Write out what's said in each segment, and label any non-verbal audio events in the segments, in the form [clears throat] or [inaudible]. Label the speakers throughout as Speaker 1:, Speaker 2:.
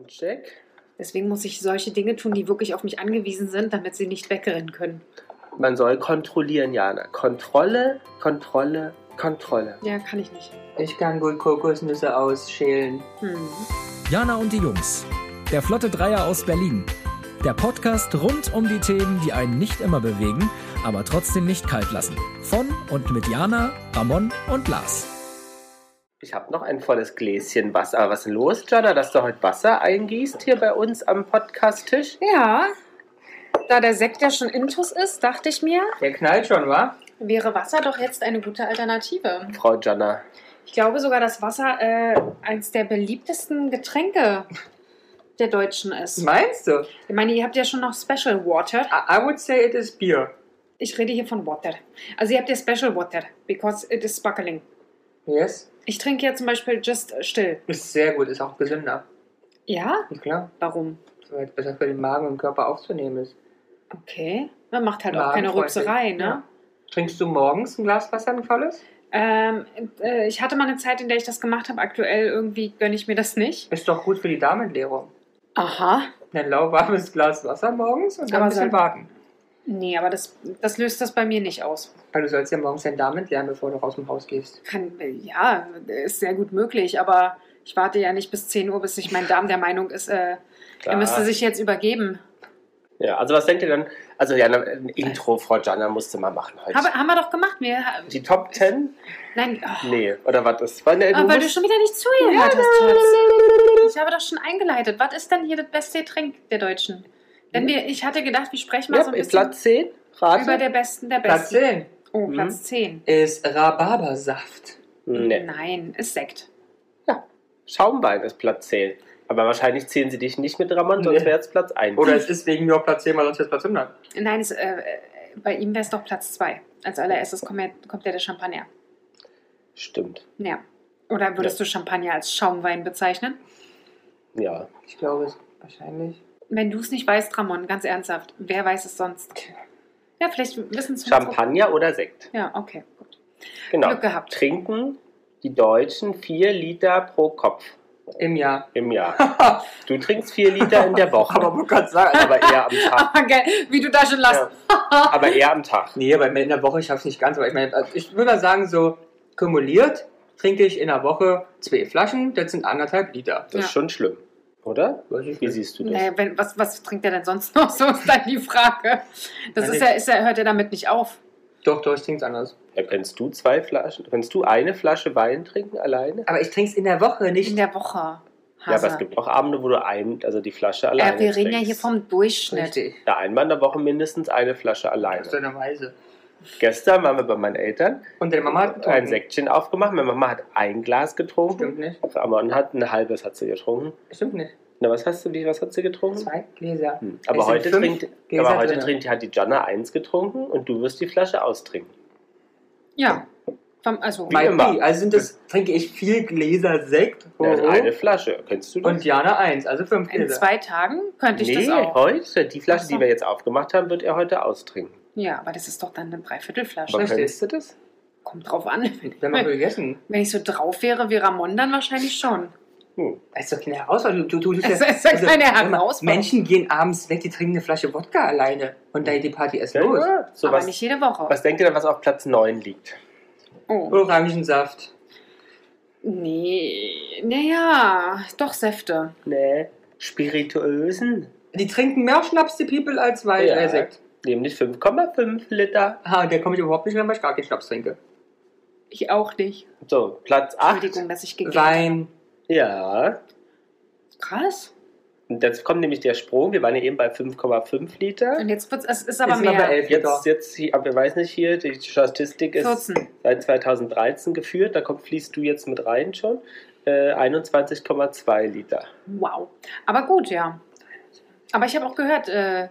Speaker 1: Soundcheck.
Speaker 2: Deswegen muss ich solche Dinge tun, die wirklich auf mich angewiesen sind, damit sie nicht wegrennen können.
Speaker 1: Man soll kontrollieren, Jana. Kontrolle, Kontrolle, Kontrolle.
Speaker 2: Ja, kann ich nicht.
Speaker 3: Ich kann gut Kokosnüsse ausschälen.
Speaker 2: Hm.
Speaker 4: Jana und die Jungs. Der Flotte Dreier aus Berlin. Der Podcast rund um die Themen, die einen nicht immer bewegen, aber trotzdem nicht kalt lassen. Von und mit Jana, Ramon und Lars.
Speaker 1: Ich habe noch ein volles Gläschen Wasser. Was ist denn los, Jana, dass du heute Wasser eingießt hier bei uns am Podcast-Tisch?
Speaker 2: Ja, da der Sekt ja schon Intus ist, dachte ich mir,
Speaker 3: Der knallt schon, wa?
Speaker 2: wäre Wasser doch jetzt eine gute Alternative.
Speaker 1: Frau Jana,
Speaker 2: Ich glaube sogar, dass Wasser äh, eins der beliebtesten Getränke der Deutschen ist.
Speaker 3: Meinst du?
Speaker 2: Ich meine, ihr habt ja schon noch Special Water.
Speaker 3: I, I would say it is beer.
Speaker 2: Ich rede hier von Water. Also ihr habt ja Special Water, because it is sparkling.
Speaker 3: Yes.
Speaker 2: Ich trinke ja zum Beispiel just still.
Speaker 3: Ist sehr gut, ist auch gesünder.
Speaker 2: Ja?
Speaker 3: Na klar.
Speaker 2: Warum?
Speaker 3: Weil es besser für den Magen und den Körper aufzunehmen ist.
Speaker 2: Okay. Man macht halt auch
Speaker 3: Magen
Speaker 2: keine
Speaker 3: freut
Speaker 2: Rübserei,
Speaker 3: sich.
Speaker 2: ne?
Speaker 3: Ja. Trinkst du morgens ein Glas Wasser, ein volles?
Speaker 2: Ähm, äh, ich hatte mal eine Zeit, in der ich das gemacht habe. Aktuell irgendwie gönne ich mir das nicht.
Speaker 3: Ist doch gut für die Darmentleerung.
Speaker 2: Aha.
Speaker 3: Ein lauwarmes Glas Wasser morgens und dann
Speaker 2: Aber
Speaker 3: ein bisschen
Speaker 2: soll-
Speaker 3: warten.
Speaker 2: Nee, aber das, das löst das bei mir nicht aus.
Speaker 3: Weil du sollst ja morgens deinen Darm entleeren, bevor du aus dem Haus gehst.
Speaker 2: Kann, äh, ja, ist sehr gut möglich, aber ich warte ja nicht bis 10 Uhr, bis sich mein Darm der Meinung ist, äh, er
Speaker 1: klar.
Speaker 2: müsste sich jetzt übergeben.
Speaker 1: Ja, also was denkt ihr dann? Also Jana, ein Intro, Frau Jana musste mal machen heute.
Speaker 2: Haben, haben wir doch gemacht. Wir, ha-
Speaker 1: die Top Ten?
Speaker 2: nein, oh,
Speaker 1: Nee, oder was ist? Weil, ne,
Speaker 2: ah, weil du
Speaker 1: musst-
Speaker 2: schon wieder nicht zugehört hast, Schatz. Ich habe doch schon eingeleitet. Was ist denn hier das beste Getränk der Deutschen? Denn wir, ich hatte gedacht, wir sprechen mal
Speaker 1: ja,
Speaker 2: so ein bisschen
Speaker 1: Hm. Platz 10?
Speaker 2: über
Speaker 1: Rate?
Speaker 2: der Besten der
Speaker 3: Platz
Speaker 2: Besten.
Speaker 3: 10
Speaker 2: Oh,
Speaker 1: Mhm.
Speaker 2: Platz 10.
Speaker 3: ist Rhabarbersaft.
Speaker 1: Nee.
Speaker 2: Nein, ist Sekt.
Speaker 1: Schaumwein ist Platz 10. Aber wahrscheinlich zählen sie dich nicht mit Ramon, sonst
Speaker 3: Nee.
Speaker 1: wäre es Platz 1.
Speaker 3: Oder es ist wegen mir auch Platz 10, weil sonst wäre es Platz 100.
Speaker 2: Nein, es, äh, äh, bei ihm wäre es doch Platz 2. Als allererstes kommt ja, kommt ja der Champagner.
Speaker 1: Stimmt.
Speaker 2: Ja. Oder würdest du Champagner als Schaumwein bezeichnen?
Speaker 1: Ja.
Speaker 3: Ich glaube es wahrscheinlich.
Speaker 2: Wenn du es nicht weißt, Ramon, ganz ernsthaft, wer weiß es sonst? Ja, vielleicht wissen es
Speaker 1: Champagner oder Sekt.
Speaker 2: Ja, okay, gut.
Speaker 1: Genau.
Speaker 2: Glück gehabt. [laughs]
Speaker 1: Trinken die Deutschen 4 Liter pro Kopf
Speaker 3: Im Jahr. [laughs]
Speaker 1: im Jahr. Du trinkst 4 Liter in der Woche.
Speaker 2: [laughs]
Speaker 3: Aber man kann sagen. also,
Speaker 1: aber eher am Tag.
Speaker 2: Aber geil, Ah, wie du da schon lachst.
Speaker 3: Ja.
Speaker 1: Aber eher am Tag.
Speaker 3: Nee, bei mir in der Woche schaffe ich nicht ganz. Aber ich meine, also ich würde mal sagen, so kumuliert trinke ich in der Woche zwei Flaschen. Das sind anderthalb Liter.
Speaker 1: Das
Speaker 2: Ja.
Speaker 1: ist schon schlimm. Oder?
Speaker 3: Weiß ich
Speaker 1: Wie
Speaker 3: nicht.
Speaker 1: siehst du das?
Speaker 2: Naja, wenn, was, was trinkt er denn sonst noch? [laughs] So ist dann die Frage. Das
Speaker 3: Ja,
Speaker 2: ist
Speaker 3: nee.
Speaker 2: ja, ist ja, hört er damit nicht auf.
Speaker 3: Doch, doch, ich trinke es anders.
Speaker 1: Ja, Äh, kannst du zwei Flaschen, kannst du eine Flasche Wein trinken alleine?
Speaker 3: Aber ich trinke es in der Woche nicht.
Speaker 2: In der Woche.
Speaker 1: Ja, aber es
Speaker 2: Hase.
Speaker 1: gibt auch Abende, wo du ein, also die Flasche alleine
Speaker 2: äh, wir reden ja
Speaker 1: trinkst.
Speaker 2: hier vom Durchschnitt.
Speaker 3: Richtig.
Speaker 1: Ja, einmal in der Woche mindestens eine Flasche alleine.
Speaker 3: Auf deine Weise.
Speaker 1: Gestern waren wir bei meinen Eltern,
Speaker 3: Und deine Mama hat getrunken.
Speaker 1: ein Säckchen aufgemacht. Meine Mama hat ein Glas
Speaker 3: Stimmt
Speaker 1: getrunken.
Speaker 3: nicht.
Speaker 1: Ramon hat ein halbes hat sie getrunken.
Speaker 3: Stimmt nicht.
Speaker 1: Na, was hast du, wie, was hat sie getrunken?
Speaker 3: Zwei Gläser.
Speaker 1: Hm.
Speaker 3: Es
Speaker 1: Aber
Speaker 3: sind
Speaker 1: heute,
Speaker 3: fünf
Speaker 1: trinkt,
Speaker 3: Gläser
Speaker 1: aber heute
Speaker 3: drin.
Speaker 1: trinkt, hat die Jana eins getrunken und du wirst die Flasche austrinken.
Speaker 2: Ja. Vom, also,
Speaker 1: Wie immer.
Speaker 3: Wie? Also sind das, trinke ich vier Gläser Sekt
Speaker 1: Ja,
Speaker 3: Oho.
Speaker 1: Eine Flasche, kennst du das?
Speaker 3: Oh. und Jana eins, also fünf
Speaker 2: in
Speaker 3: Gläser.
Speaker 2: zwei Tagen könnte ich
Speaker 1: nee,
Speaker 2: das auch.
Speaker 1: heute, die Flasche,
Speaker 2: Ach so.
Speaker 1: die wir jetzt aufgemacht haben, wird er heute austrinken.
Speaker 2: Ja, aber das ist doch dann eine Dreiviertelflasche.
Speaker 1: Aber
Speaker 3: Richtig.
Speaker 1: kennst du das?
Speaker 2: Kommt drauf an. [laughs]
Speaker 3: Wir Hm, haben auch gegessen.
Speaker 2: Wenn ich so drauf wäre wie Ramon, dann wahrscheinlich schon.
Speaker 1: Hm.
Speaker 3: Das ist doch keine Herausforderung. Du, du, du,
Speaker 2: Es ist ja keine
Speaker 3: hör mal,
Speaker 2: Herausforderung.
Speaker 3: Menschen gehen abends weg, die trinken eine Flasche Wodka alleine und dann geht die Party erst
Speaker 1: Ja,
Speaker 3: los.
Speaker 1: ja. So,
Speaker 2: aber
Speaker 1: was,
Speaker 2: nicht jede Woche.
Speaker 1: was denkt ihr denn, was auf Platz 9 liegt?
Speaker 2: Oh.
Speaker 3: Orangensaft.
Speaker 2: Nee, naja, doch Säfte.
Speaker 1: Nee. Spirituösen.
Speaker 3: Die trinken mehr Schnaps, die People, als Wein,
Speaker 1: Ja.
Speaker 3: äh, Sekt.
Speaker 1: Nämlich 5,5 Liter.
Speaker 3: Ah, der komme ich überhaupt nicht mehr, weil ich gar keinen Schnaps trinke.
Speaker 2: Ich auch nicht.
Speaker 1: So, Platz 8.
Speaker 2: Entschuldigung, dass ich gegeben habe.
Speaker 3: Wein.
Speaker 1: Ja.
Speaker 2: Krass.
Speaker 1: Und jetzt kommt nämlich der Sprung. Wir waren ja eben bei 5,5 Liter.
Speaker 2: Und jetzt wird es ist aber
Speaker 3: Jetzt sind wir bei
Speaker 2: mehr.
Speaker 3: elf Liter.
Speaker 1: Jetzt, jetzt, hier- aber wir weiß nicht hier, die Statistik ist
Speaker 2: 14.
Speaker 1: seit 2013 geführt. Da kommt, fließt du jetzt mit rein schon. Äh, 21,2 Liter.
Speaker 2: Wow. Aber gut, ja. Aber ich habe auch gehört, äh,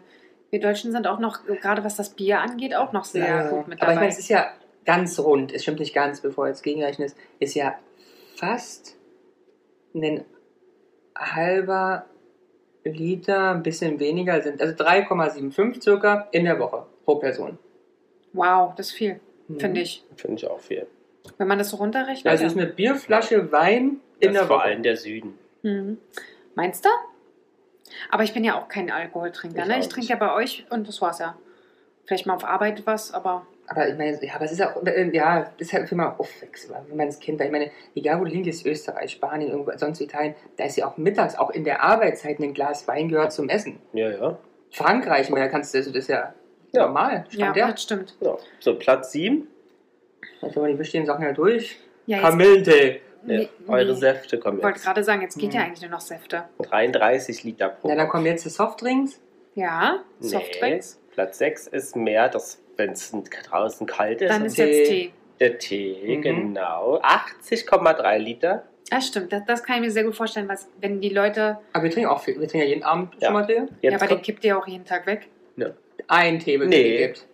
Speaker 2: wir Deutschen sind auch noch, gerade was das Bier angeht, auch noch sehr
Speaker 3: Ja,
Speaker 2: gut mit dabei.
Speaker 3: Aber ich meine, es ist ja ganz rund. Es stimmt nicht ganz, bevor jetzt gegenrechnen ist. Ist ja fast ein halber Liter, ein bisschen weniger sind. Also 3,75 circa in der Woche pro Person.
Speaker 2: wow, das ist viel,
Speaker 3: Mhm.
Speaker 2: finde ich.
Speaker 1: Finde ich auch viel.
Speaker 2: Wenn man das so runterrechnet.
Speaker 3: Also
Speaker 2: ja.
Speaker 3: ist eine Bierflasche Wein
Speaker 1: Das
Speaker 3: in
Speaker 1: ist
Speaker 3: der
Speaker 1: vor
Speaker 3: Woche.
Speaker 1: allem der Süden.
Speaker 2: Mhm. Meinst du? Aber ich bin ja auch kein Alkoholtrinker,
Speaker 3: Ich
Speaker 2: ne?
Speaker 3: auch
Speaker 2: Ich trinke
Speaker 3: nicht.
Speaker 2: ja bei euch und das war's ja. Vielleicht mal auf Arbeit was, aber
Speaker 3: Aber ich meine, ja, aber es ist auch, äh, ja, das ist halt immer aufwechselbar, wenn man es kennt. Weil ich meine, egal wo du hingehst, Österreich, Spanien, irgendwo, sonst Italien, da ist ja auch mittags, auch in der Arbeitszeit, ein Glas Wein gehört zum Essen.
Speaker 1: Ja, ja.
Speaker 3: Frankreich, ich meine, da kannst du, also das ist ja,
Speaker 1: Ja.
Speaker 3: normal.
Speaker 2: ja,
Speaker 3: Stand ja.
Speaker 2: das stimmt.
Speaker 1: ja. So, Platz 7.
Speaker 3: Jetzt haben wir die bestehenden Sachen ja durch.
Speaker 2: Ja, jetzt,
Speaker 3: Kamillentee.
Speaker 2: nee,
Speaker 1: Eure
Speaker 2: nee.
Speaker 1: Säfte kommen
Speaker 2: Ich wollte
Speaker 1: jetzt.
Speaker 2: gerade sagen, jetzt geht ja
Speaker 3: Mhm.
Speaker 2: eigentlich nur noch Säfte.
Speaker 1: 33 Liter pro.
Speaker 3: Na, dann kommen jetzt die Softdrinks.
Speaker 2: Ja,
Speaker 1: Nee.
Speaker 2: Softdrinks.
Speaker 1: Platz 6 ist mehr, wenn es draußen kalt ist.
Speaker 2: Dann
Speaker 1: und
Speaker 2: ist jetzt
Speaker 3: Tee.
Speaker 2: Tee.
Speaker 1: der Tee,
Speaker 3: Mhm.
Speaker 1: genau. 80,3 Liter.
Speaker 2: Das stimmt, das, das kann ich mir sehr gut vorstellen, was, wenn die Leute.
Speaker 3: Aber wir trinken auch viel. Wir trinken ja jeden Abend
Speaker 1: Ja.
Speaker 3: schon mal Tee.
Speaker 2: ja,
Speaker 1: Jetzt,
Speaker 2: aber den
Speaker 1: kommt,
Speaker 2: kippt ihr auch jeden Tag weg.
Speaker 3: Ein Tee wird
Speaker 1: Nee.
Speaker 3: gekippt.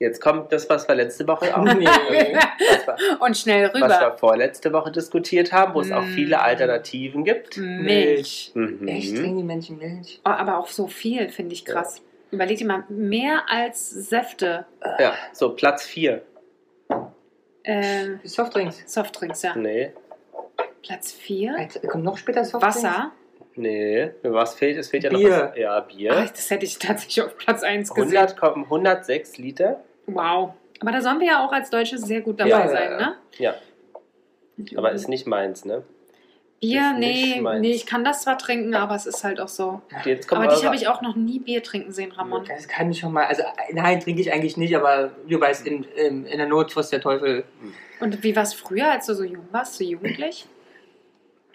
Speaker 1: jetzt kommt das, was wir letzte Woche
Speaker 2: [laughs]
Speaker 1: auch [laughs]
Speaker 3: Nee.
Speaker 1: was wir,
Speaker 2: und schnell
Speaker 1: was wir
Speaker 2: rüber.
Speaker 1: vorletzte Woche diskutiert haben, wo es auch
Speaker 2: Mm.
Speaker 1: viele Alternativen gibt.
Speaker 2: Milch.
Speaker 1: Mhm.
Speaker 3: Echt, trinken die Menschen Milch?
Speaker 2: Oh, aber auch so viel, finde ich krass. Überleg dir mal, mehr als Säfte.
Speaker 1: Ja, so Platz 4.
Speaker 2: Äh,
Speaker 3: Die Softdrinks.
Speaker 2: Softdrinks, ja.
Speaker 1: Nee,
Speaker 2: Platz 4.
Speaker 3: Alter, kommt noch später Softdrinks?
Speaker 2: Wasser.
Speaker 1: nee. Was fehlt? Es fehlt ja noch
Speaker 3: Bier.
Speaker 1: was. Ja,
Speaker 2: Ach,
Speaker 1: Bier.
Speaker 2: das hätte Ah, ich tatsächlich auf Platz 1 gesehen.
Speaker 1: 100, kommen 106 Liter.
Speaker 2: Wow. Aber da sollen wir ja auch als Deutsche sehr gut dabei
Speaker 3: Ja, ja,
Speaker 2: sein,
Speaker 3: ja.
Speaker 2: ne?
Speaker 1: Ja, aber ist nicht meins, ne?
Speaker 2: Bier,
Speaker 1: ist nicht
Speaker 2: nee,
Speaker 1: meins.
Speaker 2: nee, ich kann das zwar trinken, aber es ist halt auch so.
Speaker 1: Jetzt kommen
Speaker 2: aber dich
Speaker 1: eure-
Speaker 2: habe ich auch noch nie Bier trinken sehen, Ramon.
Speaker 3: Das kann ich schon mal. Also, äh, nein, trinke ich eigentlich nicht, aber du weißt, in, in, in der Not frisst der Teufel.
Speaker 2: Und wie war es früher, als du so jung warst, so jugendlich?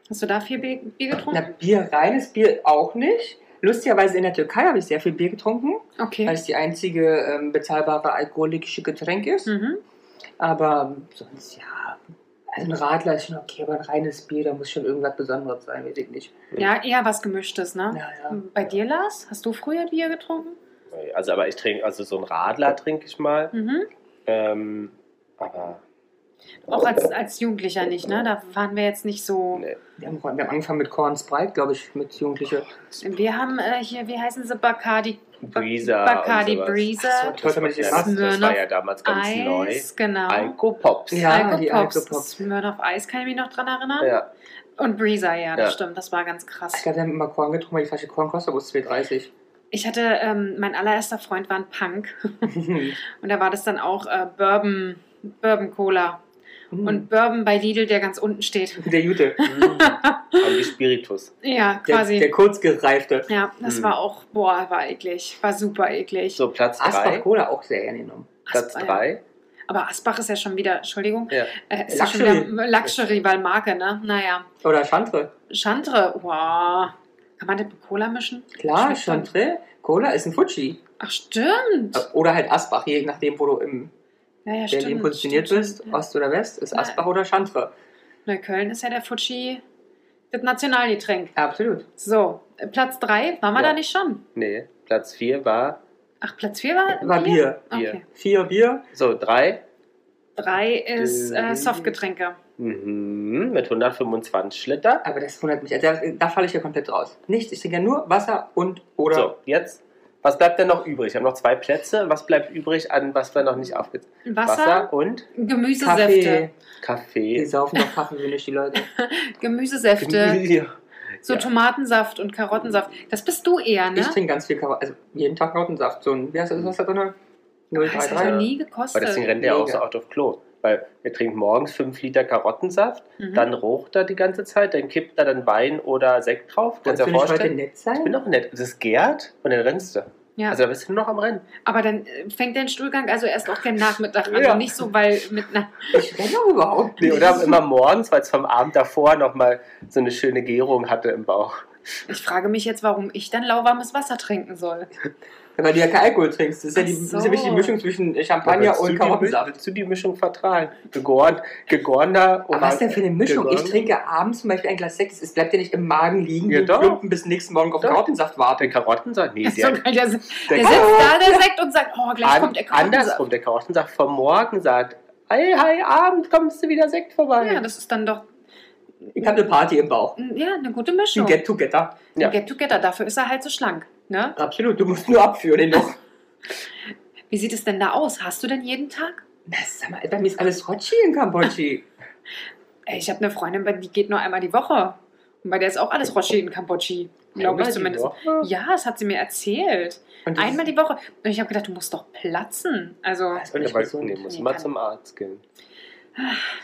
Speaker 2: Hast du da viel Bier, Bier
Speaker 3: Na,
Speaker 2: getrunken?
Speaker 3: Bier, reines Bier auch nicht. Lustigerweise in der Türkei habe ich sehr viel Bier getrunken, weil
Speaker 2: Okay.
Speaker 3: es die einzige ähm, bezahlbare alkoholische Getränk ist.
Speaker 2: Mhm.
Speaker 3: Aber sonst ja. Also ein Radler ist schon okay, aber ein reines Bier, da muss schon irgendwas Besonderes sein, weiß ich nicht.
Speaker 2: Ja, eher was Gemischtes, ne?
Speaker 3: Ja, ja.
Speaker 2: Bei dir, Lars? Hast du früher Bier getrunken?
Speaker 1: Also, aber ich trinke, also so ein Radler trinke ich mal.
Speaker 2: Mhm.
Speaker 1: Ähm, aber
Speaker 2: Auch als, als Jugendlicher nicht, ne? Da waren wir jetzt nicht so.
Speaker 1: nee.
Speaker 3: Wir haben, wir haben angefangen mit Korn Sprite, glaube ich, mit Jugendlichen.
Speaker 2: Wir haben äh, hier, wie heißen sie? Bacardi. Ba-
Speaker 1: Breezer
Speaker 2: Bacardi
Speaker 1: und sowas.
Speaker 2: Breezer.
Speaker 1: Das war, ja, das, das war ja damals ganz neu.
Speaker 2: Eis, genau.
Speaker 1: Alkopops.
Speaker 3: Ja. die
Speaker 2: Alkopops.
Speaker 3: Alkopops.
Speaker 2: Smirnoff Eis, kann ich mich noch dran erinnern. [laughs]
Speaker 1: Ja.
Speaker 2: Und Breezer, ja, das
Speaker 1: Ja.
Speaker 2: stimmt. Das war ganz krass.
Speaker 3: Ich glaube, wir haben immer Korn getrunken, weil die Flasche Korn kostet bloß [laughs] 2,30.
Speaker 2: Ich hatte, ähm, mein allererster Freund war ein Punk. Und da war das dann auch äh, Bourbon, Bourbon Cola. [laughs] Und Bourbon bei Lidl, der ganz unten steht.
Speaker 3: der Jute.
Speaker 1: Und die Spiritus.
Speaker 2: Ja,
Speaker 3: Der,
Speaker 2: quasi.
Speaker 3: der kurzgereifte.
Speaker 2: Ja, das
Speaker 1: Hm.
Speaker 2: war auch, boah, war eklig. War super eklig.
Speaker 1: So, Platz
Speaker 3: Asbach
Speaker 1: 3.
Speaker 3: Cola auch sehr gerne genommen.
Speaker 1: Platz
Speaker 2: Asbach,
Speaker 1: 3.
Speaker 2: ja. Aber Asbach ist ja schon wieder, Entschuldigung,
Speaker 1: Ja.
Speaker 2: äh, ist ja schon wieder Luxury, weil Marke, ne? Naja.
Speaker 3: Oder Chantre.
Speaker 2: Chantre, wow. Kann man das mit Cola mischen?
Speaker 3: Klar,
Speaker 2: Schmeckt dann-
Speaker 3: Chantre. Cola ist ein Fuji.
Speaker 2: Ach, stimmt.
Speaker 3: Oder halt Asbach, je nachdem, wo du im
Speaker 2: Ja, ja,
Speaker 3: Berlin
Speaker 2: stimmt.
Speaker 3: positioniert
Speaker 2: stimmt,
Speaker 3: bist,
Speaker 2: stimmt, ja.
Speaker 3: Ost oder West, ist
Speaker 2: Ja.
Speaker 3: Asbach oder Chantre.
Speaker 2: Neukölln ist ja der Fuji, das Nationalgetränk.
Speaker 3: Absolut.
Speaker 2: So, äh, Platz 3, waren wir
Speaker 1: Ja.
Speaker 2: da nicht schon?
Speaker 1: Nee, Platz 4 war.
Speaker 2: Ach, Platz 4 war,
Speaker 3: War Bier.
Speaker 2: Okay.
Speaker 3: Vier Bier.
Speaker 1: So, 3.
Speaker 2: 3 ist äh,
Speaker 1: Dö.
Speaker 2: Softgetränke.
Speaker 1: Mhm, mit 125 Liter.
Speaker 3: Aber das wundert mich. Da, da falle ich ja komplett raus. Nichts. Ich trinke ja nur Wasser und oder.
Speaker 1: So, jetzt. Was bleibt denn noch übrig? Ich habe noch zwei Plätze. Was bleibt übrig an, was wir noch nicht aufgezählt
Speaker 2: Wasser,
Speaker 1: und
Speaker 2: Gemüsesäfte.
Speaker 3: Kaffee. Die
Speaker 1: Kaffee.
Speaker 3: saufen doch Kaffee, wenig
Speaker 2: [laughs]
Speaker 3: die Leute.
Speaker 2: Gemüsesäfte.
Speaker 1: Ja.
Speaker 2: So
Speaker 1: Ja.
Speaker 2: Tomatensaft und Karottensaft. Das bist du eher, ne?
Speaker 3: Ich trinke ganz viel Karotten, also jeden Tag Karottensaft. So ein, wie heißt das, was da drin?
Speaker 2: Ah, Das
Speaker 3: 033.
Speaker 2: hat
Speaker 1: ja.
Speaker 2: noch nie
Speaker 1: Aber
Speaker 2: gekostet.
Speaker 1: Oh, deswegen rennt er auch so
Speaker 3: Mega.
Speaker 1: oft auf Klo. Weil er trinkt morgens 5 Liter Karottensaft,
Speaker 2: Mhm.
Speaker 1: dann raucht er die ganze Zeit, dann kippt er dann Wein oder Sekt drauf. Kannst
Speaker 3: Kannst
Speaker 1: du dir
Speaker 3: du nicht heute
Speaker 1: vorstellen?
Speaker 3: nett
Speaker 1: Ich bin
Speaker 3: sein?
Speaker 1: doch nett. Das ist Gerd und dann rennst du.
Speaker 2: ja.
Speaker 1: Also da bist du nur noch am Rennen.
Speaker 2: Aber dann äh, fängt dein Stuhlgang also erst auch den Nachmittag an.
Speaker 1: Ja.
Speaker 2: Und nicht so, weil mit einer.
Speaker 3: Ich renne doch überhaupt
Speaker 1: Nee,
Speaker 3: nicht.
Speaker 1: oder immer morgens, weil es vom Abend davor nochmal so eine schöne Gärung hatte im Bauch.
Speaker 2: Ich frage mich jetzt, warum ich dann lauwarmes Wasser trinken soll.
Speaker 3: Weil du ja keinen Alkohol trinkst. Das ist ja die,
Speaker 2: Ach so.
Speaker 3: das ist ja wichtige Willst du die Mischung zwischen äh,
Speaker 1: Willst
Speaker 3: Champagner
Speaker 1: du
Speaker 3: und
Speaker 1: die Misch-
Speaker 3: Karottensaft.
Speaker 1: Willst du die Mischung vertragen? Gegoren, gegorener
Speaker 3: Aber was denn für eine Mischung?
Speaker 1: Gegoren.
Speaker 3: Ich trinke abends zum Beispiel ein Glas Sekt. Es bleibt ja nicht im Magen liegen,
Speaker 1: Ja,
Speaker 3: ja,
Speaker 1: doch.
Speaker 3: plumpen bis nächsten Morgen auf
Speaker 1: Doch.
Speaker 3: Karottensaft warten.
Speaker 1: Den Karottensaft? Nee,
Speaker 2: Also,
Speaker 1: der,
Speaker 2: der, der sitzt
Speaker 1: der,
Speaker 2: da, der Sekt und sagt, oh, gleich
Speaker 1: An-
Speaker 2: kommt der Karottensaft.
Speaker 1: andersrum, der Karottensaft vom Morgen sagt, hey, hey, Abend kommst du wieder Sekt vorbei.
Speaker 2: oh, Ja, das ist dann doch mm,
Speaker 3: Ich habe eine Party im Bauch.
Speaker 2: ja, eine gute
Speaker 3: Ein
Speaker 2: Mischung. Get,
Speaker 3: Get Together.
Speaker 1: Ja.
Speaker 2: get together, dafür ist er halt so schlank. Ne?
Speaker 3: Absolut, du musst nur abführen den noch.
Speaker 2: Wie sieht es denn da aus? Hast du denn jeden Tag?
Speaker 3: Na, sag mal, bei mir ist alles Rotschi in Kambodschi.
Speaker 2: Ey, ich habe eine Freundin, die geht nur einmal die Woche. Und bei der ist auch alles Roshi in Kambodschi. glaube
Speaker 1: Einmal
Speaker 2: ich
Speaker 1: die
Speaker 2: zumindest.
Speaker 1: Woche?
Speaker 2: Ja, das hat sie mir erzählt.
Speaker 3: Und das
Speaker 2: Einmal die Woche. Und ich habe gedacht, du musst doch platzen. Also,
Speaker 3: Das ist auch nicht
Speaker 1: Aber
Speaker 3: gesund.
Speaker 1: nee, muss
Speaker 2: Nee,
Speaker 1: immer
Speaker 2: kann-
Speaker 1: zum Arzt gehen.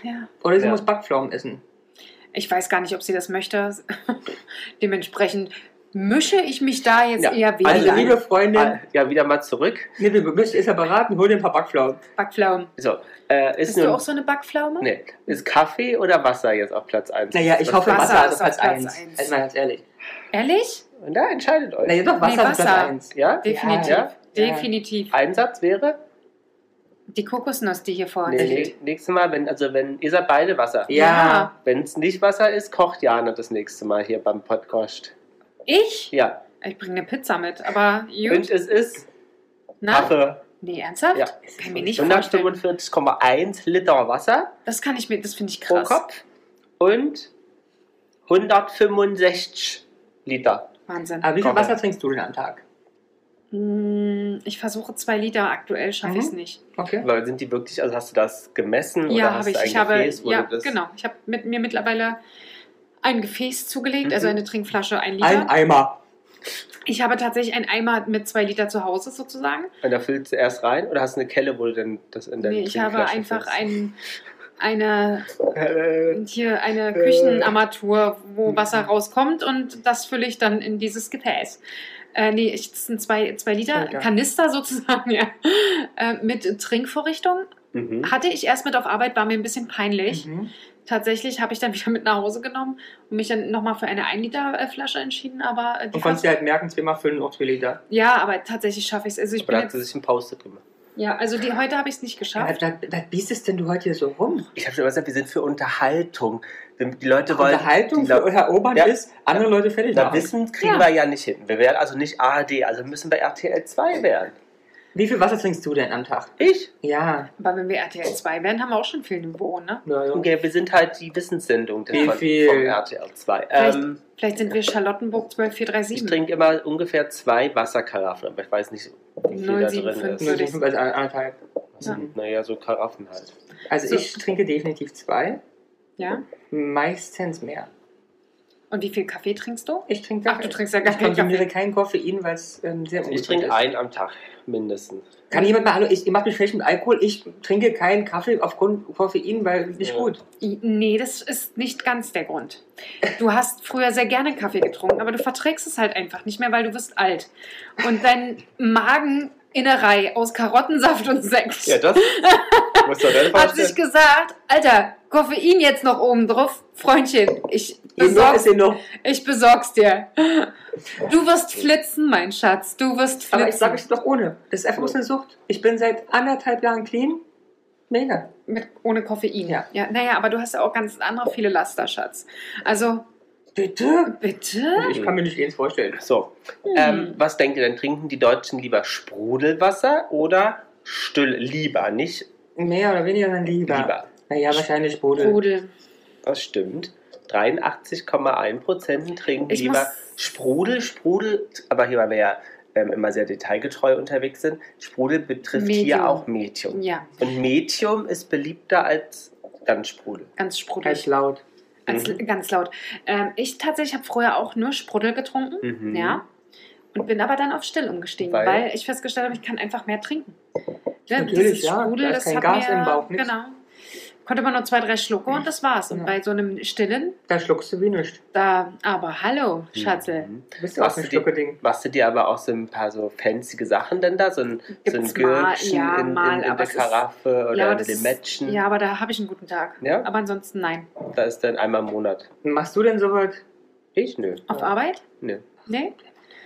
Speaker 2: ja.
Speaker 3: Oder sie
Speaker 1: Ja.
Speaker 3: muss Backpflaumen essen.
Speaker 2: Ich weiß gar nicht, ob sie das möchte. [laughs] Dementsprechend mische ich mich da jetzt
Speaker 1: Ja,
Speaker 2: eher weniger.
Speaker 3: Also,
Speaker 1: Nein.
Speaker 3: liebe Freundin,
Speaker 1: Ah, ja, wieder mal zurück.
Speaker 3: nee, du müsst ist ja beraten, hol dir ein paar Backpflaumen.
Speaker 2: ein. Backpflaumen.
Speaker 1: So, äh, ist,
Speaker 2: Bist du
Speaker 1: nun,
Speaker 2: auch so eine Backpflaume?
Speaker 1: nee, ist Kaffee oder Wasser jetzt auf Platz 1?
Speaker 3: Naja, ich hoffe,
Speaker 2: Wasser
Speaker 3: Wasser ist
Speaker 2: ist
Speaker 3: auf Platz
Speaker 2: auf Platz
Speaker 3: 1.
Speaker 2: eins.
Speaker 3: Also mal ganz ehrlich.
Speaker 2: Ehrlich?
Speaker 1: Da entscheidet euch.
Speaker 3: Naja, doch, Wasser
Speaker 2: Nee,
Speaker 3: ist auf Platz
Speaker 2: Wasser.
Speaker 3: 1.
Speaker 1: Ja?
Speaker 2: Definitiv.
Speaker 1: Ja?
Speaker 2: Definitiv.
Speaker 1: Einsatz wäre?
Speaker 2: Die Kokosnuss, die hier vorne
Speaker 1: Nee,
Speaker 2: liegt.
Speaker 1: nee, nächstes Mal, wenn, also wenn, ihr sagt beide Wasser.
Speaker 3: Ja.
Speaker 1: Wenn es nicht Wasser ist, kocht Jana das nächste Mal hier beim Podcast.
Speaker 2: Ich?
Speaker 1: Ja.
Speaker 2: Ich bringe eine Pizza mit, aber
Speaker 1: Und
Speaker 2: gut.
Speaker 1: es ist
Speaker 2: Na?
Speaker 1: Kaffee.
Speaker 2: Nee, ernsthaft?
Speaker 1: Ja.
Speaker 2: Kann ich mir nicht vorstellen.
Speaker 1: 145,1 Liter Wasser
Speaker 2: Das kann ich mir, das finde ich
Speaker 1: pro
Speaker 2: krass.
Speaker 1: Kopf und 165 Liter.
Speaker 2: Wahnsinn.
Speaker 3: Aber Ah, wie viel
Speaker 1: Komm, ja.
Speaker 3: Wasser trinkst du denn am Tag?
Speaker 2: Mm, Ich versuche zwei Liter, aktuell schaffe
Speaker 3: Mhm.
Speaker 2: ich es nicht.
Speaker 3: Okay.
Speaker 1: Weil sind die wirklich, also hast du das gemessen
Speaker 2: ja,
Speaker 1: oder hast
Speaker 2: habe
Speaker 1: du
Speaker 2: ich.
Speaker 1: ein
Speaker 2: Ich habe,
Speaker 1: Gefäß, wo
Speaker 2: ja,
Speaker 1: du das
Speaker 2: genau. Ich habe mit mir mittlerweile ein Gefäß zugelegt,
Speaker 1: Mhm.
Speaker 2: also eine Trinkflasche, ein Liter.
Speaker 3: Ein Eimer.
Speaker 2: ich habe tatsächlich einen Eimer mit zwei Liter zu Hause sozusagen.
Speaker 1: Und da füllst du erst rein oder hast du eine Kelle, wo du denn das in deine
Speaker 2: Nee, ich habe
Speaker 1: Trinkflasche
Speaker 2: einfach
Speaker 1: füllst?
Speaker 2: ein, eine,
Speaker 1: Äh,
Speaker 2: hier eine
Speaker 1: Äh.
Speaker 2: Küchenarmatur, wo
Speaker 1: Mhm.
Speaker 2: Wasser rauskommt und das fülle ich dann in dieses Gefäß. Äh, nee, ich- das sind zwei, zwei Liter,
Speaker 3: Zwei Liter.
Speaker 2: Kanister sozusagen, [laughs] ja. Äh, mit Trinkvorrichtung.
Speaker 1: [laughs] mhm.
Speaker 2: Hatte ich erst mit auf Arbeit, war mir ein bisschen peinlich.
Speaker 3: Mhm.
Speaker 2: Tatsächlich habe ich dann [laughs] wieder mit nach Hause genommen und mich dann nochmal für eine 1-Liter-Flasche entschieden, aber äh, die
Speaker 3: Und konntest
Speaker 2: fast-
Speaker 3: dir halt merken, zweimal füllen auch zwei Liter.
Speaker 2: ja, aber tatsächlich schaffe ich es. Also ich
Speaker 1: Aber da
Speaker 2: bin
Speaker 1: hat sie
Speaker 2: jetzt,
Speaker 1: sich ein Post-it gemacht.
Speaker 2: ja, also die heute habe ich es nicht geschafft.
Speaker 3: Was, was biestest denn du heute hier so rum?
Speaker 1: Ich habe schon immer gesagt, wir sind für Unterhaltung. Wir- Die Leute wollen.
Speaker 3: Unterhaltung
Speaker 1: die Leute-
Speaker 3: für erobern
Speaker 1: Ja.
Speaker 3: ist, andere Leute fertig
Speaker 1: Na,
Speaker 3: machen.
Speaker 1: Wissen kriegen
Speaker 2: Ja.
Speaker 1: wir ja nicht hin. Wir werden also nicht ARD, also müssen wir RTL 2 werden.
Speaker 3: Wie viel Wasser trinkst du denn am Tag?
Speaker 1: Ich?
Speaker 3: Ja.
Speaker 2: Aber wenn wir RTL 2 werden, haben wir auch schon viel Niveau, ne?
Speaker 3: ja, ja.
Speaker 1: Okay, wir sind halt die Wissenssendung des
Speaker 3: Wie
Speaker 1: von,
Speaker 3: viel?
Speaker 1: vom RTL 2.
Speaker 2: Vielleicht-
Speaker 1: Ähm,
Speaker 2: Vielleicht sind wir Charlottenburg
Speaker 1: ich
Speaker 2: 12437.
Speaker 1: trinke immer ungefähr zwei Wasserkaraffen, aber ich weiß nicht, wie viel da drin
Speaker 2: 0,75.
Speaker 1: ist.
Speaker 3: Nur die fünf, also anderthalb. Ja.
Speaker 1: Naja, so Karaffen halt.
Speaker 3: Also
Speaker 2: So.
Speaker 3: ich trinke definitiv zwei,
Speaker 2: Ja.
Speaker 3: meistens mehr.
Speaker 2: Und wie viel Kaffee trinkst du?
Speaker 3: Ich trinke
Speaker 2: Ach, du trinkst ja gar
Speaker 3: ich
Speaker 2: keinen
Speaker 3: konsumiere
Speaker 2: Kaffee.
Speaker 3: kein Koffein, weil es ähm, sehr
Speaker 1: Ich
Speaker 3: ungesund
Speaker 1: trinke
Speaker 3: ist.
Speaker 1: einen am Tag mindestens.
Speaker 3: Kann jemand mal, hallo, ich, ihr macht mich schlecht mit Alkohol, ich trinke keinen Kaffee aufgrund Koffein, weil nicht
Speaker 1: Ja.
Speaker 3: gut.
Speaker 2: I- Nee, das ist nicht ganz der Grund. Du hast früher sehr gerne Kaffee getrunken, aber du verträgst es halt einfach nicht mehr, weil du bist alt. Und dein Mageninnerei aus Karottensaft und Sekt
Speaker 1: das muss doch dann
Speaker 2: hat sich gesagt, Alter, Koffein jetzt noch oben drauf. Freundchen, ich besorg's,
Speaker 3: genug.
Speaker 2: ich besorg's dir. Du wirst flitzen, mein Schatz. Du wirst flitzen.
Speaker 3: Aber ich sage es doch ohne. Das ist einfach bloß eine Sucht. Ich bin seit anderthalb Jahren clean. Mega.
Speaker 2: Mit, ohne Koffein.
Speaker 3: Ja.
Speaker 2: ja. Naja, aber du hast ja auch ganz andere viele Laster, Schatz. Also,
Speaker 3: Bitte?
Speaker 2: bitte?
Speaker 3: Ich kann mir nicht eins vorstellen.
Speaker 1: So, ähm, was denkt ihr denn? Trinken die Deutschen lieber Sprudelwasser oder Still? Lieber, nicht
Speaker 3: Mehr oder weniger dann lieber.
Speaker 1: lieber.
Speaker 3: Naja, wahrscheinlich Sprudel.
Speaker 2: Rudel.
Speaker 1: Das stimmt. 83,1% trinken
Speaker 2: Ich
Speaker 1: lieber
Speaker 2: muss-
Speaker 1: Sprudel. Sprudel, aber hier, weil wir ja ähm, immer sehr detailgetreu unterwegs sind, Sprudel betrifft
Speaker 2: Medium.
Speaker 1: hier auch Medium.
Speaker 2: Ja,
Speaker 1: Und Medium ist beliebter als ganz Sprudel.
Speaker 2: ganz
Speaker 3: Gleich
Speaker 2: sprudelig.
Speaker 3: laut.
Speaker 2: Ganz,
Speaker 1: Mhm.
Speaker 2: ganz laut. Ähm, ich tatsächlich habe früher auch nur Sprudel getrunken.
Speaker 1: Mhm.
Speaker 2: Ja. Und bin aber dann auf still umgestiegen, weil,
Speaker 1: Weil?
Speaker 2: ich festgestellt habe, ich kann einfach mehr trinken. Ne,
Speaker 3: Natürlich,
Speaker 2: dieses
Speaker 3: ja. Da ist kein
Speaker 2: hat
Speaker 3: Gas im Bauch, nix.
Speaker 2: Genau. Konnte man nur zwei, drei Schlucke und das war's. Und
Speaker 3: Ja.
Speaker 2: bei so einem Stillen,
Speaker 3: Da schluckst du wie nichts.
Speaker 2: da, aber hallo,
Speaker 3: Hm.
Speaker 2: Schatzel.
Speaker 1: Mhm.
Speaker 3: Du bist ja auch
Speaker 1: Hast
Speaker 3: ein
Speaker 1: du die-
Speaker 3: Schlucke-Ding.
Speaker 1: Machst du dir aber auch so ein paar so fancy Sachen denn da? So ein, so ein
Speaker 2: Gibt's mal,
Speaker 1: Gürkchen
Speaker 2: ja,
Speaker 1: in, in,
Speaker 2: mal,
Speaker 1: in
Speaker 2: aber
Speaker 1: der
Speaker 2: es ist-
Speaker 1: Karaffe oder
Speaker 2: aber
Speaker 1: ein
Speaker 2: das ist-
Speaker 3: Hm.
Speaker 1: Limettchen.
Speaker 2: Ja, aber da habe ich einen guten Tag.
Speaker 1: Ja?
Speaker 2: Aber ansonsten nein.
Speaker 1: Da ist dann einmal im Monat.
Speaker 3: Machst du denn sowas?
Speaker 1: Ich? Nö.
Speaker 2: Auf
Speaker 3: Ja.
Speaker 2: Arbeit?
Speaker 1: Nö.
Speaker 2: Nee?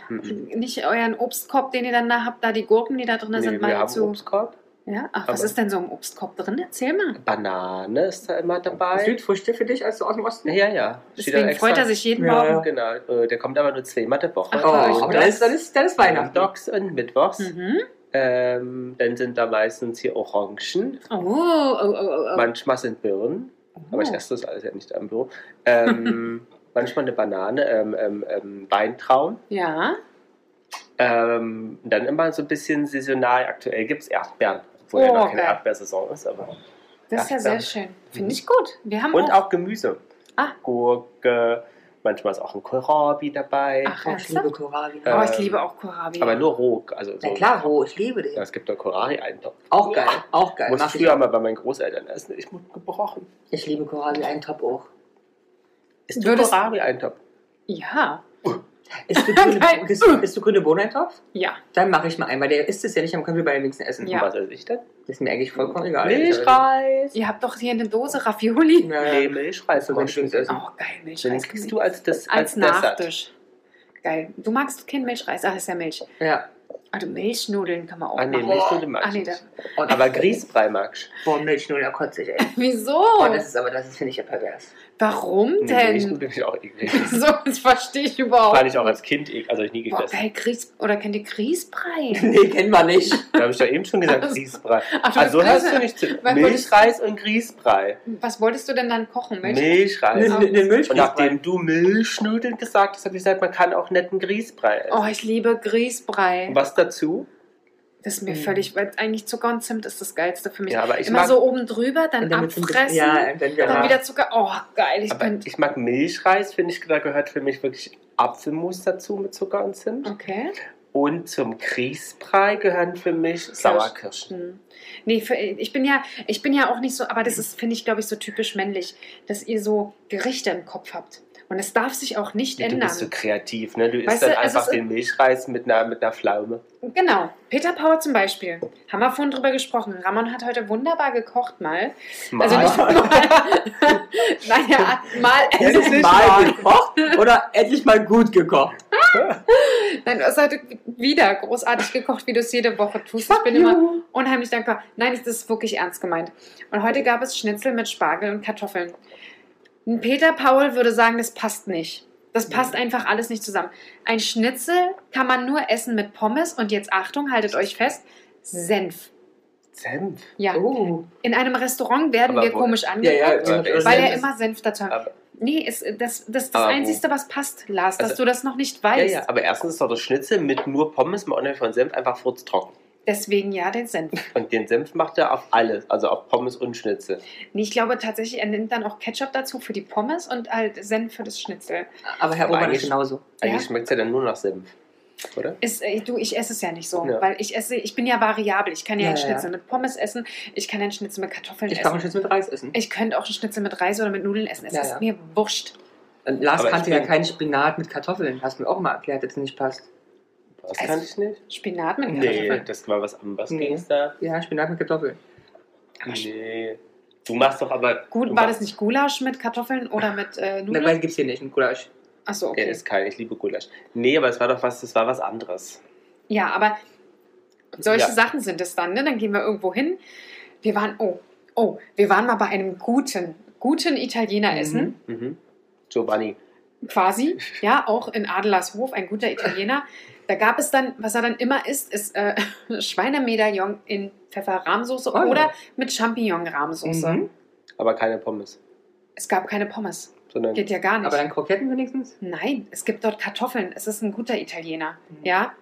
Speaker 1: Mhm.
Speaker 2: Nicht euren Obstkorb, den ihr dann da habt, da die Gurken, die da drin
Speaker 1: Nee,
Speaker 2: sind,
Speaker 1: wir
Speaker 2: mal
Speaker 1: haben
Speaker 2: zu.
Speaker 1: Obstkorb.
Speaker 2: Ja? Ach, was
Speaker 1: Aber-
Speaker 2: ist denn so im Obstkorb drin? Erzähl mal.
Speaker 1: Banane ist da immer dabei.
Speaker 3: Südfrüchte für dich, als du aus dem Osten?
Speaker 1: Ja, ja. Steht da
Speaker 2: Deswegen
Speaker 1: extra.
Speaker 2: freut er sich jeden
Speaker 3: Ja,
Speaker 2: Morgen.
Speaker 3: ja.
Speaker 1: Genau, äh, der kommt aber nur zweimal der Woche.
Speaker 2: Ach,
Speaker 3: Oh,
Speaker 2: bei euch.
Speaker 3: aber dann ist, dann ist, dann ist Weihnachten.
Speaker 1: Donnerstags und Mittwochs.
Speaker 2: Mhm.
Speaker 1: Ähm, dann sind da meistens hier Orangen.
Speaker 2: Oh, oh, oh, oh, oh.
Speaker 1: Manchmal sind Birnen. Aber ich
Speaker 2: Oh.
Speaker 1: esse das alles ja nicht am Büro.
Speaker 2: [laughs]
Speaker 1: Ähm, manchmal eine Banane, ähm, ähm, ähm, Weintraum.
Speaker 2: Ja,
Speaker 1: Ähm, dann immer so ein bisschen saisonal. Aktuell gibt es Erdbeeren. Obwohl ja
Speaker 2: Oh,
Speaker 1: noch keine
Speaker 2: geil.
Speaker 1: Erdbeersaison ist. Aber.
Speaker 2: das ist ja
Speaker 1: Ach,
Speaker 2: sehr
Speaker 1: ja.
Speaker 2: Oh. schön. Finde ich gut. Wir haben
Speaker 1: Mhm. Und
Speaker 2: auch,
Speaker 1: auch Gemüse.
Speaker 2: Ah.
Speaker 1: Gurke, Manchmal ist auch ein Kohlrabi dabei.
Speaker 2: Ach,
Speaker 3: Oh, ich
Speaker 2: ernsthaft?
Speaker 3: liebe Kohlrabi.
Speaker 1: Äh,
Speaker 2: Aber ich liebe auch Kohlrabi.
Speaker 1: aber nur roh. Also so.
Speaker 3: Na klar, roh, ich liebe
Speaker 1: Ja,
Speaker 3: den.
Speaker 1: es gibt einen Kohlrabi-Eintopf.
Speaker 3: Auch geil, auch geil.
Speaker 1: Muss
Speaker 3: Mach
Speaker 1: ich
Speaker 3: ich,
Speaker 1: früher
Speaker 3: auch.
Speaker 1: mal bei meinen Großeltern essen. Ich muss gebrochen.
Speaker 3: ich liebe Kohlrabi, einen Top auch.
Speaker 2: [laughs]
Speaker 1: Ist du
Speaker 2: Würdest-
Speaker 1: Kohlrabi-Eintopf?
Speaker 2: Ja,
Speaker 3: Isst du grüne,
Speaker 2: Nein.
Speaker 3: isst, isst du grüne Bohnen einen Topf?
Speaker 2: ja.
Speaker 3: Dann mache ich mal einen, weil der isst es ja nicht, dann können wir bei dem nächsten essen.
Speaker 2: Ja.
Speaker 1: Und Was esse ich denn?
Speaker 3: Das ist mir eigentlich vollkommen egal.
Speaker 1: Milchreis.
Speaker 2: Ihr habt doch hier eine
Speaker 1: [laughs]
Speaker 2: Dose Ravioli.
Speaker 3: Ja,
Speaker 1: Nee,
Speaker 3: ja.
Speaker 1: Milchreis soll
Speaker 3: Komm,
Speaker 1: man schönes
Speaker 3: stimmt.
Speaker 1: essen.
Speaker 2: Auch geil,
Speaker 1: Den
Speaker 2: Milchreis.
Speaker 1: kriegst du als, das,
Speaker 2: als
Speaker 1: als, Dessert.
Speaker 2: Nachtisch. Geil. Du magst kein Milchreis. Ach, ist ja Milch.
Speaker 3: ja.
Speaker 2: Also Milchnudeln kann man auch
Speaker 1: Ah, nee,
Speaker 2: machen.
Speaker 1: Milchnudeln
Speaker 2: Ach,
Speaker 1: magst
Speaker 2: nee,
Speaker 1: du
Speaker 2: da,
Speaker 1: nicht.
Speaker 3: Oh,
Speaker 1: Aber Grießbrei magst
Speaker 3: Boah, Milchnudeln, da kotze ich, ey.
Speaker 2: wieso?
Speaker 3: Oh, das ist aber, das ist, finde ich ja pervers.
Speaker 1: du.
Speaker 2: Warum
Speaker 1: Ah, Nee,
Speaker 2: denn?
Speaker 1: Grießnudeln bin ich auch eklig.
Speaker 2: [laughs] so, das verstehe ich überhaupt.
Speaker 1: Fand ich auch als Kind eklig. Also ich nie
Speaker 2: Boah,
Speaker 1: gegessen.
Speaker 2: geil, Grieß oder kennt
Speaker 1: [laughs]
Speaker 2: ihr Grießbrei?
Speaker 3: [laughs] Nee, kennen wir [laughs] nicht.
Speaker 1: Da habe ich doch eben schon
Speaker 2: Also,
Speaker 1: gesagt, Grießbrei.
Speaker 2: Ach, du
Speaker 1: Also
Speaker 2: bist
Speaker 1: hast du
Speaker 2: Grieße.
Speaker 1: nicht zu
Speaker 2: Weil-
Speaker 1: Milchreis und Grießbrei.
Speaker 2: Was wolltest du denn dann kochen? Milch?
Speaker 1: Milchreis.
Speaker 3: Also-
Speaker 2: Nee.
Speaker 1: Und nachdem du Milchnudeln gesagt hast, habe ich gesagt, man kann auch netten Grießbrei essen.
Speaker 2: Oh, ich liebe Grießbrei.
Speaker 1: Und was dazu?
Speaker 2: Das ist mir
Speaker 3: Mhm.
Speaker 2: völlig, weil eigentlich Zucker und Zimt ist das Geilste für mich.
Speaker 1: Ja, aber ich
Speaker 2: Immer
Speaker 1: mag,
Speaker 2: so oben drüber, dann abfressen,
Speaker 3: Ja, dann wieder.
Speaker 2: dann
Speaker 1: Ja.
Speaker 2: wieder Zucker. Oh, geil, ich
Speaker 1: aber
Speaker 2: bin.
Speaker 1: ich mag Milchreis, finde ich, da gehört für mich wirklich Apfelmus dazu mit Zucker und Zimt.
Speaker 2: Okay.
Speaker 1: Und zum Grießbrei gehören für mich Sauerkirschen.
Speaker 2: Hm. Nee, für, ich bin ja, ich bin ja auch nicht so, aber das ist, finde ich, glaube ich, so typisch männlich, dass ihr so Gerichte im Kopf habt. Und es darf sich auch nicht
Speaker 1: Du
Speaker 2: ändern.
Speaker 1: bist so kreativ, ne? Du isst
Speaker 2: Weißt du,
Speaker 1: dann
Speaker 2: es
Speaker 1: einfach
Speaker 2: ist-
Speaker 1: den Milchreis mit einer, mit einer Pflaume.
Speaker 2: Genau. Peter Power zum Beispiel. Haben wir vorhin drüber gesprochen. Ramon hat heute wunderbar gekocht mal. Also
Speaker 1: [laughs]
Speaker 2: nicht
Speaker 1: Mal.
Speaker 2: mal. Nein, er hat mal.
Speaker 3: Endlich mal gekocht oder endlich mal gut gekocht.
Speaker 2: Nein, du hast heute wieder großartig gekocht, wie du es jede Woche tust. Ich bin immer unheimlich dankbar. Nein, das ist wirklich ernst gemeint. Und heute gab es Schnitzel mit Spargel und Kartoffeln. Ein Peter Paul würde sagen, das passt nicht. Das passt einfach alles nicht zusammen. Ein Schnitzel kann man nur essen mit Pommes und jetzt Achtung, haltet euch fest, Senf.
Speaker 1: Senf.
Speaker 2: Ja.
Speaker 3: Oh.
Speaker 2: In einem Restaurant werden
Speaker 1: Aber
Speaker 2: wir
Speaker 1: wo-
Speaker 2: komisch
Speaker 3: Ja,
Speaker 2: angeguckt,
Speaker 3: ja,
Speaker 1: Weil
Speaker 3: die-
Speaker 2: weil er
Speaker 3: das-
Speaker 2: immer Senf dazu hat.
Speaker 1: Aber-
Speaker 2: Nee, ist, das, das, das
Speaker 1: Aber wo-
Speaker 2: Einzige, was passt, Lars, dass
Speaker 1: Also-
Speaker 2: du das noch nicht
Speaker 1: Ja,
Speaker 2: weißt.
Speaker 1: ja, aber erstens ist doch das Schnitzel mit nur Pommes, mal ohne von Senf, einfach furztrocken.
Speaker 2: Deswegen ja den Senf.
Speaker 1: [laughs] Und den Senf macht er auf alles, also auf Pommes und Schnitzel.
Speaker 2: Nee, ich glaube tatsächlich, er nimmt dann auch Ketchup dazu für die Pommes und halt Senf für das Schnitzel.
Speaker 3: Aber Herr
Speaker 1: Aber
Speaker 3: Ober
Speaker 1: eigentlich-
Speaker 3: ist genauso.
Speaker 1: Eigentlich
Speaker 2: Ja.
Speaker 1: schmeckt es ja dann nur nach Senf, oder?
Speaker 2: Ist, äh, du, ich esse es ja nicht so,
Speaker 1: Ja.
Speaker 2: weil ich esse, ich bin ja variabel. Ich kann ja,
Speaker 3: Ja,
Speaker 2: einen
Speaker 3: ja.
Speaker 2: Schnitzel mit Pommes essen, ich kann einen Schnitzel mit Kartoffeln
Speaker 3: Ich kann
Speaker 2: essen.
Speaker 3: auch Schnitzel mit Reis essen.
Speaker 2: Ich könnte auch einen Schnitzel mit Reis oder mit Nudeln essen. Es
Speaker 3: Ja,
Speaker 2: ist
Speaker 3: ja.
Speaker 2: mir wurscht.
Speaker 3: Und Lars
Speaker 1: Aber ich
Speaker 3: kannte ja
Speaker 1: bin-
Speaker 3: keinen Spinat mit Kartoffeln. Hast du mir auch mal erklärt, dass es nicht passt.
Speaker 1: Was
Speaker 2: Also-
Speaker 1: kann ich nicht? Also,
Speaker 2: Spinat mit
Speaker 1: Nee,
Speaker 2: Kartoffeln.
Speaker 1: das war was anderes. Was
Speaker 3: Nee.
Speaker 1: ging's da?
Speaker 3: Ja, Spinat mit Kartoffeln.
Speaker 1: Nee. Du machst doch aber.
Speaker 2: Gut,
Speaker 1: du
Speaker 2: war das
Speaker 1: machst-
Speaker 2: nicht Gulasch mit Kartoffeln oder mit äh,
Speaker 3: Um Na,
Speaker 2: Nudeln?
Speaker 3: weil gibt's hier nicht, ein Gulasch.
Speaker 2: Achso,
Speaker 1: Er
Speaker 2: okay.
Speaker 1: ist kein, ich liebe Gulasch. Nee, aber es war doch was, das war was anderes.
Speaker 2: Ja, aber solche
Speaker 1: Ja.
Speaker 2: Sachen sind es dann, ne? Dann gehen wir irgendwo hin. Wir waren, oh, oh, wir waren mal bei einem guten, guten Italiener
Speaker 3: Mhm.
Speaker 2: essen,
Speaker 1: Mhm. Giovanni.
Speaker 2: quasi. Ja, auch in Adlershof, ein guter Italiener. Da gab es dann, was er dann immer isst, ist äh, [laughs] Schweinemedaillon in Pfefferrahmsoße
Speaker 3: Oh ja.
Speaker 2: oder mit Champignon-Rahmsoße.
Speaker 3: Mhm.
Speaker 1: Aber keine Pommes.
Speaker 2: Es gab keine Pommes.
Speaker 1: Sondern
Speaker 2: Geht ja gar nicht.
Speaker 3: Aber dann Kroketten wenigstens?
Speaker 2: Nein, es gibt dort Kartoffeln. Es ist ein guter Italiener.
Speaker 3: Mhm.
Speaker 2: Ja?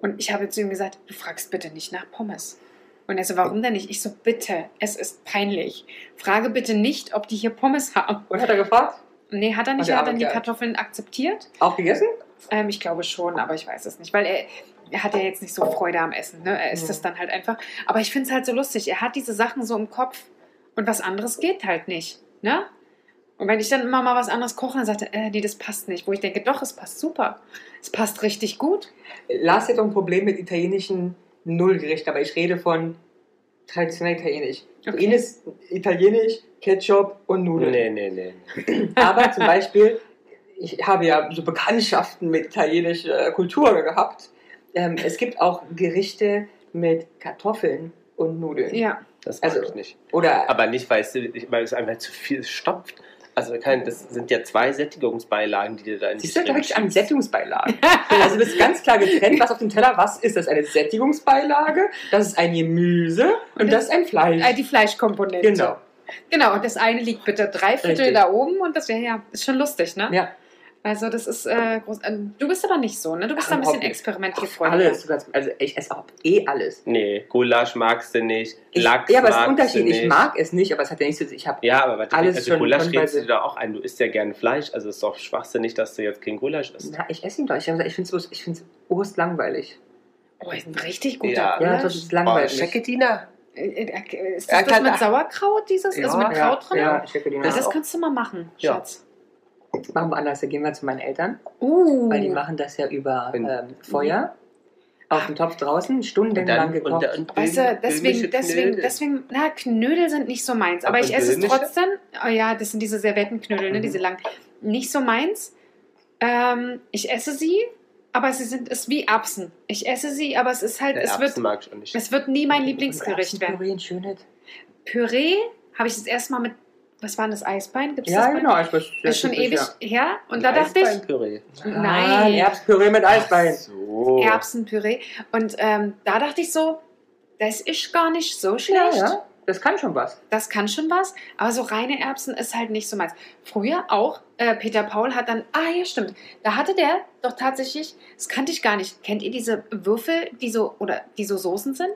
Speaker 2: Und ich habe zu ihm gesagt, du fragst bitte nicht nach Pommes. Und er so, warum denn nicht? Ich so, bitte, es ist peinlich. Frage bitte nicht, ob die hier Pommes haben.
Speaker 3: Und hat er gefragt?
Speaker 2: Nee, hat er nicht.
Speaker 3: Hat er
Speaker 2: Er hat dann die
Speaker 3: aber gern.
Speaker 2: Kartoffeln akzeptiert.
Speaker 3: Auch gegessen?
Speaker 2: Ähm, ich glaube schon, aber ich weiß es nicht, weil er, er hat ja jetzt nicht so Freude am Essen. Ne? Er isst
Speaker 3: Mhm.
Speaker 2: das dann halt einfach. Aber ich finde es halt so lustig. Er hat diese Sachen so im Kopf und was anderes geht halt nicht. Ne? Und wenn ich dann immer mal was anderes koche, dann sagt er, äh, nee, das passt nicht. Wo ich denke, doch, es passt super. Es passt richtig gut.
Speaker 3: Lars hat doch ein Problem mit italienischen Nullgerichten, aber ich rede von traditionell italienisch. Für
Speaker 2: Okay.
Speaker 3: ihn ist italienisch, Ketchup und Nudeln.
Speaker 1: Nee, nee, nee.
Speaker 3: Aber [laughs] zum Beispiel, ich habe ja so Bekanntschaften mit italienischer Kultur gehabt. Ähm, es gibt auch Gerichte mit Kartoffeln und Nudeln.
Speaker 2: Ja.
Speaker 1: Das mag
Speaker 3: Also-
Speaker 1: ich nicht.
Speaker 3: Oder
Speaker 1: Aber nicht, weil es, ich- weil es einmal zu viel stopft. Also kein, das sind ja zwei Sättigungsbeilagen, die dir da in die
Speaker 3: siehst du da
Speaker 1: Stimme
Speaker 3: wirklich an
Speaker 1: schiebst.
Speaker 3: [laughs] Sättigungsbeilagen? Also das ist ganz klar getrennt, was auf dem Teller, was ist das? Eine Sättigungsbeilage, das ist ein Gemüse und das ist ein
Speaker 2: Äh,
Speaker 3: Fleisch.
Speaker 2: die Fleischkomponente.
Speaker 3: Genau.
Speaker 2: Genau, und das eine liegt bitte drei Viertel
Speaker 3: Richtig.
Speaker 2: da oben und das wäre ja, ist schon lustig, ne?
Speaker 3: Ja.
Speaker 2: Also das ist äh, groß. äh, Du bist aber nicht so, ne? Du bist da ein bisschen
Speaker 3: Überhaupt nicht.
Speaker 2: experimentierfreundlich.
Speaker 3: Alles, du kannst, also ich esse auch eh alles.
Speaker 1: Nee, Gulasch magst du nicht,
Speaker 3: Ich,
Speaker 1: Lachs
Speaker 3: ja, aber es ist
Speaker 1: magst
Speaker 3: ein Unterschied.
Speaker 1: du nicht.
Speaker 3: Ich mag es nicht, aber es hat ja nichts zu tun. Ich habe
Speaker 1: Ja, aber warte,
Speaker 3: Alles
Speaker 1: also
Speaker 3: schon
Speaker 1: Gulasch
Speaker 3: drin, weil
Speaker 1: redest du
Speaker 3: sie-
Speaker 1: dir doch auch ein. Du isst ja gerne Fleisch, also ist doch schwachsinnig, dass du jetzt kein Gulasch isst.
Speaker 3: Na, ich esse ihn doch. Ich, hab gesagt, ich finde es ich find's urst langweilig.
Speaker 2: Oh, ist ein richtig guter
Speaker 1: Ja.
Speaker 3: Ja,
Speaker 2: Gulasch.
Speaker 3: das ist
Speaker 1: Oh,
Speaker 3: langweilig.
Speaker 1: Scheketina.
Speaker 2: Äh, äh, Ist
Speaker 1: Er
Speaker 2: das, das
Speaker 1: kann-
Speaker 2: mit Sauerkraut, dieses? also
Speaker 1: Ja,
Speaker 2: mit Kraut drin?
Speaker 3: Ja, ich schicke den
Speaker 2: Das,
Speaker 3: das
Speaker 2: das
Speaker 3: auch.
Speaker 2: kannst du mal machen,
Speaker 1: Ja.
Speaker 2: Schatz.
Speaker 3: Machen wir anders. Da gehen wir zu meinen Eltern,
Speaker 2: Uh.
Speaker 3: weil die machen das ja über
Speaker 1: Bin- Mhm.
Speaker 3: ähm, Feuer auf dem Topf draußen, stundenlang gekocht.
Speaker 2: Weißt du, deswegen, deswegen, deswegen, na, Knödel sind nicht so meins. Aber
Speaker 1: Aber
Speaker 2: ich esse es
Speaker 1: böhmische?
Speaker 2: trotzdem. Oh ja, das sind diese Servettenknödel, ne,
Speaker 3: Mhm.
Speaker 2: diese langen. Nicht so meins. Ähm, ich esse sie, aber sie sind, ist wie Erbsen. Ich esse sie, aber es ist halt, es wird,
Speaker 1: Erbsen mag ich auch nicht.
Speaker 2: es wird nie mein Lieblingsgericht werden.
Speaker 3: Püree in Schönheit.
Speaker 2: Püree habe ich das erste Mal mit, was war denn das, Eisbein? Gibt's
Speaker 3: Ja,
Speaker 2: das bei-
Speaker 3: genau. Ich weiß,
Speaker 2: Ist schon ewig her. Und da dachte ich,
Speaker 1: Eisbeinpüree.
Speaker 2: Nein.
Speaker 3: Nein. Erbspüree Ah, mit Eisbein.
Speaker 1: Ach So.
Speaker 2: Erbsenpüree. Und ähm, da dachte ich so, das ist gar nicht so
Speaker 3: Ja,
Speaker 2: schlecht.
Speaker 3: ja. Das kann schon was.
Speaker 2: Das kann schon was. Aber so reine Erbsen ist halt nicht so meins. Früher auch, äh, Peter Paul hat dann, ah ja, stimmt. Da hatte der doch tatsächlich, das kannte ich gar nicht. Kennt ihr diese Würfel, die so, oder die so Soßen sind?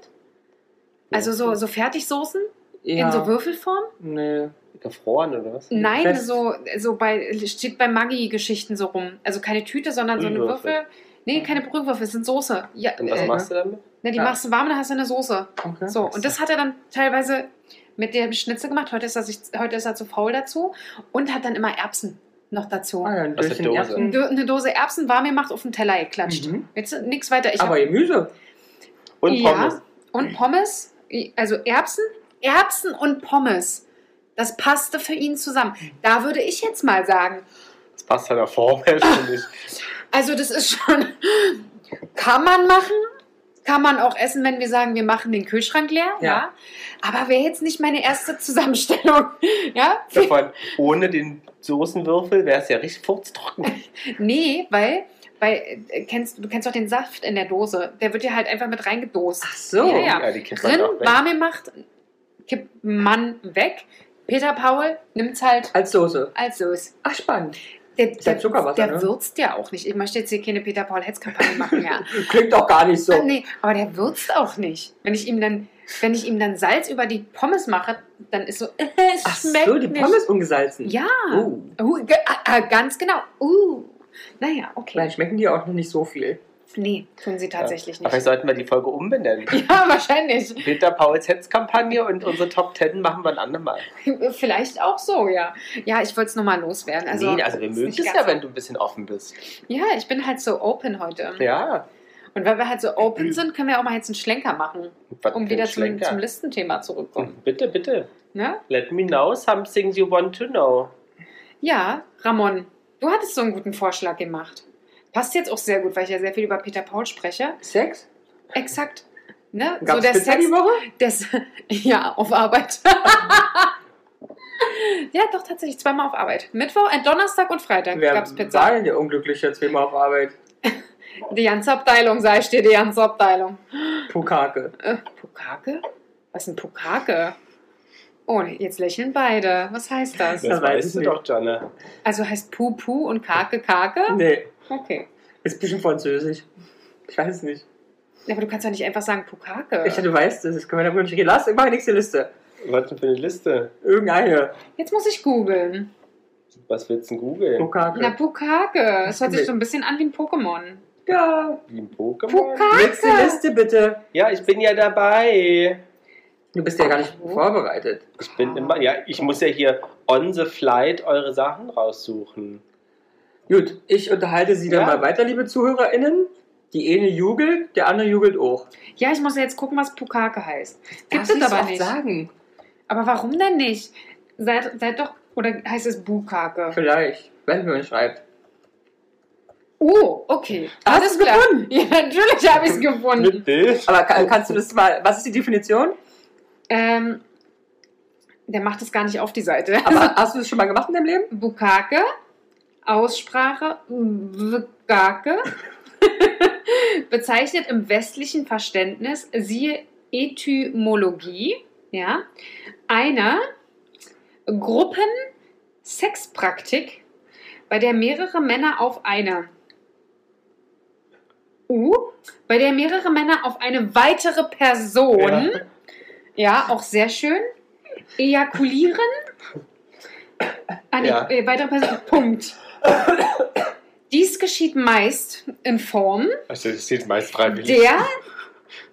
Speaker 2: Also so, so Fertigsoßen
Speaker 3: Ja.
Speaker 2: in so Würfelform?
Speaker 3: Nee.
Speaker 1: Gefroren oder was?
Speaker 2: Nein,
Speaker 3: Fest.
Speaker 2: so, so bei, steht bei Maggi-Geschichten so rum. Also keine Tüte, sondern so eine
Speaker 1: Brühwürfel.
Speaker 2: Würfel. Nee, keine Brühwürfel, es sind Soße. Ja,
Speaker 1: Und was
Speaker 2: äh,
Speaker 1: machst du damit?
Speaker 2: ne, die
Speaker 3: Ja.
Speaker 2: machst du warm, dann hast du eine Soße.
Speaker 3: Okay.
Speaker 2: So, und das hat er dann teilweise mit dem Schnitzel gemacht. Heute ist er, sich, heute ist er zu faul dazu und hat dann immer Erbsen noch dazu.
Speaker 3: Ah, ja, ein
Speaker 1: Aus der
Speaker 3: bisschen
Speaker 1: Dose.
Speaker 2: Eine
Speaker 3: Erbsen.
Speaker 2: Do- eine Dose Erbsen warm gemacht, auf den Teller geklatscht.
Speaker 3: Mhm.
Speaker 2: Jetzt nichts weiter. Ich
Speaker 3: Aber
Speaker 2: hab,
Speaker 3: Gemüse.
Speaker 1: Und
Speaker 2: Ja.
Speaker 1: Pommes.
Speaker 2: und Pommes, also Erbsen, Erbsen und Pommes. Das passte für ihn zusammen. Da würde ich jetzt mal sagen,
Speaker 1: Das passt ja der Form
Speaker 2: [laughs]
Speaker 1: her, finde ich.
Speaker 2: also das ist schon, [laughs] kann man machen, kann man auch essen, wenn wir sagen, wir machen den Kühlschrank leer, ja.
Speaker 3: Ja.
Speaker 2: Aber wäre jetzt nicht meine erste Zusammenstellung, [laughs] ja?
Speaker 1: Davon, ohne den Soßenwürfel wäre es ja richtig furztrocken.
Speaker 2: Nee, weil, weil äh, kennst, du kennst doch den Saft in der Dose. Der wird dir halt einfach mit reingedost.
Speaker 3: Ach so.
Speaker 2: [laughs] Ja, ja.
Speaker 1: die kippt man
Speaker 2: Drin,
Speaker 1: doch weg.
Speaker 2: warm gemacht, kippt Mann weg. Peter Paul nimmt's halt
Speaker 3: Als Soße.
Speaker 2: als Soße.
Speaker 3: Ach, spannend.
Speaker 2: Der,
Speaker 3: ja
Speaker 2: der,
Speaker 3: Zuckerwasser,
Speaker 2: der
Speaker 3: ne?
Speaker 2: würzt ja auch nicht. Ich möchte jetzt hier keine Peter Paul-Hetzkampagne machen, ja.
Speaker 3: Klingt doch gar nicht so.
Speaker 2: Ah, Nee, aber der würzt auch nicht. Wenn ich ihm dann, wenn ich ihm dann Salz über die Pommes mache, dann ist so, [laughs] es
Speaker 3: Ach
Speaker 2: schmeckt
Speaker 3: so, die
Speaker 2: nicht.
Speaker 3: Pommes ungesalzen.
Speaker 2: Ja,
Speaker 3: Oh.
Speaker 2: uh, ge- ah, ah, ganz genau. Uh. Naja, okay.
Speaker 3: Vielleicht schmecken die auch noch nicht so viel.
Speaker 2: Nee, tun sie tatsächlich
Speaker 1: Aber vielleicht
Speaker 2: nicht.
Speaker 1: sollten wir die Folge umbenennen.
Speaker 2: [laughs] Ja, wahrscheinlich.
Speaker 1: Peter Pauls Hetzkampagne und unsere Top Ten machen wir ein andermal.
Speaker 2: Vielleicht auch so, ja. Ja, ich wollte es nochmal loswerden. Also,
Speaker 1: nee, also wir
Speaker 2: ist
Speaker 1: mögen es
Speaker 2: nicht
Speaker 1: ja,
Speaker 2: ganz-
Speaker 1: wenn du ein bisschen offen bist.
Speaker 2: Ja, ich bin halt so open heute.
Speaker 1: Ja.
Speaker 2: Und weil wir halt so open sind, können wir auch mal jetzt einen Schlenker machen,
Speaker 1: Was
Speaker 2: um
Speaker 1: für
Speaker 2: wieder
Speaker 1: ein
Speaker 2: zum,
Speaker 1: Schlenker.
Speaker 2: zum Listenthema zurückzukommen.
Speaker 1: Bitte, bitte.
Speaker 2: Ne?
Speaker 1: Let me know something you want to know.
Speaker 2: Ja, Ramon, du hattest so einen guten Vorschlag gemacht. Passt jetzt auch sehr gut, weil ich ja sehr viel über Peter Paul spreche.
Speaker 3: Sex?
Speaker 2: Exakt. Ne?
Speaker 3: Gab's
Speaker 2: So der
Speaker 3: Pizza
Speaker 2: Sex,
Speaker 3: die Woche?
Speaker 2: des, [laughs] ja, auf Arbeit. [laughs] ja, doch tatsächlich zweimal auf Arbeit. Mittwoch, äh, Donnerstag und Freitag
Speaker 3: Wer
Speaker 2: gab es Pizza.
Speaker 3: war denn der Unglückliche zweimal auf Arbeit?
Speaker 2: Die ganze Abteilung, sei ich dir, die ganze Abteilung.
Speaker 3: Pukake.
Speaker 2: Äh, Pukake? Was ist ein Pukake? Oh, jetzt lächeln beide. Was heißt das?
Speaker 3: Ja.
Speaker 1: Das
Speaker 3: weiß
Speaker 1: weißt
Speaker 3: ich
Speaker 1: du
Speaker 3: nicht.
Speaker 1: doch, Janne.
Speaker 2: Also heißt Pu Pu und Kake Kake?
Speaker 3: Nee,
Speaker 2: Okay.
Speaker 3: ist bestimmt französisch. Ich weiß es nicht.
Speaker 2: Ja, Aber du kannst ja nicht einfach sagen Pukake.
Speaker 3: Ich dachte, du weißt es. Das können wir da wohl nicht gehen. Lass, ich mache die nächste Liste.
Speaker 1: Was denn für eine Liste?
Speaker 3: Irgendeine.
Speaker 2: Jetzt muss ich googeln.
Speaker 1: Was willst du denn googeln?
Speaker 2: Na,
Speaker 3: Pukake.
Speaker 2: Pukake. Das hört sich so ein bisschen an wie ein Pokémon.
Speaker 3: Ja.
Speaker 1: Wie ein Pokémon?
Speaker 2: Pukake.
Speaker 3: Nächste Liste, bitte.
Speaker 1: Ja, ich bin ja dabei.
Speaker 3: Du bist ja gar nicht vorbereitet.
Speaker 1: Ich bin immer, ja, ich muss ja hier on the flight eure Sachen raussuchen.
Speaker 3: Gut, ich unterhalte Sie dann
Speaker 1: Ja.
Speaker 3: mal weiter, liebe ZuhörerInnen. Die eine jugelt, der andere jugelt auch.
Speaker 2: Ja, ich muss ja jetzt gucken, was Pukake heißt. Gibt
Speaker 3: Darf
Speaker 2: es
Speaker 3: ich so
Speaker 2: aber
Speaker 3: oft
Speaker 2: nicht.
Speaker 3: sagen.
Speaker 2: Aber warum denn nicht? Seid, seid doch. Oder heißt es Bukake?
Speaker 3: Vielleicht, wenn man schreibt.
Speaker 2: Oh, okay.
Speaker 3: Hast
Speaker 2: Alles
Speaker 3: du's
Speaker 2: klar.
Speaker 3: gefunden?
Speaker 2: Ja, natürlich habe
Speaker 3: [laughs]
Speaker 2: ich es gefunden.
Speaker 1: Mit Bild?
Speaker 3: Aber kann, kannst du das mal, was ist die Definition?
Speaker 2: Ähm, der macht es gar nicht auf die Seite. [laughs]
Speaker 3: Aber hast du das schon mal gemacht in deinem Leben?
Speaker 2: Bukake, Aussprache Bukake, bezeichnet im westlichen Verständnis, siehe Etymologie, ja, eine Gruppen Sexpraktik, bei der mehrere Männer auf eine. U, bei der mehrere Männer auf eine weitere Person. Ja, auch sehr schön. Ejakulieren. Ah, nee,
Speaker 1: Ja.
Speaker 2: äh, weitere Person. Punkt. Dies geschieht meist in Form
Speaker 1: Also, das sieht meist freiwillig.
Speaker 2: der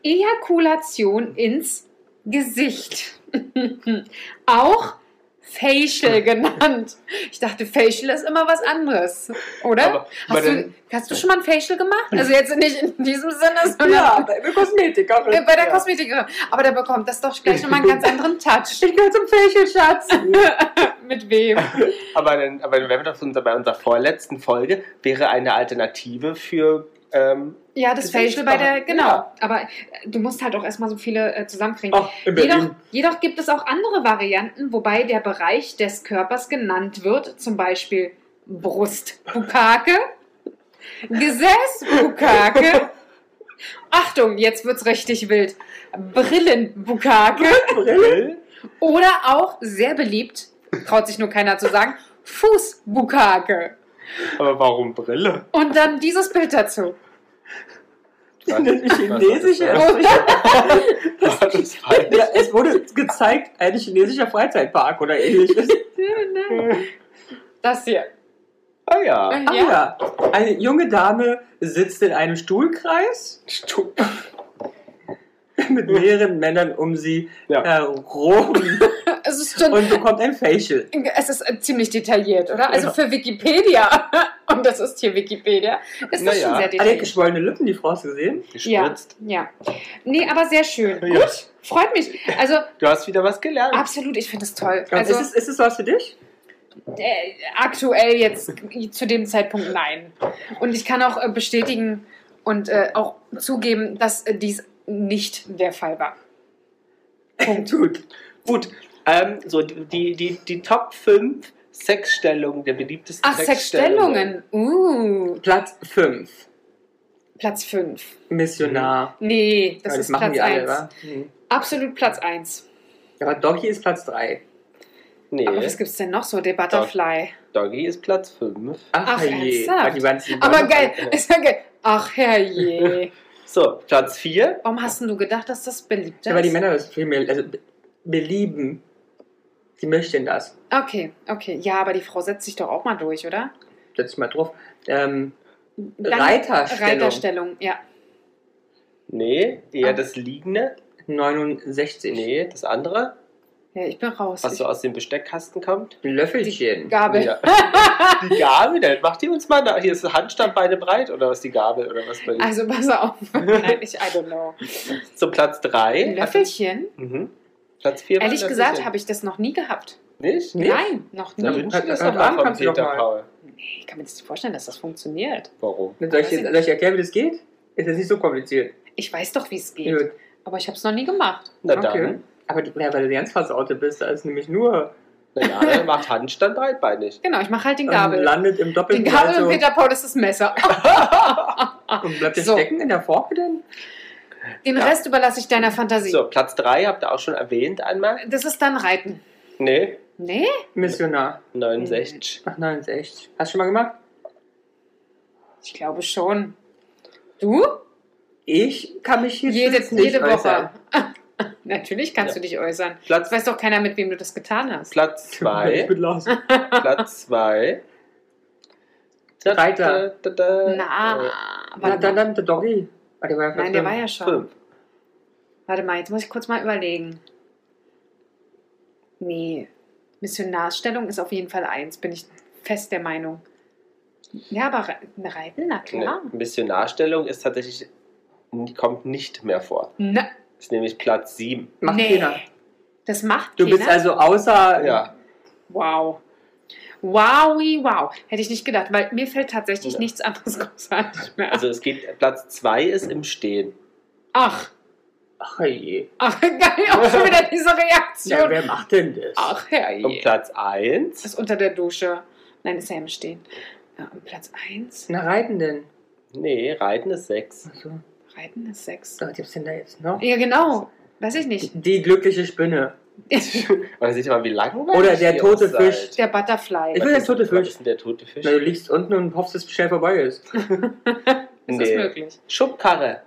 Speaker 2: Ejakulation ins Gesicht. [laughs] Auch Facial genannt. Ich dachte, Facial ist immer was anderes, oder?
Speaker 1: Aber- aber
Speaker 2: hast, du,
Speaker 1: dann-
Speaker 2: hast du schon mal ein Facial gemacht?
Speaker 3: [clears throat]
Speaker 2: Also jetzt nicht in diesem Sinne, sondern
Speaker 3: Ja, bei bei Kosmetik. Auch
Speaker 2: Äh, bei der
Speaker 3: ja.
Speaker 2: Kosmetikerin. Aber da bekommt das doch gleich nochmal einen
Speaker 3: [laughs]
Speaker 2: ganz anderen Touch.
Speaker 3: Ich gehöre zum Facial-Schatz.
Speaker 2: [laughs] Mit wem?
Speaker 1: Aber dann, aber dann wären wir doch unser, bei unserer vorletzten Folge, wäre eine Alternative für. Ähm,
Speaker 2: Ja, das Facial bei der, genau.
Speaker 1: Ja.
Speaker 2: Aber äh, du musst halt auch erstmal so viele äh, zusammenkriegen.
Speaker 3: Ach, in
Speaker 2: Jedoch,
Speaker 3: Berlin.
Speaker 2: jedoch gibt es auch andere Varianten, wobei der Bereich des Körpers genannt wird, zum Beispiel Brustbukake,
Speaker 3: [laughs]
Speaker 2: Gesäßbukake, Achtung, jetzt wird's richtig wild, Brillenbukake
Speaker 1: Grill?
Speaker 2: oder auch sehr beliebt, traut sich nur keiner zu sagen, Fußbukake.
Speaker 1: aber warum Brille?
Speaker 3: [laughs]
Speaker 2: Und dann dieses Bild dazu.
Speaker 1: Das
Speaker 3: Das ist chinesisch.
Speaker 2: [laughs]
Speaker 1: [laughs] Das ist falsch.
Speaker 3: Ja, es wurde gezeigt, ein chinesischer Freizeitpark
Speaker 2: [laughs]
Speaker 3: oder ähnliches.
Speaker 2: Das hier.
Speaker 1: Ah ja.
Speaker 3: Ah ja. Eine junge Dame sitzt in einem Stuhlkreis [laughs]
Speaker 1: Stu-
Speaker 3: mit mehreren Männern um sie
Speaker 1: Ja.
Speaker 3: herum
Speaker 2: Es ist schon
Speaker 3: und bekommt ein Facial.
Speaker 2: Es ist äh, ziemlich detailliert, oder? Also
Speaker 3: Ja.
Speaker 2: für Wikipedia, [laughs] und das ist hier Wikipedia, ist das
Speaker 1: Naja.
Speaker 2: schon sehr
Speaker 3: Alle hat
Speaker 2: detailliert.
Speaker 3: geschwollene Lippen, die Frau hast du gesehen.
Speaker 2: Ja,
Speaker 1: Gespritzt.
Speaker 2: ja. Nee, aber sehr schön.
Speaker 1: Ja.
Speaker 2: Gut, freut mich. Also
Speaker 1: Du hast wieder was gelernt.
Speaker 2: absolut, ich finde es toll.
Speaker 3: Also,
Speaker 2: Also
Speaker 3: ist, es, ist es was für dich?
Speaker 2: äh, aktuell jetzt zu dem Zeitpunkt nein. Und ich kann auch äh, bestätigen und äh, auch zugeben, dass äh, dies nicht der Fall war.
Speaker 3: Gut.
Speaker 1: Gut. Ähm, so, die, die, die Top 5 Sexstellungen der beliebtesten
Speaker 2: Ach, Sexstellungen. Uh,
Speaker 3: Platz 5.
Speaker 2: Platz 5.
Speaker 3: Missionar.
Speaker 2: Nee, Mhm. das
Speaker 3: Ja,
Speaker 2: ist Platz 1.
Speaker 3: wa? Mhm.
Speaker 2: Absolut Platz 1.
Speaker 3: Aber Doggy ist Platz 3.
Speaker 1: Nee,
Speaker 2: Aber was gibt's denn noch so? Der Butterfly.
Speaker 1: Doggy ist Platz 5.
Speaker 3: Ach,
Speaker 2: Ach,
Speaker 3: je.
Speaker 2: ernsthaft?
Speaker 3: Ah, die waren-
Speaker 2: Aber
Speaker 3: waren-
Speaker 2: geil, ist ja geil. Ach [laughs] herrje.
Speaker 1: So, Platz 4.
Speaker 2: Warum hast denn du gedacht, dass das beliebt ist?
Speaker 3: Ja, weil die Männer das viel mehr also, be- belieben. Die möchten das.
Speaker 2: Okay, okay. Ja, aber die Frau setzt sich doch auch mal durch, oder?
Speaker 3: Setz dich mal drauf. Ähm,
Speaker 2: Dann-
Speaker 3: Reiterstellung.
Speaker 2: Reiterstellung, ja.
Speaker 1: Nee, eher
Speaker 2: Ah.
Speaker 1: das Liegende.
Speaker 3: 69.
Speaker 1: Nee, das andere,
Speaker 2: ja. Ich bin raus.
Speaker 1: was so aus dem Besteckkasten kommt.
Speaker 3: Ein
Speaker 2: ich,
Speaker 3: Löffelchen.
Speaker 2: Gabel. [laughs]
Speaker 1: Ja. Die Gabel, dann macht die uns mal da. Hier ist Handstand, Beine breit oder was die Gabel oder was bei Ihnen?
Speaker 2: Also pass auf. [laughs] Nein, ich I don't know.
Speaker 1: So, Platz 3.
Speaker 2: Ein Löffelchen?
Speaker 1: Mhm. Platz 4
Speaker 2: Ehrlich gesagt habe ich das noch nie gehabt.
Speaker 1: Nicht?
Speaker 3: Nicht?
Speaker 2: Nein, noch
Speaker 1: Dann
Speaker 2: nie.
Speaker 1: wünschen wir es
Speaker 3: Hört-
Speaker 1: doch mal
Speaker 3: hört an,
Speaker 1: von
Speaker 3: Äh, kannst du doch
Speaker 1: Peter
Speaker 3: mal.
Speaker 1: Paul.
Speaker 2: Ich kann mir das nicht vorstellen, dass das funktioniert.
Speaker 1: Warum?
Speaker 3: Soll ich, soll ich erklären, wie das geht? Ist das nicht so kompliziert?
Speaker 2: Ich weiß doch, wie es geht.
Speaker 3: Gut.
Speaker 2: Aber ich habe es noch nie gemacht.
Speaker 1: Na
Speaker 3: Okay.
Speaker 1: dann.
Speaker 3: Aber die, ja, weil du die ganz versaute bist, da ist nämlich nur.
Speaker 1: Na ja, dann macht Handstand breitbeinig.
Speaker 2: Genau, ich mache halt den
Speaker 3: ähm,
Speaker 2: Gabel.
Speaker 3: landet im
Speaker 2: den
Speaker 3: Doppelpaar
Speaker 2: Gabel und Peter Paul ist das Messer.
Speaker 3: und bleibt
Speaker 2: So.
Speaker 3: so. stecken in der Forke denn?
Speaker 2: Den Rest überlasse ich deiner Fantasie.
Speaker 1: So, Platz 3 habt ihr auch schon erwähnt einmal.
Speaker 2: Das ist dann Reiten.
Speaker 1: Nee,
Speaker 2: Nee?
Speaker 3: Missionar.
Speaker 1: 69.
Speaker 3: Ach nein, ist echt. Hast du schon mal gemacht?
Speaker 2: Ich glaube schon. Du?
Speaker 3: Ich kann mich hier
Speaker 2: Jede,
Speaker 3: jetzt nicht
Speaker 2: jede Woche.
Speaker 3: äußern.
Speaker 2: [laughs] Natürlich kannst du dich äußern. Das
Speaker 1: Platz,
Speaker 2: weiß doch keiner, mit wem du das getan hast.
Speaker 1: Platz
Speaker 3: Ich [laughs]
Speaker 1: 2.
Speaker 3: bin los.
Speaker 1: Platz 2.
Speaker 3: Reiter.
Speaker 1: Da, da, da, Äh,
Speaker 2: Na,
Speaker 3: Na,
Speaker 2: warte
Speaker 3: dann,
Speaker 2: mal.
Speaker 3: dann der Doggy. Ah, der war ja
Speaker 2: Nein, der war ja schon.
Speaker 1: fünf.
Speaker 2: Warte mal, jetzt muss ich kurz mal überlegen. Nee. Missionarstellung ist auf jeden Fall eins, bin ich fest der Meinung. Ja, aber Re- Reiten, na
Speaker 1: Nee.
Speaker 2: klar.
Speaker 1: Missionarstellung ist tatsächlich, kommt nicht mehr vor.
Speaker 2: Na,
Speaker 1: Ist nämlich Platz 7.
Speaker 3: Macht
Speaker 2: Nee.
Speaker 3: keiner.
Speaker 2: das macht
Speaker 3: Du
Speaker 2: keiner.
Speaker 3: bist also außer.
Speaker 1: Ja.
Speaker 2: Wow. Wowie, wow. Hätte ich nicht gedacht, weil mir fällt tatsächlich
Speaker 1: Ja.
Speaker 2: nichts anderes [laughs] großartig mehr.
Speaker 1: Also es geht, Platz 2 ist im Stehen.
Speaker 2: ach,
Speaker 3: Ach je.
Speaker 2: ach, [laughs] geil, auch schon wieder diese
Speaker 3: Ja,
Speaker 2: Reaktion.
Speaker 3: wer macht denn das?
Speaker 2: ach, herrje.
Speaker 1: Und Platz 1
Speaker 2: ist unter der Dusche. Nein, ist ja im Stehen. Ja, und Platz 1,
Speaker 3: Na, reiten denn?
Speaker 1: Nee, Reiten ist sechs.
Speaker 3: Achso.
Speaker 2: Reiten ist 6.
Speaker 3: Was gibt's denn da jetzt noch? [laughs]
Speaker 2: Ja, genau. Weiß ich nicht.
Speaker 3: Die glückliche Spinne.
Speaker 1: Man sieht ja mal, wie langweilig.
Speaker 3: Oder der
Speaker 1: ihr
Speaker 3: tote
Speaker 1: auch seid.
Speaker 3: Fisch.
Speaker 2: Der Butterfly.
Speaker 3: Ich
Speaker 1: Was
Speaker 3: will den
Speaker 1: ist-
Speaker 3: toten Fisch.
Speaker 1: Was ist denn der tote Fisch?
Speaker 3: Na, du liegst unten und hoffst, dass es schnell vorbei ist.
Speaker 2: Das
Speaker 1: Nee.
Speaker 2: ist möglich.
Speaker 1: Schubkarre.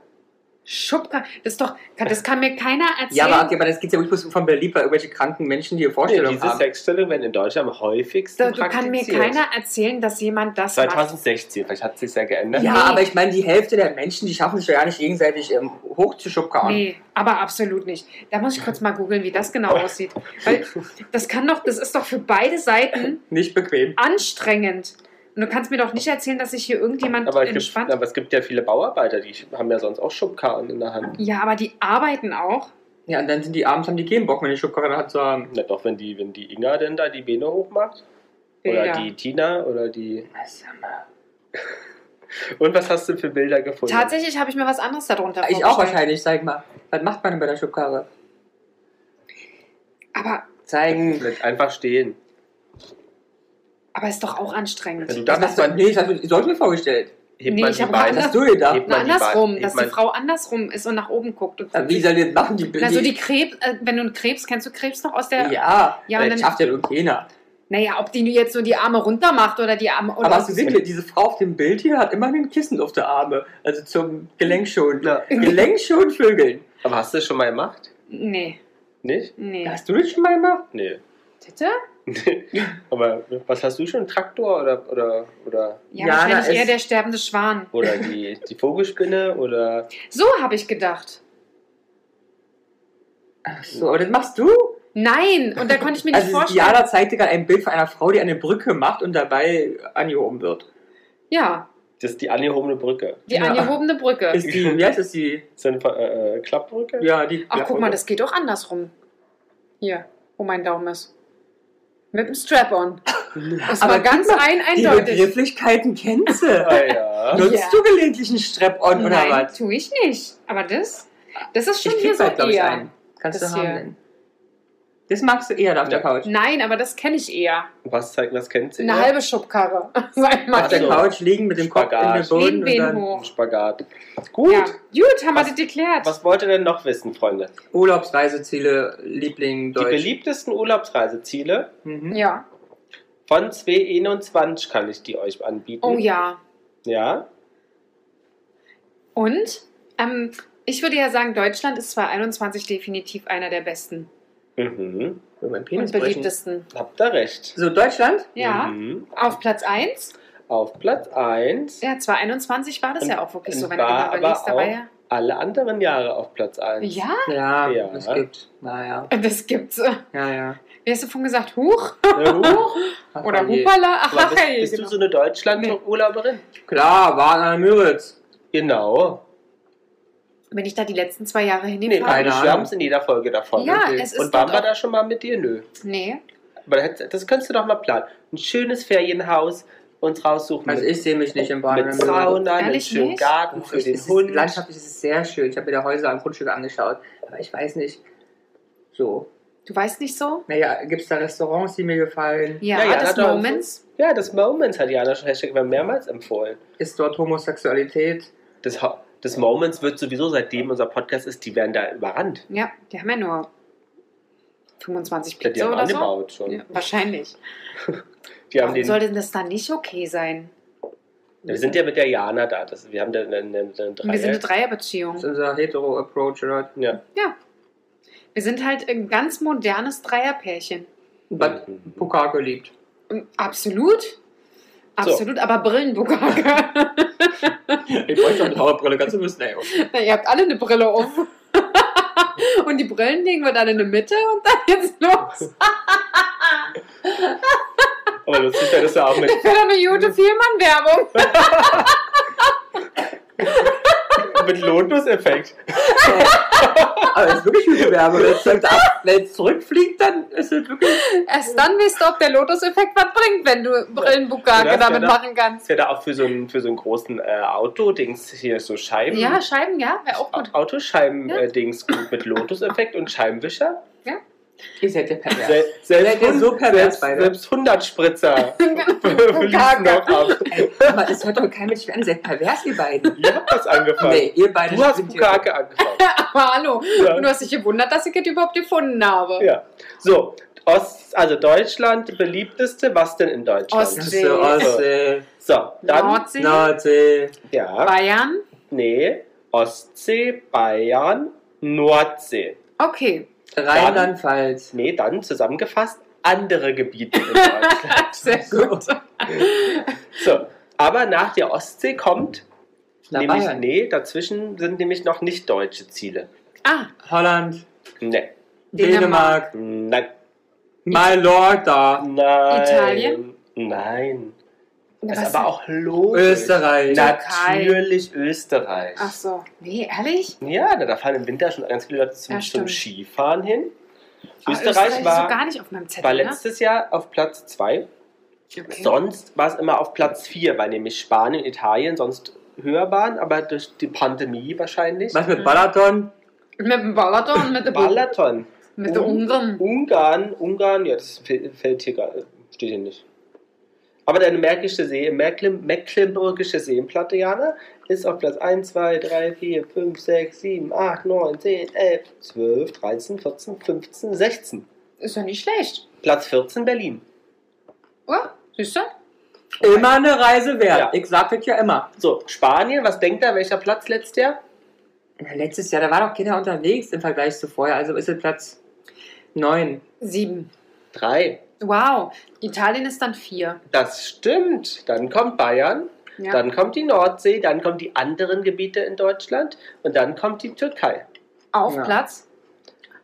Speaker 2: Schubka, das ist doch, das kann mir keiner erzählen.
Speaker 3: Ja, aber, okay, aber das geht ja wirklich bloß um von Berlin bei irgendwelche kranken Menschen, die hier
Speaker 1: Nee,
Speaker 3: Vorstellungen
Speaker 1: diese
Speaker 3: haben.
Speaker 1: Sexstellung werden in Deutschland am häufigsten
Speaker 2: da, da kann mir
Speaker 1: praktiziert.
Speaker 2: keiner erzählen, dass jemand das macht.
Speaker 1: 2016, vielleicht hat sich ja geändert.
Speaker 3: Ja,
Speaker 2: Nee.
Speaker 3: aber ich meine, die Hälfte der Menschen, die schaffen sich doch ja nicht gegenseitig ähm, hochzuschubkarren.
Speaker 2: Nee, aber absolut nicht. Da muss ich kurz mal googeln, wie das
Speaker 3: [laughs]
Speaker 2: genau aussieht. Weil das kann doch, das ist doch für beide Seiten
Speaker 3: Nicht bequem.
Speaker 2: anstrengend. Und du kannst mir doch nicht erzählen, dass sich hier irgendjemand
Speaker 1: Aber es, gibt,
Speaker 2: entspannt.
Speaker 1: aber es gibt ja viele Bauarbeiter, die haben ja sonst auch Schubkarren in der Hand.
Speaker 2: ja, aber die arbeiten auch.
Speaker 3: Ja, und dann sind die abends, haben die keinen Bock, wenn die Schubkarre in der Hand zu haben.
Speaker 1: Na doch, wenn die, wenn die Inga denn da die Beine hochmacht. Oder
Speaker 2: Bilder.
Speaker 1: die Tina oder die.
Speaker 3: Na, sag mal.
Speaker 1: Und was hast du für Bilder gefunden?
Speaker 2: Tatsächlich habe ich mir was anderes darunter
Speaker 3: Ich auch
Speaker 2: vorgestellt.
Speaker 3: wahrscheinlich, sag mal. Was macht man denn bei der Schubkarre?
Speaker 2: Aber,
Speaker 3: Zeigen.
Speaker 1: Mit einfach stehen.
Speaker 2: aber ist doch auch anstrengend.
Speaker 1: Wenn du da
Speaker 3: Also Das hast
Speaker 1: bist,
Speaker 3: du,
Speaker 1: dann
Speaker 3: nee, das hast du, das hast du mir vorgestellt.
Speaker 1: hebt
Speaker 2: Nee,
Speaker 1: man
Speaker 2: ich
Speaker 1: die
Speaker 2: hab
Speaker 3: Was
Speaker 1: Beine.
Speaker 3: hast du gedacht?
Speaker 1: Hebt
Speaker 2: Na,
Speaker 1: man die Beine-
Speaker 2: andersrum,
Speaker 1: hebt
Speaker 2: dass die
Speaker 1: man-
Speaker 2: Frau andersrum ist und nach oben guckt. Und
Speaker 3: Aber Wie soll die das machen? Die,
Speaker 2: also die Krebs, äh, wenn du einen Krebs, kennst du Krebs noch aus der...
Speaker 3: Ja, Äh,
Speaker 2: Ja, und
Speaker 3: das
Speaker 2: dann,
Speaker 3: schafft ja nur keiner.
Speaker 2: naja, ob die nur jetzt so die Arme runter macht oder die Arme... Oder
Speaker 3: Aber hast du wirklich, diese Frau auf dem Bild hier hat immer ein Kissen auf der Arme. Also zum Gelenk schon.
Speaker 1: Ja.
Speaker 3: Gelenk schon Vögeln.
Speaker 1: Aber hast du das schon mal gemacht?
Speaker 2: Nee,
Speaker 1: Nicht?
Speaker 2: nee.
Speaker 3: Hast du das schon mal gemacht?
Speaker 1: Nee. [laughs]
Speaker 2: Titte?
Speaker 1: Aber was hast du schon? Traktor oder oder oder,
Speaker 2: Ja,
Speaker 3: Ja,
Speaker 2: wahrscheinlich
Speaker 3: da ist-
Speaker 2: eher der sterbende Schwan.
Speaker 1: oder die, die Vogelspinne oder.
Speaker 2: So habe ich gedacht.
Speaker 3: Ach so, aber das machst du?
Speaker 2: Nein, und da konnte ich mir nicht
Speaker 3: Also
Speaker 2: vorstellen.
Speaker 3: Diana zeigte gerade ein Bild von einer Frau, die eine Brücke macht und dabei angehoben wird.
Speaker 2: Ja,
Speaker 1: Das ist die angehobene Brücke.
Speaker 2: die
Speaker 3: Ja.
Speaker 2: angehobene Brücke.
Speaker 3: Ist die, wie heißt das die?
Speaker 1: Ist das eine äh, äh, Klappbrücke?
Speaker 3: Ja, die.
Speaker 2: Ach,
Speaker 3: ja,
Speaker 2: guck mal, das geht auch andersrum. Hier, wo mein Daumen ist. Mit dem
Speaker 3: [laughs]
Speaker 2: Strap-on. Das
Speaker 3: Aber
Speaker 2: war ganz ein,
Speaker 3: Die
Speaker 2: eindeutig. [laughs]
Speaker 3: Begrifflichkeiten kennst du.
Speaker 1: Ah, ja.
Speaker 3: Nutzt
Speaker 2: Ja.
Speaker 3: du gelegentlich einen Strap-on oder
Speaker 2: Nein,
Speaker 3: was?
Speaker 2: tue ich nicht. Aber das, das ist schon
Speaker 3: Ich
Speaker 2: hier
Speaker 3: krieg
Speaker 2: so
Speaker 3: bald, glaube ich,
Speaker 2: eher.
Speaker 3: einen. Kannst
Speaker 2: Das
Speaker 3: du haben
Speaker 2: hier. Hm.
Speaker 3: denn? Das magst du eher da auf der
Speaker 1: Ja.
Speaker 3: Couch.
Speaker 2: Nein, aber das kenne ich eher.
Speaker 1: Was zeigt, was kennt sie?
Speaker 2: Eine halbe Schubkarre. [laughs] Sag
Speaker 3: Auf
Speaker 2: mal.
Speaker 1: Ach so.
Speaker 3: der Couch liegen mit dem Kopf in den
Speaker 1: Spagat.
Speaker 3: Boden und
Speaker 2: Lehnbein
Speaker 3: dann
Speaker 1: Ein
Speaker 2: hoch.
Speaker 1: Spagat. Gut.
Speaker 2: Ja. Gut, haben wir
Speaker 1: Was-
Speaker 2: das geklärt.
Speaker 1: Was wollt ihr denn noch wissen, Freunde?
Speaker 3: Urlaubsreiseziele, Liebling,
Speaker 1: Die
Speaker 3: Deutsch.
Speaker 1: beliebtesten Urlaubsreiseziele
Speaker 3: Mhm.
Speaker 2: Ja.
Speaker 1: von 2021 kann ich die euch anbieten.
Speaker 3: Hm?
Speaker 2: Oh ja.
Speaker 1: Ja.
Speaker 2: Und ähm, ich würde ja sagen, Deutschland ist 2021 definitiv einer der besten
Speaker 1: Mhm.
Speaker 3: Will mein Penis
Speaker 2: und
Speaker 3: brechen.
Speaker 2: beliebtesten.
Speaker 1: Habt ihr recht.
Speaker 3: So, Deutschland?
Speaker 2: Ja.
Speaker 1: Mhm.
Speaker 2: Auf Platz 1.
Speaker 1: Auf Platz 1.
Speaker 2: Ja, 2021 war das
Speaker 1: Und-
Speaker 2: ja auch wirklich
Speaker 1: und
Speaker 2: so, wenn du
Speaker 1: war
Speaker 2: mal überlegst, da
Speaker 1: aber
Speaker 2: war
Speaker 1: auch-
Speaker 2: ja.
Speaker 1: Alle anderen Jahre auf Platz 1.
Speaker 2: Ja,
Speaker 3: Ja,
Speaker 1: Ja.
Speaker 3: es gibt. Naja,
Speaker 2: das gibt's. Wie
Speaker 3: ja, ja.
Speaker 2: hast du vorhin gesagt, [laughs] Huch
Speaker 1: Ja,
Speaker 2: [laughs]
Speaker 1: du?
Speaker 3: Ach, oh
Speaker 2: oder
Speaker 3: je.
Speaker 2: Hupala? Ach,
Speaker 1: oh Aber
Speaker 2: ach,
Speaker 1: bist,
Speaker 2: hey,
Speaker 1: bist du
Speaker 2: genau.
Speaker 1: so eine Deutschland-Urlauberin?
Speaker 3: Klar, war an der Müritz.
Speaker 1: Genau.
Speaker 2: Bin ich da die letzten zwei Jahre
Speaker 1: Nee,
Speaker 2: hingefahren?
Speaker 3: keine
Speaker 1: keine
Speaker 3: Ahnung.
Speaker 1: Wir haben es in jeder Folge davon.
Speaker 2: ja,
Speaker 3: okay.
Speaker 2: es ist
Speaker 1: Und waren
Speaker 2: dort
Speaker 1: wir
Speaker 2: auch-
Speaker 1: da schon mal mit dir? Nö.
Speaker 2: Nee,
Speaker 1: Aber das- das könntest du doch mal planen. Ein schönes Ferienhaus uns raussuchen.
Speaker 3: Also
Speaker 1: mit,
Speaker 3: ich sehe mich nicht im Bahn
Speaker 1: mit Sauna, einen
Speaker 2: Ehrlich
Speaker 1: schönen
Speaker 2: nicht?
Speaker 1: Garten für
Speaker 3: Es
Speaker 1: den
Speaker 3: ist-
Speaker 1: Hund.
Speaker 3: Landschaftlich ist es sehr schön. Ich habe mir da Häuser und Grundstücke angeschaut. Aber ich weiß nicht. So.
Speaker 2: du weißt nicht so?
Speaker 3: Naja, gibt es da Restaurants, die mir gefallen?
Speaker 2: Ja,
Speaker 1: Ja, ja,
Speaker 2: das
Speaker 1: hat er auch
Speaker 2: Moments.
Speaker 1: Ja, das Moments hat Jana schon Hashtag mal mehrmals empfohlen.
Speaker 3: Ist dort Homosexualität?
Speaker 1: Das, Ho- das Moments wird sowieso, seitdem unser Podcast ist, die werden da überrannt.
Speaker 2: Ja, die haben ja nur 25
Speaker 1: Die
Speaker 2: Plätze
Speaker 1: haben
Speaker 2: oder so.
Speaker 1: angebaut schon.
Speaker 2: Ja, wahrscheinlich.
Speaker 1: Die haben
Speaker 2: Warum
Speaker 1: den,
Speaker 2: sollte denn das dann nicht okay sein?
Speaker 1: wir sind ja mit der Jana da. Das, wir haben da eine, eine, eine
Speaker 2: Wir sind eine
Speaker 1: Dreier-
Speaker 3: Das
Speaker 2: Dreierbeziehung.
Speaker 3: ist unser Hetero-Approach, oder?
Speaker 1: Ja.
Speaker 2: Wir sind halt ein ganz modernes Dreierpärchen.
Speaker 3: Was
Speaker 1: Mhm.
Speaker 3: Pukako liebt.
Speaker 2: Absolut. Absolut, aber Brillenbukake.
Speaker 3: Ich wollte schon eine blaue Brille, kannst du wissen, ey.
Speaker 2: [laughs] Na, ihr habt alle eine Brille auf. [laughs] und die Brillen legen wir dann in die Mitte und dann jetzt los.
Speaker 1: Aber lustig wäre das ja auch mit.
Speaker 2: Für eine Jute Vielmann-Werbung.
Speaker 1: mit Lotus-Effekt.
Speaker 3: [laughs] Aber das ist wirklich gute Werbe. Wenn es halt ab- wenn es zurückfliegt, dann ist es wirklich...
Speaker 2: Erst dann wisst ihr, ob der Lotus-Effekt was bringt, wenn du
Speaker 1: Ja,
Speaker 2: Brillenbukake
Speaker 1: ja, genau.
Speaker 2: damit
Speaker 1: ja.
Speaker 2: machen kannst.
Speaker 1: Das wäre da auch für so einen, für so einen großen äh, Auto-Dings hier so Scheiben.
Speaker 2: Ja, Scheiben, ja, wäre auch gut.
Speaker 1: Autoscheiben-Dings
Speaker 2: Ja.
Speaker 1: äh, Dings gut mit Lotus-Effekt und Scheibenwischer.
Speaker 2: Ja.
Speaker 3: Ihr seid ja pervers.
Speaker 1: Sel selbst,
Speaker 3: Seid ihr so
Speaker 1: Hund-
Speaker 3: pervers
Speaker 1: selbst,
Speaker 3: beide?
Speaker 1: selbst 100
Speaker 3: [laughs]
Speaker 1: Spritzer [laughs]
Speaker 3: Genau.
Speaker 1: liefen noch ab.
Speaker 3: Ey, aber das hört doch kein Mensch mehr an. Ihr seid pervers, ihr beiden.
Speaker 1: Ihr habt das angefangen.
Speaker 3: Nee, ihr beide
Speaker 1: Du hast
Speaker 3: sind
Speaker 1: Bukake
Speaker 3: [laughs]
Speaker 1: angefangen.
Speaker 2: Aber hallo,
Speaker 1: Ja.
Speaker 2: du hast dich gewundert, dass ich das überhaupt gefunden habe.
Speaker 1: Ja. So, Ost, also Deutschland, beliebteste, was denn in Deutschland?
Speaker 2: Ost-
Speaker 3: Ostsee, Ostsee,
Speaker 1: So, dann.
Speaker 2: Nordsee,
Speaker 3: Nordsee.
Speaker 1: ja.
Speaker 2: Bayern.
Speaker 1: Nee. Ostsee, Bayern, Nordsee.
Speaker 2: Okay,
Speaker 3: Rheinland-Pfalz.
Speaker 1: Nee, dann zusammengefasst andere Gebiete in
Speaker 3: [laughs]
Speaker 1: Deutschland.
Speaker 2: sehr gut.
Speaker 1: so. Aber nach der Ostsee kommt,
Speaker 3: Na,
Speaker 1: nämlich,
Speaker 3: Bayern.
Speaker 1: nee, dazwischen sind nämlich noch nicht deutsche Ziele. Ne,
Speaker 2: Ah,
Speaker 3: Holland,
Speaker 1: Nee.
Speaker 2: Dänemark.
Speaker 3: Dänemark,
Speaker 1: Nein.
Speaker 3: Mallorca,
Speaker 1: Nein.
Speaker 2: Italien?
Speaker 1: ähm, Nein.
Speaker 2: na,
Speaker 1: ist
Speaker 2: was-
Speaker 1: aber auch logisch.
Speaker 3: Österreich.
Speaker 1: Natürlich Österreich.
Speaker 2: Ach so, nee, ehrlich?
Speaker 1: Ja, na, da fahren im Winter schon ganz viele Leute zum,
Speaker 2: Ja,
Speaker 1: zum
Speaker 2: stimmt.
Speaker 1: Skifahren hin.
Speaker 2: Ah,
Speaker 1: Österreich
Speaker 2: ist so
Speaker 1: war,
Speaker 2: gar nicht auf meinem
Speaker 1: war
Speaker 2: Zettel, ne?
Speaker 1: letztes Jahr auf Platz 2.
Speaker 2: Okay.
Speaker 1: Sonst war es immer auf Platz 4, weil nämlich Spanien, Italien sonst höher waren, aber durch die Pandemie wahrscheinlich.
Speaker 3: Was
Speaker 2: Mhm.
Speaker 3: mit Balaton?
Speaker 2: Mit dem Balaton und mit dem
Speaker 1: Balaton.
Speaker 2: Mit den Ungarn.
Speaker 1: Ungarn, Ungarn, ja, das fe- fällt hier gar, steht hier nicht. Aber deine Märkische See, Mecklen, Mecklenburgische Seenplatte, Jana, ist auf Platz 1, 2, 3, 4, 5, 6, 7, 8, 9, 10, 11, 12, 13, 14, 15, 16.
Speaker 2: Ist ja nicht schlecht.
Speaker 1: Platz 14 Berlin.
Speaker 2: Oh, siehst du?
Speaker 3: Immer eine Reise
Speaker 1: Ja.
Speaker 3: wert. Ich sag das ja immer.
Speaker 1: So, Spanien, was denkt er, welcher Platz letztes Jahr?
Speaker 3: Na, Letztes Jahr, da war doch keiner unterwegs im Vergleich zu vorher. Also ist es Platz 9.
Speaker 2: Sieben.
Speaker 1: 3.
Speaker 2: Wow. Italien ist dann vier.
Speaker 1: Das stimmt. Dann kommt Bayern,
Speaker 2: Ja.
Speaker 1: dann kommt die Nordsee, dann kommen die anderen Gebiete in Deutschland und dann kommt die Türkei.
Speaker 2: Auf
Speaker 3: Ja.
Speaker 2: Platz.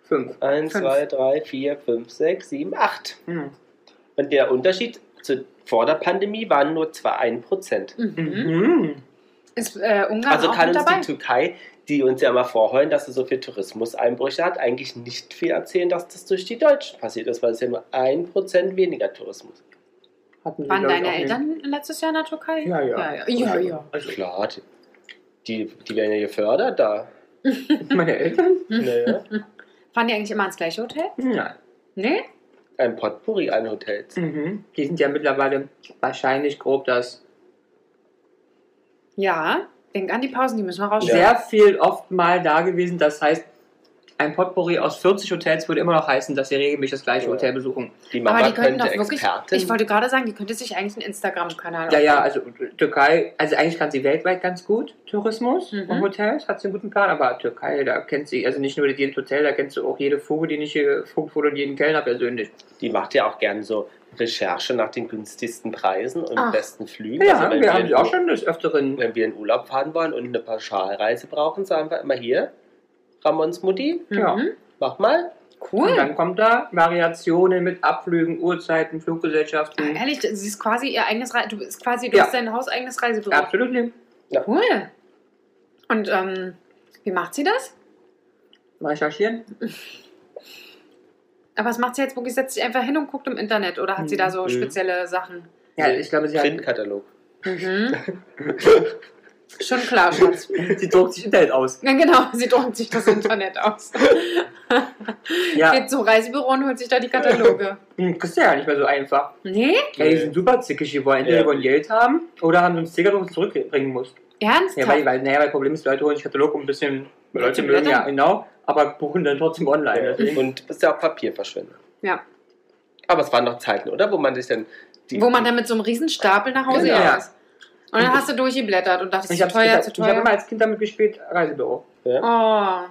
Speaker 3: 5.
Speaker 1: 1,
Speaker 2: Fünf.
Speaker 1: 2, 3, 4, 5, 6, 7, 8.
Speaker 3: Mhm.
Speaker 1: Und der Unterschied zu vor der Pandemie waren nur zwar 1%.
Speaker 2: Mhm.
Speaker 3: Mhm.
Speaker 2: Ist äh, Ungarn
Speaker 1: Also
Speaker 2: auch
Speaker 1: kann
Speaker 2: mit
Speaker 1: uns
Speaker 2: dabei?
Speaker 1: die Türkei, die uns ja immer vorheulen, dass sie so viel Tourismuseinbrüche hat, eigentlich nicht viel erzählen, dass das durch die Deutschen passiert ist, weil es ja nur 1% weniger Tourismus gibt.
Speaker 3: Hatten wir,
Speaker 2: Waren
Speaker 3: glaub ich,
Speaker 2: deine
Speaker 3: auch
Speaker 2: Eltern letztes Jahr in der Türkei?
Speaker 3: Ja, ja.
Speaker 2: Ja, ja. ja, ja.
Speaker 1: Also klar, die- die, die werden ja gefördert
Speaker 2: [laughs]
Speaker 1: da. Ne?
Speaker 3: nicht. Meine Eltern?
Speaker 1: Naja.
Speaker 2: Fahren die eigentlich immer ins gleiche Hotel?
Speaker 3: Ja.
Speaker 2: Nee?
Speaker 1: Ein Potpourri an Hotels.
Speaker 3: Mhm. Die sind ja mittlerweile wahrscheinlich grob das.
Speaker 2: Ja. Denk an die Pausen, die müssen wir
Speaker 1: Ja.
Speaker 2: rausschieben.
Speaker 3: Sehr viel oft mal da gewesen. Das heißt, ein Potpourri aus 40 Hotels würde immer noch heißen, dass sie regelmäßig das gleiche
Speaker 1: Ja.
Speaker 3: Hotel besuchen.
Speaker 1: Die Mama
Speaker 2: Aber die könnten
Speaker 1: könnte
Speaker 2: doch wirklich.
Speaker 1: Expertin.
Speaker 2: Ich wollte gerade sagen, die könnte sich eigentlich einen Instagram-Kanal
Speaker 3: Ja, ja,
Speaker 2: aufmachen.
Speaker 3: also Türkei, also eigentlich kann sie weltweit ganz gut Tourismus
Speaker 2: Mhm.
Speaker 3: und Hotels, hat sie einen guten Plan, aber Türkei, da kennt sie, also nicht nur jedes Hotel, da kennst du auch jede Vogel, die nicht Vogel und jeden Kellner persönlich.
Speaker 1: Die macht ja auch gern so Recherche nach den günstigsten Preisen und
Speaker 2: Ach.
Speaker 1: besten Flügen.
Speaker 3: Ja,
Speaker 1: Also wenn
Speaker 3: wir haben
Speaker 1: in-
Speaker 3: sie auch schon des Öfteren.
Speaker 1: Wenn wir in Urlaub fahren wollen und eine Pauschalreise brauchen, sagen wir immer hier, Ramons Mutti,
Speaker 3: ja.
Speaker 2: Mhm.
Speaker 1: mach mal.
Speaker 3: Und
Speaker 2: Cool.
Speaker 3: dann kommt da Variationen mit Abflügen, Uhrzeiten, Fluggesellschaften.
Speaker 2: Ah, Ehrlich, sie ist quasi ihr eigenes Reise. Du bist quasi, du
Speaker 3: Mhm. Ja.
Speaker 2: hast dein hauseigenes Reisebüro.
Speaker 3: Absolut nicht.
Speaker 2: Cool. Und ähm, wie macht sie das?
Speaker 3: Recherchieren.
Speaker 2: Aber was macht sie jetzt wirklich? Setzt sie einfach hin und guckt im Internet oder hat sie da so
Speaker 1: Mhm.
Speaker 2: spezielle Sachen?
Speaker 3: Ja, ich glaube, sie, hat,
Speaker 1: Printkatalog.
Speaker 3: [laughs]
Speaker 2: Mhm. Schon klar, Schatz.
Speaker 3: sie druckt sich Internet aus.
Speaker 2: Ja, genau, sie druckt sich das Internet aus.
Speaker 3: Ja,
Speaker 2: Geht zum Reisebüro und holt sich da die Kataloge.
Speaker 3: hm, das ist ja nicht mehr so einfach.
Speaker 2: Nee?
Speaker 3: Ja, die sind super zickig geworden. Entweder
Speaker 1: Ja.
Speaker 3: wollen Geld haben oder haben uns Sticker, dass du uns zurückbringen musst. Ja, weil,
Speaker 2: Ernsthaft?
Speaker 3: weil, naja, weil Problem ist, Leute holen sich Katalog um ein bisschen. Leute
Speaker 2: Zum
Speaker 3: mögen ja,
Speaker 2: Blättern.
Speaker 3: genau, aber buchen dann trotzdem online.
Speaker 1: Ja.
Speaker 3: Deswegen.
Speaker 1: Und ist ja auch Papierverschwendung.
Speaker 2: Ja.
Speaker 1: Aber es waren noch Zeiten, oder? Wo man sich dann. Die,
Speaker 2: Wo man dann mit so einem Riesenstapel nach Hause
Speaker 3: Genau.
Speaker 2: ja. ist. Und dann hast du durchgeblättert und dachtest,
Speaker 3: Ich
Speaker 2: zu
Speaker 3: habe
Speaker 2: teuer, zu
Speaker 3: ich hab
Speaker 2: teuer.
Speaker 3: immer als Kind damit gespielt, Reisebüro.
Speaker 1: ja.
Speaker 2: Oh.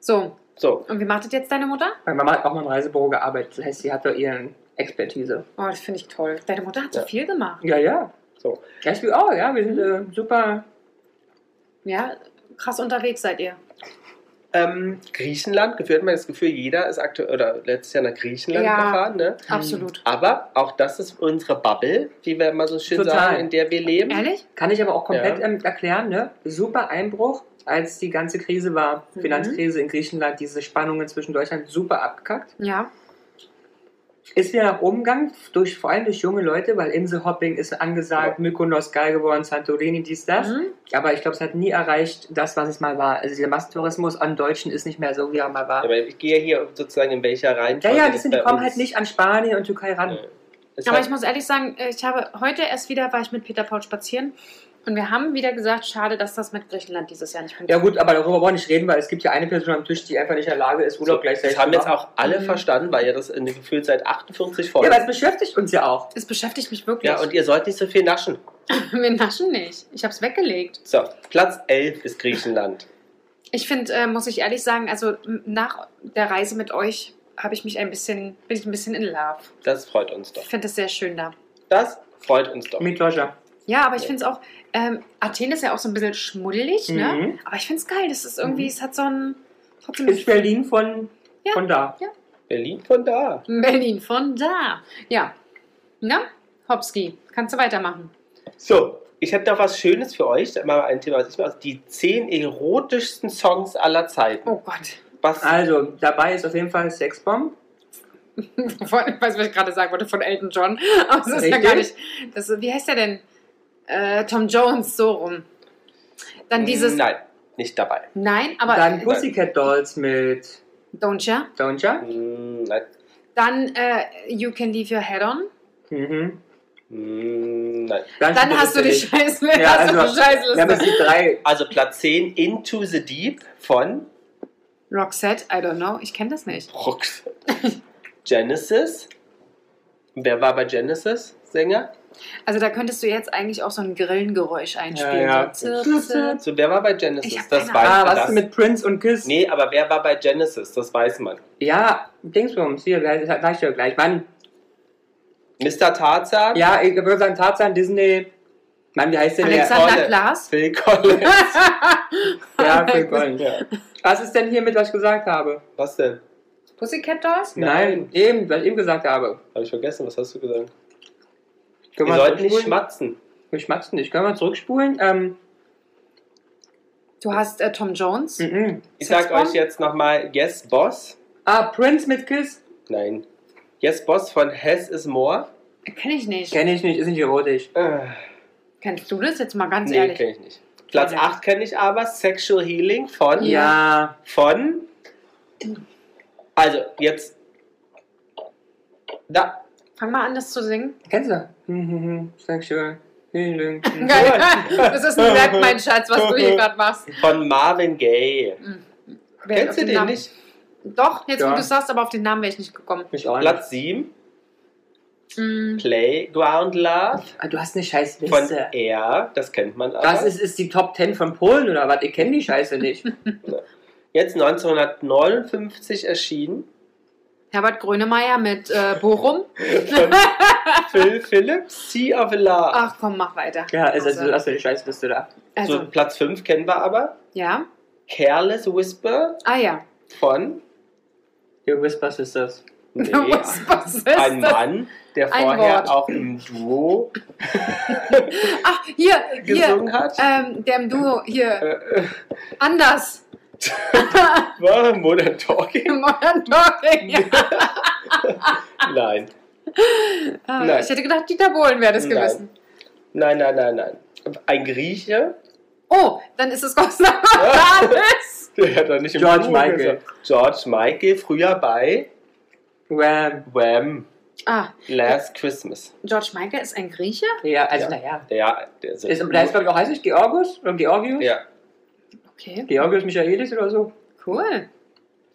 Speaker 2: So,
Speaker 1: So,
Speaker 2: und wie macht das jetzt deine Mutter?
Speaker 3: Meine Mama hat auch mal im Reisebüro gearbeitet, das heißt, sie hatte ihren Expertise.
Speaker 2: Oh, das finde ich toll. Deine Mutter hat
Speaker 1: Ja.
Speaker 2: so viel gemacht.
Speaker 3: Ja, ja.
Speaker 1: So.
Speaker 3: Ja, ich bin auch, ja, wir sind
Speaker 2: Mhm.
Speaker 3: äh, super.
Speaker 2: Ja, krass unterwegs seid ihr.
Speaker 1: ähm, Griechenland, gefühlt hat man das Gefühl, jeder ist aktuell oder letztes Jahr nach Griechenland
Speaker 2: Ja.
Speaker 1: gefahren, ne?
Speaker 2: Absolut.
Speaker 1: Aber auch das ist unsere Bubble, wie wir immer so schön
Speaker 3: Total.
Speaker 1: sagen, in der wir leben.
Speaker 2: Ehrlich?
Speaker 3: Kann ich aber auch komplett
Speaker 1: Ja.
Speaker 3: ähm, erklären, ne? Super Einbruch, als die ganze Krise war,
Speaker 2: Mhm.
Speaker 3: Finanzkrise in Griechenland, diese Spannungen zwischen Deutschland, super abgekackt.
Speaker 2: Ja.
Speaker 3: Ist wieder nach oben gegangen, durch, vor allem durch junge Leute, weil Inselhopping ist angesagt, Mykonos geil geworden, Santorini, dies, das.
Speaker 2: Mhm.
Speaker 3: Aber ich glaube, es hat nie erreicht, das, was es mal war. Also der Massentourismus an Deutschen ist nicht mehr so, wie er mal war.
Speaker 1: Aber ich gehe ja hier sozusagen in welcher
Speaker 3: Ja,
Speaker 1: Reihenfolge.
Speaker 3: ja,
Speaker 1: das
Speaker 3: die, sind, die
Speaker 1: bei
Speaker 3: kommen
Speaker 1: uns-
Speaker 3: halt nicht an Spanien und Türkei ran.
Speaker 1: Nee. Es
Speaker 2: Aber
Speaker 1: hat-
Speaker 2: ich muss ehrlich sagen, ich habe heute erst wieder, war ich mit Peter Paul spazieren und wir haben wieder gesagt, schade, dass das mit Griechenland dieses Jahr nicht
Speaker 3: Ja
Speaker 2: funktioniert.
Speaker 3: gut, aber darüber wollen wir nicht reden, weil es gibt ja eine Person am Tisch, die einfach nicht in der Lage ist, Urlaub
Speaker 1: so,
Speaker 3: gleichzeitig
Speaker 1: das haben
Speaker 3: zu
Speaker 1: jetzt auch
Speaker 3: machen.
Speaker 1: alle
Speaker 2: Mhm.
Speaker 1: verstanden, weil ja das in gefühlt seit 48
Speaker 3: Ja,
Speaker 1: Folgen.
Speaker 3: aber
Speaker 1: Ja,
Speaker 3: es beschäftigt uns ja auch.
Speaker 2: Es beschäftigt mich wirklich.
Speaker 1: und ihr sollt nicht so viel naschen.
Speaker 2: [laughs] wir naschen nicht. Ich habe es weggelegt.
Speaker 1: So, Platz 11 ist Griechenland.
Speaker 2: Ich finde, äh, muss ich ehrlich sagen, also m- nach der Reise mit euch habe ich mich ein bisschen, bin ich ein bisschen in Love.
Speaker 1: Das freut uns
Speaker 2: Ich
Speaker 1: doch.
Speaker 2: finde es sehr schön da.
Speaker 1: Das freut uns doch.
Speaker 3: Mit Lodger.
Speaker 2: Ja, aber ich
Speaker 1: Ja.
Speaker 2: finde es auch, ähm, Athen ist ja auch so ein bisschen schmuddelig, ne?
Speaker 3: Mhm.
Speaker 2: Aber ich finde es geil. Das ist irgendwie,
Speaker 3: Mhm.
Speaker 2: es hat so ein. Trotzdem
Speaker 3: Ist Berlin von,
Speaker 2: Ja.
Speaker 3: von da.
Speaker 1: Berlin von da.
Speaker 2: Berlin von da. Ja. Na, Hopski, kannst du weitermachen.
Speaker 1: So, ich hätte noch was Schönes für euch. Mal ein Thema, was ich mal die zehn erotischsten Songs aller Zeiten.
Speaker 2: Oh Gott. [laughs]
Speaker 1: Was?
Speaker 3: Also, dabei ist auf jeden Fall Sexbomb.
Speaker 2: Von, ich weiß, was ich gerade sagen wollte, von Elton John. [laughs] Aber das ist ja
Speaker 3: Richtig.
Speaker 2: gar nicht. Das, wie heißt der denn? Äh, Tom Jones, so rum. Dann dieses. Nein,
Speaker 1: Nein, nicht dabei.
Speaker 2: aber. äh,
Speaker 3: dann Pussycat Dolls mit
Speaker 2: Don't ya?
Speaker 3: Donja.
Speaker 1: Hm, nein.
Speaker 2: Dann äh, You Can Leave Your Head On.
Speaker 3: Mhm.
Speaker 1: Hm, nein.
Speaker 2: Dann hast du die
Speaker 3: Scheiße.
Speaker 2: Scheißliste.
Speaker 3: Ja,
Speaker 2: hast du
Speaker 3: also,
Speaker 2: die
Speaker 3: Wir haben jetzt
Speaker 2: Scheißliste.
Speaker 3: die drei.
Speaker 1: Also Platz 10, Into the Deep von
Speaker 2: Roxette, I don't know. Ich kenne das nicht.
Speaker 1: Brooks. Genesis. Wer war bei Genesis Sänger?
Speaker 2: Also da könntest du jetzt eigentlich auch so ein Grillengeräusch einspielen.
Speaker 3: Ja, ja.
Speaker 2: So, zirp, zirp.
Speaker 1: So, Also, wer war bei
Speaker 2: Ich
Speaker 1: Genesis?
Speaker 2: hab
Speaker 1: Das
Speaker 2: keine
Speaker 1: weiß
Speaker 3: Ah,
Speaker 1: man.
Speaker 3: was
Speaker 1: Das.
Speaker 3: ist mit Prince und Kiss?
Speaker 1: nee, aber wer war bei Genesis? Das weiß man.
Speaker 3: Ja, Dingsbums, hier, gleich, das reicht ja gleich. Mann,
Speaker 1: Mr. Tarzan.
Speaker 3: ja, ich würde sagen Tarzan, Disney. Mann, wie heißt denn
Speaker 2: Alexander
Speaker 1: Olle.
Speaker 2: Glas.
Speaker 1: Phil Collins. [laughs]
Speaker 3: der? Ja, Phil Collins.
Speaker 1: ja.
Speaker 3: Was ist denn hier mit, was ich gesagt habe?
Speaker 1: Was denn?
Speaker 2: Pussycat Dolls?
Speaker 1: Nein.
Speaker 3: eben, was ich eben gesagt habe.
Speaker 1: Habe ich vergessen, was hast du gesagt?
Speaker 3: Können
Speaker 1: Wir sollten nicht
Speaker 3: zurückspulen?
Speaker 1: schmatzen.
Speaker 3: Wir schmatzen nicht. Können wir zurückspulen? Ähm,
Speaker 2: Du hast äh, Tom Jones.
Speaker 1: Hm.
Speaker 3: mhm.
Speaker 1: Ich sag
Speaker 2: Sexbomb?
Speaker 1: euch jetzt nochmal Yes Boss.
Speaker 3: Ah, Prince mit Kiss?
Speaker 1: Nein. Yes Boss von Hess is More.
Speaker 2: Kenne ich nicht.
Speaker 3: Kenne ich nicht, ist nicht erotisch.
Speaker 1: Äh,
Speaker 2: Kennst du das jetzt mal ganz
Speaker 1: nee,
Speaker 2: ehrlich?
Speaker 1: kenne ich nicht. Platz
Speaker 2: Ja.
Speaker 1: 8 kenne ich aber. Sexual Healing von.
Speaker 3: Ja.
Speaker 1: Von. Also, jetzt. Da.
Speaker 2: Fang mal an, das zu singen.
Speaker 3: Kennst du? Hm, hm, hm. Sexual. Healing.
Speaker 1: Hm.
Speaker 2: Geil. [laughs] Das ist ein Rap, mein Schatz, was
Speaker 1: [laughs]
Speaker 2: du hier gerade machst. Hm.
Speaker 1: Von Marvin Gaye.
Speaker 2: Wer- auf
Speaker 1: Kennst du den
Speaker 2: Namen-
Speaker 1: nicht?
Speaker 2: Doch, jetzt
Speaker 3: Ja.
Speaker 2: wo du sagst, aber auf den Namen wäre ich nicht gekommen.
Speaker 3: Mich auch nicht.
Speaker 1: Platz 7.
Speaker 2: Mm.
Speaker 1: Playground Love
Speaker 3: Ah, du hast eine scheiß
Speaker 1: von
Speaker 3: Liste.
Speaker 1: R. Das kennt man aber.
Speaker 3: Das ist, ist die Top 10 von Polen oder was? Ich kenne die Scheiße
Speaker 1: [laughs]
Speaker 3: nicht.
Speaker 1: jetzt 1959 erschienen.
Speaker 2: Herbert Grönemeyer mit äh, Bochum.
Speaker 1: Von Phil
Speaker 2: Ah.
Speaker 1: Phillips. Sea of Love.
Speaker 2: Ach komm, mach weiter.
Speaker 3: Ja, ist also,
Speaker 2: Also,
Speaker 3: hast du die Scheißliste da.
Speaker 1: so,
Speaker 2: Ah, also
Speaker 1: Platz 5 kennen wir aber.
Speaker 2: ja.
Speaker 1: Careless Whisper
Speaker 2: Ah ja. [laughs]
Speaker 1: von
Speaker 3: Your Whispers ist das.
Speaker 1: nee,
Speaker 2: Was, was ist
Speaker 1: ein
Speaker 2: das?
Speaker 1: Mann, der
Speaker 2: Ein
Speaker 1: vorher
Speaker 2: Wort.
Speaker 1: auch im Duo
Speaker 2: Ach, hier, hier.
Speaker 1: gesungen hat.
Speaker 2: Ähm, der im Duo hier.
Speaker 1: Äh, äh,
Speaker 2: Anders. [laughs]
Speaker 1: war [laughs] Modern Talking? [laughs]
Speaker 2: Modern Talking. Ja.
Speaker 1: Nein.
Speaker 2: Ah,
Speaker 1: Nein.
Speaker 2: Ich hätte gedacht, Dieter Bohlen wäre das
Speaker 1: Nein.
Speaker 2: gewesen.
Speaker 1: Nein, nein, nein, nein. Ein Grieche,
Speaker 2: Oh, dann ist es Gonzalo Morales.
Speaker 1: der hat doch nicht im
Speaker 3: George
Speaker 1: Duo
Speaker 3: Michael.
Speaker 1: gesungen. George Michael, früher bei
Speaker 3: Wham.
Speaker 1: Wham!
Speaker 2: Ah,
Speaker 1: Last Christmas.
Speaker 2: George Michael ist ein Grieche?
Speaker 3: Ja, also
Speaker 1: Ja.
Speaker 3: naja.
Speaker 1: Ja, der ist,
Speaker 3: Ist, der ist, glaube ich, auch heiß nicht Georgus? Oder Georgius?
Speaker 1: ja.
Speaker 2: Okay,
Speaker 3: Georgius Michaelis oder so?
Speaker 2: cool.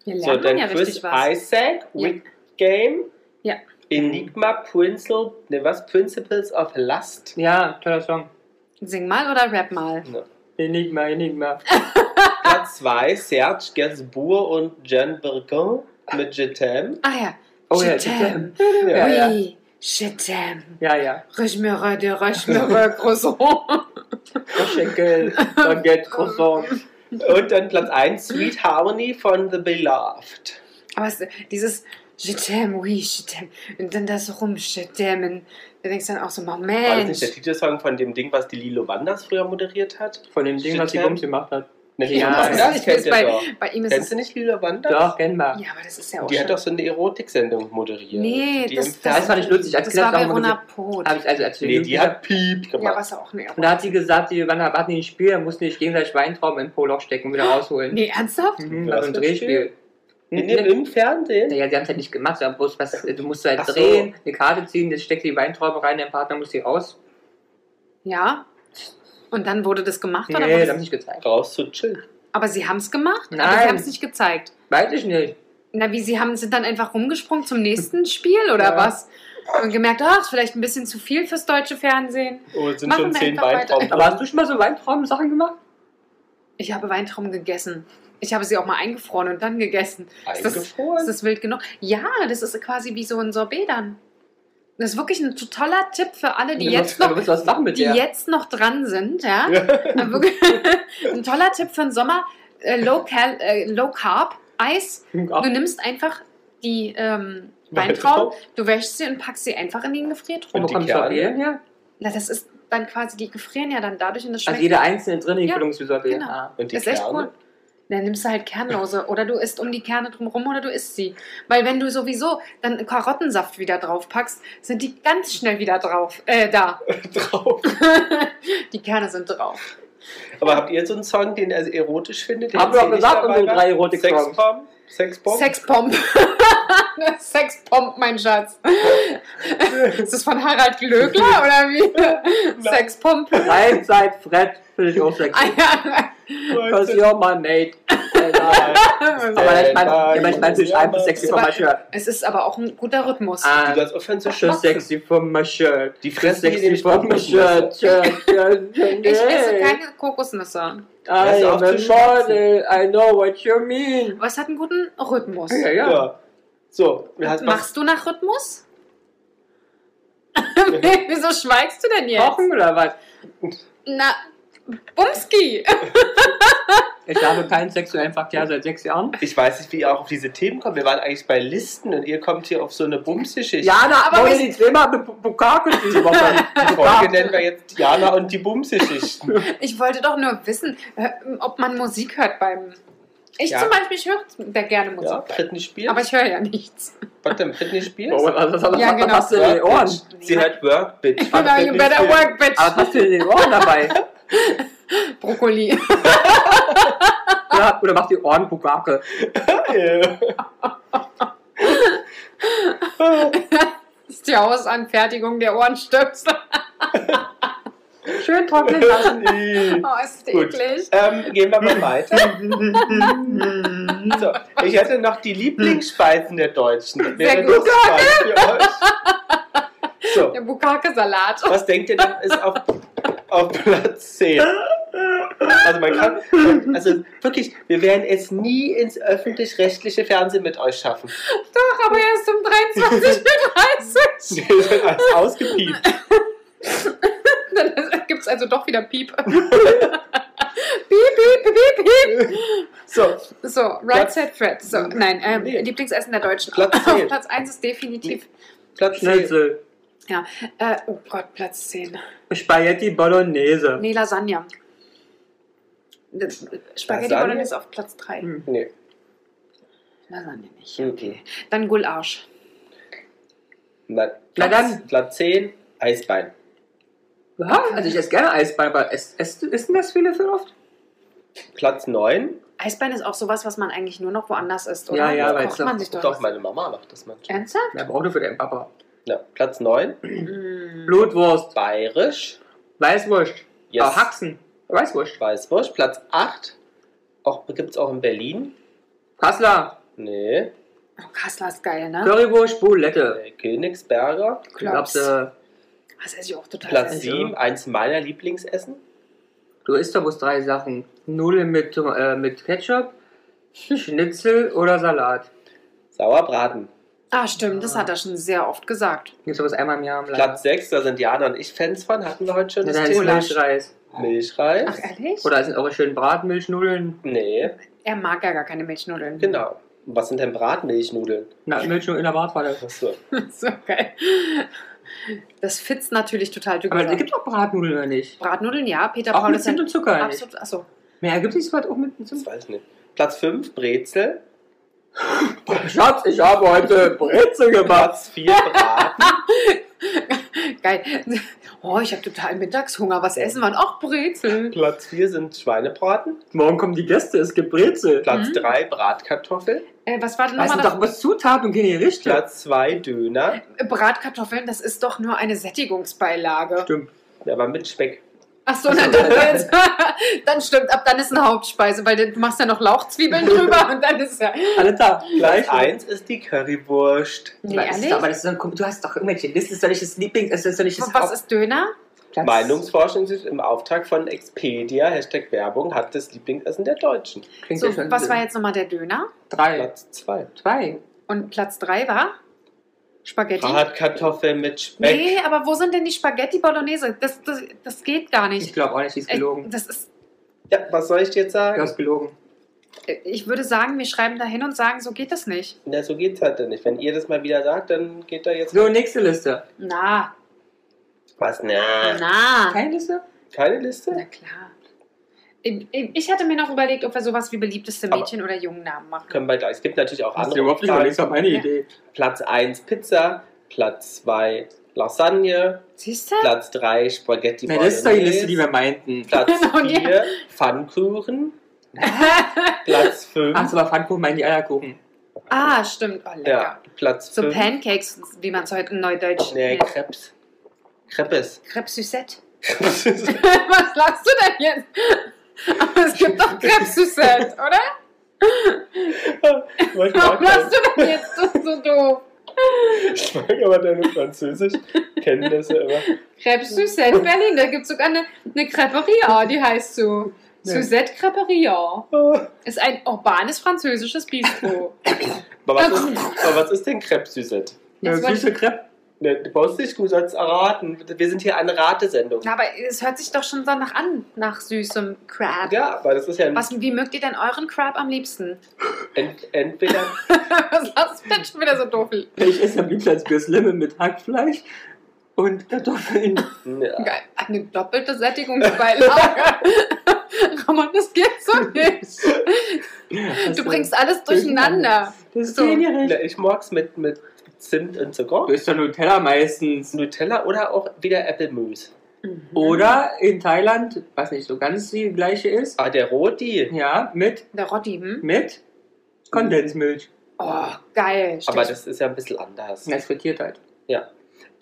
Speaker 2: Hier lernt
Speaker 1: So,
Speaker 2: man
Speaker 1: dann
Speaker 2: ja
Speaker 1: Chris
Speaker 2: richtig was.
Speaker 1: Isaac,
Speaker 2: Ja.
Speaker 1: Wick Game,
Speaker 2: Ja.
Speaker 1: Enigma, Principle, ne, was? Principles of Lust.
Speaker 3: Ja, toller Song.
Speaker 2: Sing mal oder rap mal.
Speaker 3: Enigma, Enigma.
Speaker 1: Platz 2, Serge Gainsbourg und Jeanne Bergin mit Jetem.
Speaker 2: Ah ja.
Speaker 3: Oh ja,
Speaker 2: Jetem.
Speaker 3: Ja, ja.
Speaker 2: Oui, jetem.
Speaker 3: Ja, ja.
Speaker 2: Röchmere
Speaker 1: [laughs]
Speaker 2: de Röchmere Croissant.
Speaker 3: Schenkel, Baguette, Croissant.
Speaker 1: Und dann Platz 1, Sweet Harmony von The Beloved.
Speaker 2: Aber es, dieses jetem, oui, jetem. Und dann das rum, jetem. Da denkst du dann auch so,
Speaker 1: War das nicht der
Speaker 2: Mensch.
Speaker 1: Titelsong von dem Ding, was die Lilo Wanders früher moderiert hat?
Speaker 3: Von dem Ding, was die
Speaker 1: Shit,
Speaker 3: Bums gemacht hat.
Speaker 1: Na, Lila
Speaker 2: [laughs]
Speaker 3: Ja,
Speaker 1: Wanda,
Speaker 2: das ist-
Speaker 1: ich kennt ihr
Speaker 2: bei,
Speaker 1: doch.
Speaker 2: bei ihm ist
Speaker 1: Kennst
Speaker 2: es.
Speaker 1: du nicht Lila Wanda?
Speaker 3: Doch, Genbar.
Speaker 2: Ja, aber das ist ja auch
Speaker 1: Die
Speaker 2: schon.
Speaker 1: hat doch so eine Erotik-Sendung moderiert.
Speaker 2: nee,
Speaker 1: die im
Speaker 2: das,
Speaker 1: Fernsehen-
Speaker 3: das fand ich lustig. Als
Speaker 2: das
Speaker 3: Kind
Speaker 2: war
Speaker 3: hab ich auch immer
Speaker 2: Verona Poth.
Speaker 3: Hab ich also als
Speaker 1: Nee, die hat
Speaker 3: Jugendlicher-
Speaker 1: Piep
Speaker 2: Ja,
Speaker 1: gemacht.
Speaker 2: was auch eine
Speaker 3: Und da hat sie gesagt, die Wanne hatten ein Spiel, da musste ich gegenseitig Weintrauben im Poloch stecken und wieder rausholen.
Speaker 2: Nee, ernsthaft?
Speaker 3: Mhm,
Speaker 1: Was
Speaker 3: war so ein
Speaker 1: für ein
Speaker 3: Drehspiel.
Speaker 1: In
Speaker 2: ne-
Speaker 1: dem, Im Fernsehen?
Speaker 3: Naja, sie haben es halt nicht gemacht, sondern bloß was, du musst halt
Speaker 1: Ach so.
Speaker 3: drehen, eine Karte ziehen, jetzt steckst du die Weintraube rein, dein Partner muss sie raus.
Speaker 2: Ja. Und dann wurde das gemacht? Oder
Speaker 3: Nee, das
Speaker 2: was?
Speaker 3: haben sie nicht gezeigt.
Speaker 1: Raus zu chillen.
Speaker 2: Aber sie haben es gemacht? Aber
Speaker 3: Nein.
Speaker 2: sie haben es nicht gezeigt.
Speaker 3: Weiß ich nicht.
Speaker 2: Na, wie, sie haben, sind dann einfach rumgesprungen zum
Speaker 3: [laughs]
Speaker 2: nächsten Spiel oder
Speaker 3: Ja.
Speaker 2: was? Und gemerkt, ach, ist vielleicht ein bisschen zu viel fürs deutsche Fernsehen.
Speaker 1: Oh, es sind
Speaker 2: Machen
Speaker 1: schon
Speaker 2: wir
Speaker 1: zehn
Speaker 2: einfach weiter.
Speaker 1: Weintrauben.
Speaker 3: Aber hast du schon mal so Weintrauben-Sachen gemacht?
Speaker 2: Ich habe Weintrauben gegessen. Ich habe sie auch mal eingefroren und dann gegessen. Ist das, ist
Speaker 1: eingefroren.
Speaker 2: das wild genug? Ja, das ist quasi wie so ein Sorbet dann. Das ist wirklich ein totaler Tipp für alle, die jetzt
Speaker 3: Aber [laughs]
Speaker 2: noch
Speaker 3: was sollst Also, du machen mit
Speaker 2: die
Speaker 3: der?
Speaker 2: jetzt noch dran sind, [laughs] ja. Äh, wirklich- ein toller Tipp für den Sommer: äh, Low, Cal äh, Low Carb Eis.
Speaker 3: Ach,
Speaker 2: Du nimmst einfach die ähm,
Speaker 1: [laughs] Weintrauben?
Speaker 2: Weintrauben, du wäschst sie und packst sie einfach in den Gefriertruhe.
Speaker 3: wo
Speaker 1: die
Speaker 3: kommt
Speaker 1: Kerne?
Speaker 3: Sorbet her?
Speaker 2: Na, das ist dann quasi die gefrieren ja dann dadurch und das schmeckt.
Speaker 3: Also jeder einzelne drin, die
Speaker 2: Ja,
Speaker 3: Füllung zu Sorbet.
Speaker 2: genau.
Speaker 3: Ah.
Speaker 1: Und die
Speaker 2: ist echt
Speaker 1: Kerne?
Speaker 2: cool. Dann nimmst du halt kernlose oder du isst um die Kerne drumherum oder du isst sie. Weil wenn du sowieso dann Karottensaft wieder draufpackst, sind die ganz schnell wieder drauf. Äh, da.
Speaker 1: [laughs] Drauf.
Speaker 2: die Kerne sind drauf.
Speaker 1: Aber habt ihr so einen Song, den ihr erotisch findet? den
Speaker 3: Haben wir
Speaker 1: ihr
Speaker 3: doch
Speaker 1: nicht
Speaker 3: gesagt,
Speaker 1: dabei
Speaker 3: unsere
Speaker 1: war?
Speaker 3: drei rote Songs.
Speaker 1: Sexbomb? Sexbomb?
Speaker 2: Sexpomp. Sexpomp, [laughs] mein Schatz. Ist das von Harald Glöckler oder wie?
Speaker 1: Nein.
Speaker 2: Sexpomp.
Speaker 3: Nein, seit Fred finde ich auch
Speaker 2: Ah,
Speaker 3: sexy.
Speaker 2: ja.
Speaker 3: Cause you're my mate. Alter. aber ich meine, ja, aber ich meine, sie schreiben das sexy for my shirt.
Speaker 2: Es ist aber auch ein guter Rhythmus.
Speaker 1: Du
Speaker 3: Ah,
Speaker 1: das offensiv
Speaker 3: das sexy for my shirt.
Speaker 1: Die
Speaker 3: Das
Speaker 1: fressen die
Speaker 3: sexy
Speaker 1: nämlich
Speaker 3: for my shirt. shirt, shirt, shirt,
Speaker 2: Ich esse
Speaker 3: shirt.
Speaker 2: keine Kokosnüsse.
Speaker 3: I am a model. I know what you mean.
Speaker 2: Aber es hat einen guten Rhythmus.
Speaker 3: Ja,
Speaker 1: Ja.
Speaker 3: ja.
Speaker 1: So, wir hast was.
Speaker 2: Machst du nach Rhythmus? [laughs] Wieso schweigst du denn jetzt?
Speaker 3: Kochen oder was?
Speaker 2: Na, Bumski!
Speaker 3: Ich habe keinen sexuellen Verkehr seit sechs Jahren.
Speaker 1: Ich weiß nicht, wie ihr auch auf diese Themen kommt. Wir waren eigentlich bei Listen und ihr kommt hier auf so eine Bumsgeschichte.
Speaker 3: Jana,
Speaker 2: Aber
Speaker 3: aber wollen
Speaker 2: ich-
Speaker 3: die zweimal mit Bu- Bukake diese Woche?
Speaker 1: Die Folge nennen wir jetzt Jana und die
Speaker 2: [laughs]
Speaker 1: Bumsgeschichten.
Speaker 2: Ich wollte doch nur wissen, äh, ob man Musik hört beim. Ich
Speaker 1: Ja.
Speaker 2: zum Beispiel, ich höre sehr gerne Musik.
Speaker 1: Ja, Britney Spears.
Speaker 2: Aber ich höre ja nichts.
Speaker 1: Was denn, Britney Spears?
Speaker 3: Oh, was, was, was,
Speaker 2: Ja,
Speaker 3: was
Speaker 2: genau.
Speaker 3: hast du in den Ohren?
Speaker 1: Work, bitch. Sie hört Work, bitch. von
Speaker 2: Genau, you
Speaker 1: Britney
Speaker 2: better
Speaker 1: Spears.
Speaker 2: work, bitch.
Speaker 3: Aber was hast du in den Ohren dabei?
Speaker 2: Brokkoli.
Speaker 1: [laughs]
Speaker 3: Ja, oder mach die Ohren Bukake.
Speaker 2: Das ist die Hausanfertigung der Ohrenstöpsel.
Speaker 3: Schön trocknen lassen.
Speaker 1: Äh,
Speaker 2: Oh, ist
Speaker 1: [laughs]
Speaker 2: das
Speaker 1: Gut.
Speaker 2: eklig.
Speaker 1: ähm, gehen wir mal
Speaker 2: [laughs]
Speaker 1: weiter. So, ich hätte noch die Lieblingsspeisen der Deutschen. Das wäre
Speaker 2: Sehr
Speaker 1: das
Speaker 2: gut.
Speaker 1: Speis für euch. So,
Speaker 2: Der Bukake-Salat.
Speaker 1: was denkt ihr denn ist auf, auf Platz 10? Also man kann, also wirklich, wir werden es nie ins öffentlich-rechtliche Fernsehen mit euch schaffen.
Speaker 2: Doch, aber erst um 23.30 Uhr.
Speaker 1: Das wird alles ausgepiept.
Speaker 2: Dann gibt es also doch wieder
Speaker 1: [laughs]
Speaker 2: Piep. piep, piep, piep, piep.
Speaker 1: So,
Speaker 2: So, Right
Speaker 1: Platz-
Speaker 2: Side Fred. So, nein, ähm,
Speaker 1: Nee.
Speaker 2: Lieblingsessen der Deutschen.
Speaker 1: Platz
Speaker 2: Auf
Speaker 1: zehn.
Speaker 2: Platz 1 ist definitiv.
Speaker 1: Platz 10.
Speaker 3: Schnitzel.
Speaker 2: Äh, oh Gott, Platz 10.
Speaker 3: Spaghetti Bolognese.
Speaker 2: Nee, Lasagne. Das- äh, Spaghetti
Speaker 1: Lasagne?
Speaker 2: Bolognese auf Platz 3.
Speaker 3: Hm,
Speaker 1: Nee.
Speaker 2: Lasagne nicht.
Speaker 1: Okay.
Speaker 2: Dann Gulasch.
Speaker 1: Nein.
Speaker 3: Na dann.
Speaker 1: Platz 10, Eisbein.
Speaker 3: Was? Also ich esse gerne Eisbein, aber es- es- essen das viele für oft?
Speaker 1: Platz 9,
Speaker 2: Eisbein ist auch sowas, was man eigentlich nur noch woanders isst, oder?
Speaker 3: Ja, ja,
Speaker 2: Da
Speaker 3: weil
Speaker 2: kocht
Speaker 3: es-
Speaker 2: man sich doch.
Speaker 1: doch,
Speaker 2: was.
Speaker 1: meine Mama macht das manchmal.
Speaker 2: Ernsthaft?
Speaker 3: Ja, brauchst du für deinen Papa.
Speaker 1: Ja, Platz 9,
Speaker 3: Hm.
Speaker 2: Mm.
Speaker 3: Blutwurst,
Speaker 1: Bayerisch,
Speaker 3: Weißwurst,
Speaker 1: Yes.
Speaker 3: aber Haxen, Weißwurst,
Speaker 1: Weißwurst. Platz 8, auch, gibt es auch in Berlin.
Speaker 3: Kassler,
Speaker 1: Nee,
Speaker 2: Oh, Kassler ist geil, ne?
Speaker 3: Currywurst, Boulette, äh,
Speaker 1: äh, Königsberger.
Speaker 2: Klops.
Speaker 3: Klapse.
Speaker 2: Das esse ich auch total.
Speaker 1: Platz
Speaker 2: gerne.
Speaker 3: Also-
Speaker 1: 7, eins meiner Lieblingsessen.
Speaker 3: Du isst doch bloß drei Sachen. Nudeln mit, Tom- äh, mit Ketchup, Schnitzel oder Salat.
Speaker 1: Sauerbraten.
Speaker 2: Ah, stimmt, das hat er schon sehr oft gesagt.
Speaker 3: Gibt's sowas einmal im Jahr im
Speaker 1: Platz 6, da sind Jana und ich Fans von. Hatten wir heute schon
Speaker 3: Ja,
Speaker 1: das
Speaker 3: dann ist
Speaker 1: Thema.
Speaker 3: Milchreis.
Speaker 2: Ach,
Speaker 1: Milchreis.
Speaker 2: ehrlich?
Speaker 3: Oder sind eure schönen Bratmilchnudeln?
Speaker 1: Nee,
Speaker 2: er mag ja gar keine Milchnudeln.
Speaker 1: genau. Was sind denn Bratmilchnudeln?
Speaker 3: Na, Milchnudeln in der Bratpfanne.
Speaker 1: Achso.
Speaker 2: [laughs] so geil. Das fitzt natürlich total. Du
Speaker 3: Aber es
Speaker 2: gesagt.
Speaker 3: gibt doch Bratnudeln oder nicht?
Speaker 2: Bratnudeln, ja. Peter
Speaker 3: Auch
Speaker 2: Paul
Speaker 3: mit
Speaker 2: ist
Speaker 3: Zimt
Speaker 2: ein
Speaker 3: und Zucker. nicht?
Speaker 2: absolut. Achso,
Speaker 3: Mehr gibt es gerade auch mit
Speaker 1: Das
Speaker 3: zum
Speaker 1: weiß ich nicht. Platz 5, Brezel.
Speaker 3: Schatz, ich habe heute Brezel gemacht.
Speaker 1: Platz 4,
Speaker 3: [laughs]
Speaker 1: Braten.
Speaker 2: Geil. Oh, ich habe total Mittagshunger. Was essen wir? denn? Ach, Brezel.
Speaker 1: Platz 4 sind Schweinebraten.
Speaker 3: Morgen kommen die Gäste, es gibt Brezel.
Speaker 1: Platz
Speaker 2: Mhm.
Speaker 1: 3, Bratkartoffel.
Speaker 2: Äh, was war denn
Speaker 3: Weißt du
Speaker 2: nochmal
Speaker 3: doch,
Speaker 2: das?
Speaker 3: was Zutaten gehen hier richtig.
Speaker 1: Platz 2, Döner.
Speaker 2: Bratkartoffeln, das ist doch nur eine Sättigungsbeilage.
Speaker 3: Stimmt.
Speaker 1: Ja, aber mit Speck.
Speaker 2: Ach so,
Speaker 3: Also,
Speaker 2: na,
Speaker 3: [laughs] äh.
Speaker 2: dann, jetzt, [laughs] dann stimmt, ab dann ist eine Hauptspeise, weil du machst ja noch
Speaker 3: [laughs]
Speaker 2: Lauchzwiebeln drüber und dann ist ja...
Speaker 3: Alle da.
Speaker 1: Platz
Speaker 3: Gleich.
Speaker 1: 1 ist die Currywurst.
Speaker 2: Nee,
Speaker 3: aber, das ist,
Speaker 2: ehrlich?
Speaker 3: doch- aber das ist doch, du hast doch irgendwelche Listen, das ist doch nicht das Lieblings, das ist doch nicht das
Speaker 2: Was ist Döner?
Speaker 3: Hauptplatz.
Speaker 1: Meinungsforschung ist im Auftrag von Expedia, Hashtag Werbung, hat das Lieblingsessen der Deutschen.
Speaker 3: Klingt
Speaker 2: So,
Speaker 3: ja schon
Speaker 2: was war
Speaker 3: blöd.
Speaker 2: jetzt nochmal der Döner?
Speaker 3: Drei.
Speaker 1: Platz 2.
Speaker 3: Zwei.
Speaker 2: Und Platz 3 war Spaghetti?
Speaker 1: Bratkartoffel mit Speck.
Speaker 2: Nee, aber wo sind denn die Spaghetti Bolognese? Das, das, das geht gar
Speaker 3: Ich
Speaker 2: nicht.
Speaker 3: glaube auch nicht, die ist
Speaker 2: Ich,
Speaker 3: gelogen.
Speaker 2: das ist,
Speaker 1: Ja, was soll ich dir jetzt
Speaker 3: Du
Speaker 1: sagen?
Speaker 3: hast gelogen.
Speaker 2: äh, ich würde sagen, wir schreiben da hin und sagen, so geht das nicht.
Speaker 1: Na, so geht's halt dann nicht. Wenn ihr das mal wieder sagt, dann geht da jetzt
Speaker 3: So, nächste Liste.
Speaker 2: Na,
Speaker 1: was. Na,
Speaker 2: na.
Speaker 3: Keine Liste?
Speaker 1: keine
Speaker 2: Na
Speaker 1: Liste?
Speaker 2: klar. Ich, ich ich hatte mir noch überlegt, ob wir sowas wie beliebteste
Speaker 1: Aber-
Speaker 2: Mädchen- oder Jungennamen machen.
Speaker 1: Können wir gleich. Es gibt natürlich auch
Speaker 3: Hast du
Speaker 1: andere.
Speaker 3: überhaupt nicht
Speaker 1: Fragen.
Speaker 3: überlegt, habe eine
Speaker 2: Ja.
Speaker 3: Idee.
Speaker 1: Platz 1 Pizza, Platz 2 Lasagne,
Speaker 2: Siehst du?
Speaker 1: Platz 3 Spaghetti
Speaker 3: Na, das ist doch die Liste, die wir meinten.
Speaker 1: Platz
Speaker 2: [laughs] Genau, die-
Speaker 1: 4
Speaker 2: [laughs]
Speaker 1: Pfannkuchen, Platz 5
Speaker 3: Ach, so, aber Pfannkuchen meinen die Eierkuchen.
Speaker 2: Ah, stimmt. Oh, lecker.
Speaker 1: ja, Platz
Speaker 2: So
Speaker 1: 5
Speaker 2: Pancakes, wie man es heute in Neudeutsch
Speaker 1: Nee,
Speaker 2: nennt.
Speaker 1: Krebs.
Speaker 3: [laughs]
Speaker 1: Krebs.
Speaker 2: Crêpes Suzette. [laughs] Was lachst du denn jetzt? Aber es gibt doch Crêpes
Speaker 1: [laughs]
Speaker 2: Suzette, oder?
Speaker 1: ich, mag
Speaker 2: [laughs] Warum lachst
Speaker 1: dein,
Speaker 2: du denn jetzt so, so doof?
Speaker 1: ich mag aber deine Französisch-Kenntnisse immer.
Speaker 2: Crêpes Suzette Berlin, da gibt es sogar eine, eine Creperia, die heißt so.
Speaker 3: Nee.
Speaker 2: Suzette Creperia.
Speaker 1: Aber
Speaker 2: Ist ein urbanes französisches Bistro.
Speaker 1: was ist, aber was ist denn Krebs-Süßet?
Speaker 3: Ja,
Speaker 2: Jetzt wollte
Speaker 3: süße Crepe.
Speaker 1: Ne, Du brauchst nicht, du sollst erraten. Wir sind hier eine Ratesendung.
Speaker 2: Na, aber es hört sich doch schon danach an, nach süßem Crab.
Speaker 1: Ja, aber das ist ja ein,
Speaker 2: Was, wie mögt ihr denn euren Crab am liebsten? [laughs]
Speaker 1: ent, entweder.
Speaker 2: Was lachst du denn schon wieder so doof?
Speaker 3: Ich esse am liebsten als Bier mit Hackfleisch und
Speaker 2: [laughs]
Speaker 3: Kartoffeln.
Speaker 1: Ne,
Speaker 2: Geil. Eine doppelte Sättigungsbeilage. [laughs] Ramon, das geht so nicht. Du bringst alles durcheinander.
Speaker 3: Das ist
Speaker 2: So.
Speaker 3: so. nicht.
Speaker 1: ne, ich mag's mit, mit Zimt und
Speaker 3: Du
Speaker 1: Zucker.
Speaker 3: isst doch Nutella meistens.
Speaker 1: Nutella oder auch wieder Äpfelmus.
Speaker 3: Oder in Thailand, was nicht so ganz die gleiche ist.
Speaker 1: Ah, der Roti.
Speaker 3: Ja, mit,
Speaker 2: Der Rotti, hm?
Speaker 3: mit Kondensmilch.
Speaker 2: Oh, geil.
Speaker 1: Aber das ist ja ein bisschen anders.
Speaker 3: Das frittiert halt.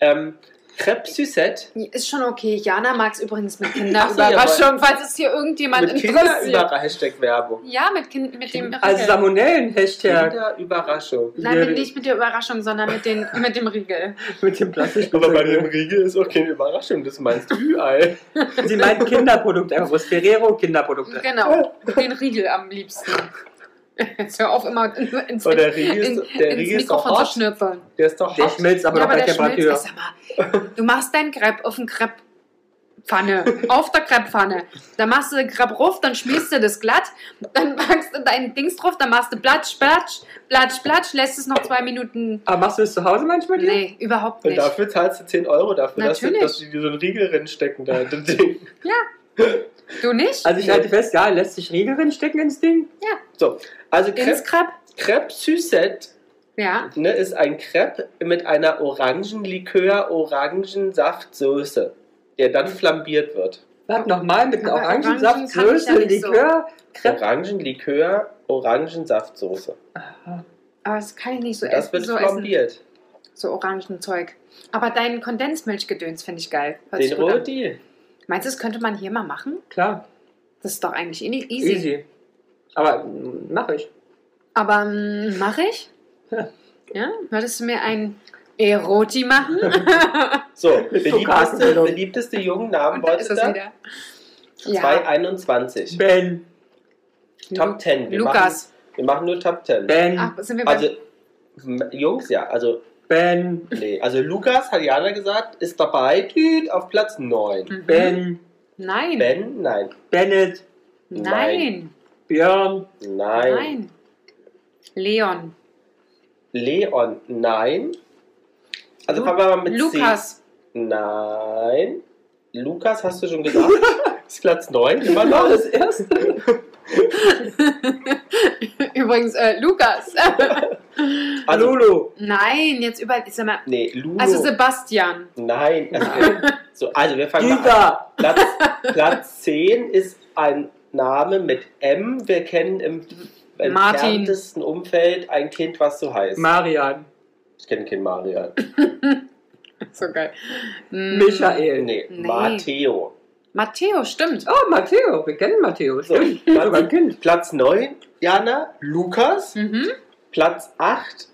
Speaker 1: Ähm, Crêpe Suzette
Speaker 2: ist schon okay. Jana mag es
Speaker 1: [laughs]
Speaker 2: übrigens mit
Speaker 1: Ach so, ja,
Speaker 2: Kinderüberraschung, falls es hier irgendjemand
Speaker 1: mit
Speaker 2: interessiert.
Speaker 1: Kinderüber Hashtag Werbung.
Speaker 2: Ja, mit, kind, mit dem
Speaker 3: Also
Speaker 2: Riegel.
Speaker 3: Salmonellen-Hashtag.
Speaker 1: Kinderüberraschung.
Speaker 2: Nein, mit, nicht mit der Überraschung, sondern mit, den, mit dem Riegel.
Speaker 3: Mit dem Plastik.
Speaker 1: Riegel ist auch keine Überraschung, das meinst du Ü-Ei.
Speaker 3: Sie meinten Kinderprodukte, einfach bloß Ferrero Kinderprodukte.
Speaker 2: Genau, den Riegel am liebsten. Jetzt hör auf immer ins, ins,
Speaker 1: Und der Riegel
Speaker 2: in,
Speaker 1: ist, der
Speaker 2: ins
Speaker 1: Riegel ist doch
Speaker 2: Mikrofon zu
Speaker 1: hart.
Speaker 2: schnüffeln.
Speaker 1: Der ist doch
Speaker 3: Der
Speaker 1: hart.
Speaker 3: schmilzt aber
Speaker 2: ja,
Speaker 3: noch
Speaker 2: aber
Speaker 3: bei
Speaker 2: der schmilzt,
Speaker 3: Temperatur.
Speaker 2: ist aber, du machst deinen Crepe auf den Crepe-Pfanne, auf der Crepe-Pfanne. Dann machst du den Crepe ruf, dann schmierst du das glatt, dann packst du dein Dings drauf, dann machst du platsch, platsch, platsch, platsch, lässt es noch zwei Minuten.
Speaker 3: Aber machst du das zu Hause manchmal? dir?
Speaker 2: Nee, überhaupt
Speaker 1: Und
Speaker 2: nicht.
Speaker 1: dafür zahlst du 10 Euro dafür, dass, du,
Speaker 2: Natürlich.
Speaker 1: dass die dir so einen Riegel reinstecken da in das Ding.
Speaker 2: Du nicht?
Speaker 3: Also ich halte fest, ja, lässt sich Riegel reinstecken ins Ding.
Speaker 1: So, also Crêpe,
Speaker 2: Ins Crepe?
Speaker 1: Crêpe Suzette
Speaker 2: Ja.
Speaker 1: ne, ist ein Crepe mit einer Orangenlikör, Orangensaftsoße, der
Speaker 2: Mhm.
Speaker 1: dann flambiert wird.
Speaker 3: Warte nochmal mit einem
Speaker 2: Aber
Speaker 3: Orangensaft,
Speaker 2: Orangen kann ich ja
Speaker 3: Soße,
Speaker 2: nicht so.
Speaker 3: Likör. Crepe.
Speaker 1: Orangenlikör, Orangensaftsoße.
Speaker 3: Aha.
Speaker 2: Aber das kann ich nicht so
Speaker 1: Das
Speaker 2: essen.
Speaker 1: wird
Speaker 2: so essen.
Speaker 1: flambiert.
Speaker 2: So Orangenzeug. Aber dein Kondensmilchgedöns finde ich geil. Hört sich
Speaker 1: Den
Speaker 2: gut an.
Speaker 1: Roti.
Speaker 2: Meinst du, das könnte man hier mal machen?
Speaker 3: Klar,
Speaker 2: Das ist doch eigentlich eh nicht
Speaker 3: easy.
Speaker 2: easy.
Speaker 3: easy. Aber mm, mach ich.
Speaker 2: Aber ähm, mache
Speaker 1: [laughs]
Speaker 2: ich?
Speaker 3: Ja.
Speaker 2: Ja? Würdest du mir ein
Speaker 1: [laughs]
Speaker 2: Eroti machen? [laughs]
Speaker 1: So, beliebteste,
Speaker 3: Kartenbildung.
Speaker 1: beliebteste Jugendnamen
Speaker 2: Und da
Speaker 1: wolltest
Speaker 2: ist
Speaker 1: du?
Speaker 2: es
Speaker 1: da?
Speaker 2: wieder.
Speaker 1: 221.
Speaker 3: Ben.
Speaker 1: Top 10. Wir
Speaker 2: Lukas.
Speaker 1: Machen, wir machen nur Top 10.
Speaker 3: Ben.
Speaker 2: Ach, sind wir bei
Speaker 1: Also, m- Jungs, ja, also,
Speaker 3: Ben.
Speaker 1: nee, also Lukas, hat Jana gesagt, ist dabei, tüt, auf Platz 9.
Speaker 2: Mhm.
Speaker 3: Ben.
Speaker 2: Nein.
Speaker 1: Ben, nein,
Speaker 3: Bennett.
Speaker 2: Nein.
Speaker 3: Björn.
Speaker 1: nein.
Speaker 2: Nein. Leon.
Speaker 1: Leon, nein. Also
Speaker 2: Lu-
Speaker 1: fangen wir mal mit C.
Speaker 2: Lukas. [laughs] [laughs]
Speaker 1: Nein. Lukas hast du schon gesagt. Ist Platz 9 immer
Speaker 3: Genau
Speaker 1: noch.
Speaker 3: das erste.
Speaker 2: Übrigens, äh, Lukas. [laughs]
Speaker 1: Also,
Speaker 3: Lulu.
Speaker 2: Nein, jetzt über. Ich sag mal,
Speaker 1: nee, Lulo.
Speaker 2: also Sebastian. [laughs]
Speaker 1: Nein. Also, so, also wir fangen mal an.
Speaker 3: Dieter.
Speaker 1: Platz, Platz 10 ist ein Name mit M. Wir kennen im
Speaker 2: Martin.
Speaker 1: entferntesten Umfeld ein Kind, was so heißt.
Speaker 3: Marian.
Speaker 1: ich kenne kein Marian.
Speaker 2: So geil. Mm,
Speaker 3: Michael.
Speaker 1: Nee,
Speaker 2: Nee.
Speaker 1: Matteo.
Speaker 2: Matteo, stimmt.
Speaker 3: Oh, Matteo. Wir kennen Matteo. [laughs]
Speaker 1: So,
Speaker 3: Stimmt. Sogar ein Kind. Hm.
Speaker 1: Platz 9, Jana, Lukas.
Speaker 2: Mhm.
Speaker 1: Platz 8,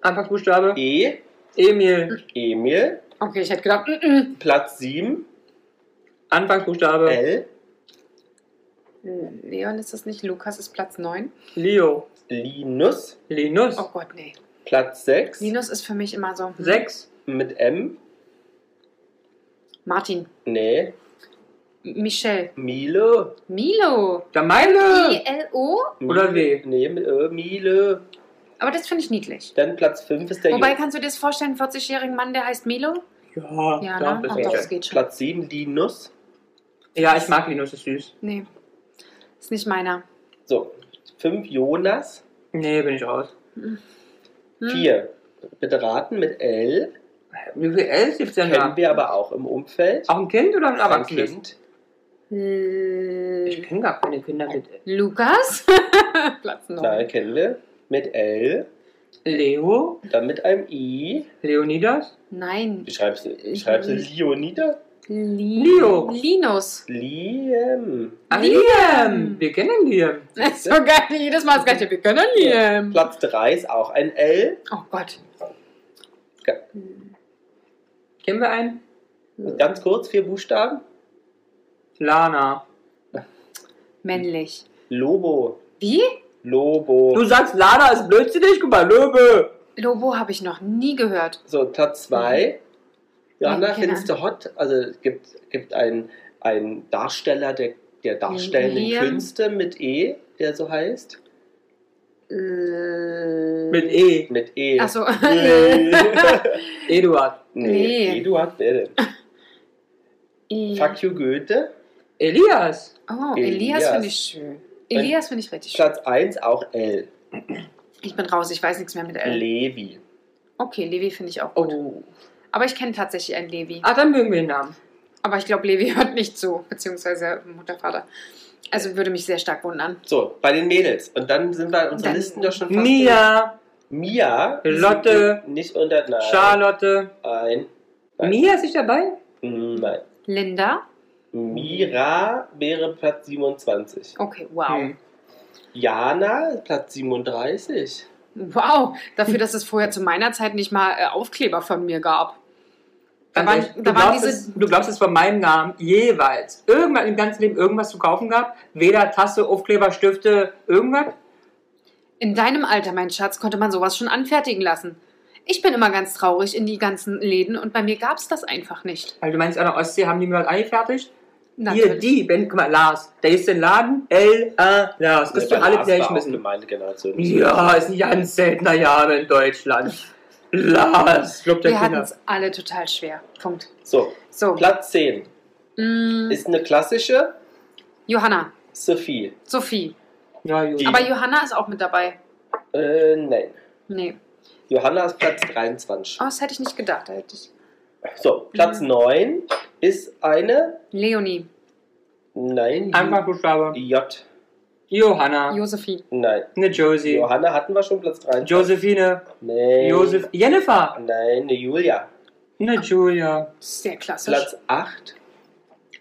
Speaker 3: Anfangsbuchstabe.
Speaker 1: E,
Speaker 3: Emil.
Speaker 1: Emil.
Speaker 2: Okay, ich hätte gedacht, mm -mm.
Speaker 1: Platz 7,
Speaker 3: Anfangsbuchstabe.
Speaker 1: L,
Speaker 2: mm. Leon ist das nicht, Lukas ist Platz 9.
Speaker 3: Leo.
Speaker 1: Linus.
Speaker 3: Linus.
Speaker 2: Oh Gott, nee.
Speaker 1: Platz 6,
Speaker 2: Linus ist für mich immer so. hm.
Speaker 3: Sechs.
Speaker 1: mit M.
Speaker 2: Martin.
Speaker 1: Nee,
Speaker 2: M- Michelle.
Speaker 1: Milo.
Speaker 2: Milo.
Speaker 3: Der meine.
Speaker 2: I-L-O.
Speaker 3: Oder W.
Speaker 1: Nee, mit Ö, Milo.
Speaker 2: Aber das finde ich niedlich.
Speaker 1: Dann Platz 5 ist der
Speaker 2: Wobei,
Speaker 1: Junge.
Speaker 2: kannst du dir das vorstellen, 40-jährigen Mann, der heißt Milo?
Speaker 3: Ja,
Speaker 2: Ja,
Speaker 3: doch,
Speaker 2: ne?
Speaker 3: das
Speaker 2: Ach,
Speaker 3: geht
Speaker 2: doch,
Speaker 3: schon.
Speaker 2: das geht schon.
Speaker 1: Platz 7, Linus.
Speaker 3: Ja, ich mag Linus, ist süß.
Speaker 2: Nee. Ist nicht meiner.
Speaker 1: So, 5, Jonas.
Speaker 3: Nee, bin ich raus.
Speaker 2: Hm?
Speaker 1: 4, bitte raten, mit L.
Speaker 3: Wie viel Ls gibt's denn
Speaker 1: Kennen
Speaker 3: da?
Speaker 1: wir aber auch im Umfeld.
Speaker 3: Auch ein Kind oder ein
Speaker 1: Ein
Speaker 3: Erwachsenes?
Speaker 1: Kind.
Speaker 3: Ich
Speaker 2: L-
Speaker 3: kenne gar keine Kinder mit L.
Speaker 2: Lukas? [laughs] Platz 9.
Speaker 1: Nein, kennen wir. Mit L,
Speaker 3: Leo?
Speaker 1: dann mit einem I.
Speaker 3: Leonidas?
Speaker 2: Nein.
Speaker 1: Wie schreibst du? wie Schreibst du Leonida?
Speaker 2: Li
Speaker 3: Leo.
Speaker 2: Linus. [laughs]
Speaker 1: Liam.
Speaker 3: Ach,
Speaker 2: Liam.
Speaker 3: Liam! Wir kennen Liam.
Speaker 2: Das ist so geil. Jedes Mal das gleiche. Wir können Liam.
Speaker 1: Platz 3 ist auch ein L.
Speaker 2: Oh Gott.
Speaker 1: Ge-
Speaker 3: Kennen wir einen?
Speaker 2: Hm.
Speaker 1: Ganz kurz, vier Buchstaben.
Speaker 3: Lana.
Speaker 2: Männlich.
Speaker 1: Lobo.
Speaker 2: Wie?
Speaker 1: Lobo.
Speaker 3: Du sagst, Lana ist blödsinnig, guck mal, Löwe!
Speaker 2: Lobo habe ich noch nie gehört.
Speaker 1: So, Platz 2.
Speaker 3: Mhm.
Speaker 1: Johanna,
Speaker 2: Nee, keine
Speaker 3: genau.
Speaker 1: findest du hot? Also es gibt, gibt einen, einen Darsteller der, der darstellenden
Speaker 2: Liam.
Speaker 1: Künste mit E, der so heißt.
Speaker 3: Mit
Speaker 2: Mit
Speaker 3: E.
Speaker 1: Mit E.
Speaker 2: Achso.
Speaker 1: [laughs]
Speaker 2: [laughs]
Speaker 3: [laughs]
Speaker 1: nee,
Speaker 3: Eduard.
Speaker 2: Nee.
Speaker 1: nee. Eduard, wer denn? Fuck you, Goethe.
Speaker 3: Elias.
Speaker 2: Oh,
Speaker 1: Elias.
Speaker 2: Elias finde ich schön. Elias finde ich richtig schön.
Speaker 1: Platz 1 auch L.
Speaker 2: Ich bin raus, ich weiß nichts mehr mit L.
Speaker 1: Levi.
Speaker 2: Okay, Levi finde ich auch gut.
Speaker 3: Oh.
Speaker 2: Aber ich kenne tatsächlich einen Levi.
Speaker 3: Ach, dann mögen wir den Namen.
Speaker 2: Aber ich glaube, Levi [laughs] hört nicht zu, beziehungsweise Mutter, Vater. Also würde mich sehr stark wundern.
Speaker 1: So, bei den Mädels. Und dann sind wir unsere
Speaker 2: Dann-
Speaker 1: Listen doch schon fast.
Speaker 3: Mia.
Speaker 1: durch. Mia.
Speaker 3: Lotte.
Speaker 1: Nicht unter.
Speaker 2: Äh,
Speaker 1: Nein.
Speaker 3: Charlotte.
Speaker 1: Ein.
Speaker 3: Mia ist nicht dabei?
Speaker 1: Nein.
Speaker 2: Linda?
Speaker 1: Mira wäre Platz 27.
Speaker 2: Okay, wow.
Speaker 3: Hm.
Speaker 1: Jana, Platz 37.
Speaker 2: Wow, dafür, dass es vorher zu meiner Zeit nicht mal äh, Aufkleber von mir gab. Da
Speaker 3: Ganz
Speaker 2: waren,
Speaker 3: ehrlich,
Speaker 2: da
Speaker 3: Also,
Speaker 2: waren
Speaker 3: du, glaubst,
Speaker 2: diese.
Speaker 3: es, du glaubst es von meinem Namen jeweils. Irgendwann im ganzen Leben irgendwas zu kaufen gab. Weder Tasse, Aufkleber, Stifte, irgendwas.
Speaker 2: In deinem Alter, mein Schatz, konnte man sowas schon anfertigen lassen. Ich bin immer ganz traurig in die ganzen Läden und bei mir gab es das einfach nicht.
Speaker 3: Weil du meinst, an der Ostsee haben die mir was angefertigt? Hier,
Speaker 2: Natürlich.
Speaker 3: die, wenn, guck mal, Lars. Da ist der Laden L.A. Lars. Kriegst du alle
Speaker 1: Lars war auch
Speaker 3: gleichmissen.
Speaker 1: gemeine Generation.
Speaker 3: Ja, ist ein ganz seltener Jahre in Deutschland. Lars. Club der
Speaker 2: Wir hatten
Speaker 3: Kinder.
Speaker 2: es alle total schwer. Punkt.
Speaker 1: So,
Speaker 2: So.
Speaker 1: Platz 10
Speaker 2: Mm,
Speaker 1: ist eine klassische
Speaker 2: Johanna,
Speaker 1: Sophie.
Speaker 2: Sophie.
Speaker 3: Ja, gut.
Speaker 1: Die-
Speaker 2: Aber Johanna ist auch mit dabei.
Speaker 1: Äh, nein.
Speaker 2: Nee.
Speaker 1: Johanna ist Platz 23.
Speaker 2: Oh, das hätte ich nicht gedacht. Da hätte ich.
Speaker 1: So, Platz
Speaker 2: Mhm.
Speaker 1: 9 ist eine.
Speaker 2: Leonie,
Speaker 1: Nein.
Speaker 3: Anfangsbuchstabe.
Speaker 1: J.
Speaker 3: Johanna.
Speaker 2: Josephine,
Speaker 1: Nein.
Speaker 3: Eine Josie.
Speaker 1: Johanna hatten wir schon Platz 23.
Speaker 3: Josephine.
Speaker 1: Nein.
Speaker 3: Josef. Jennifer.
Speaker 1: Nein, eine Julia.
Speaker 3: Eine Julia.
Speaker 2: sehr klassisch.
Speaker 1: Platz 8.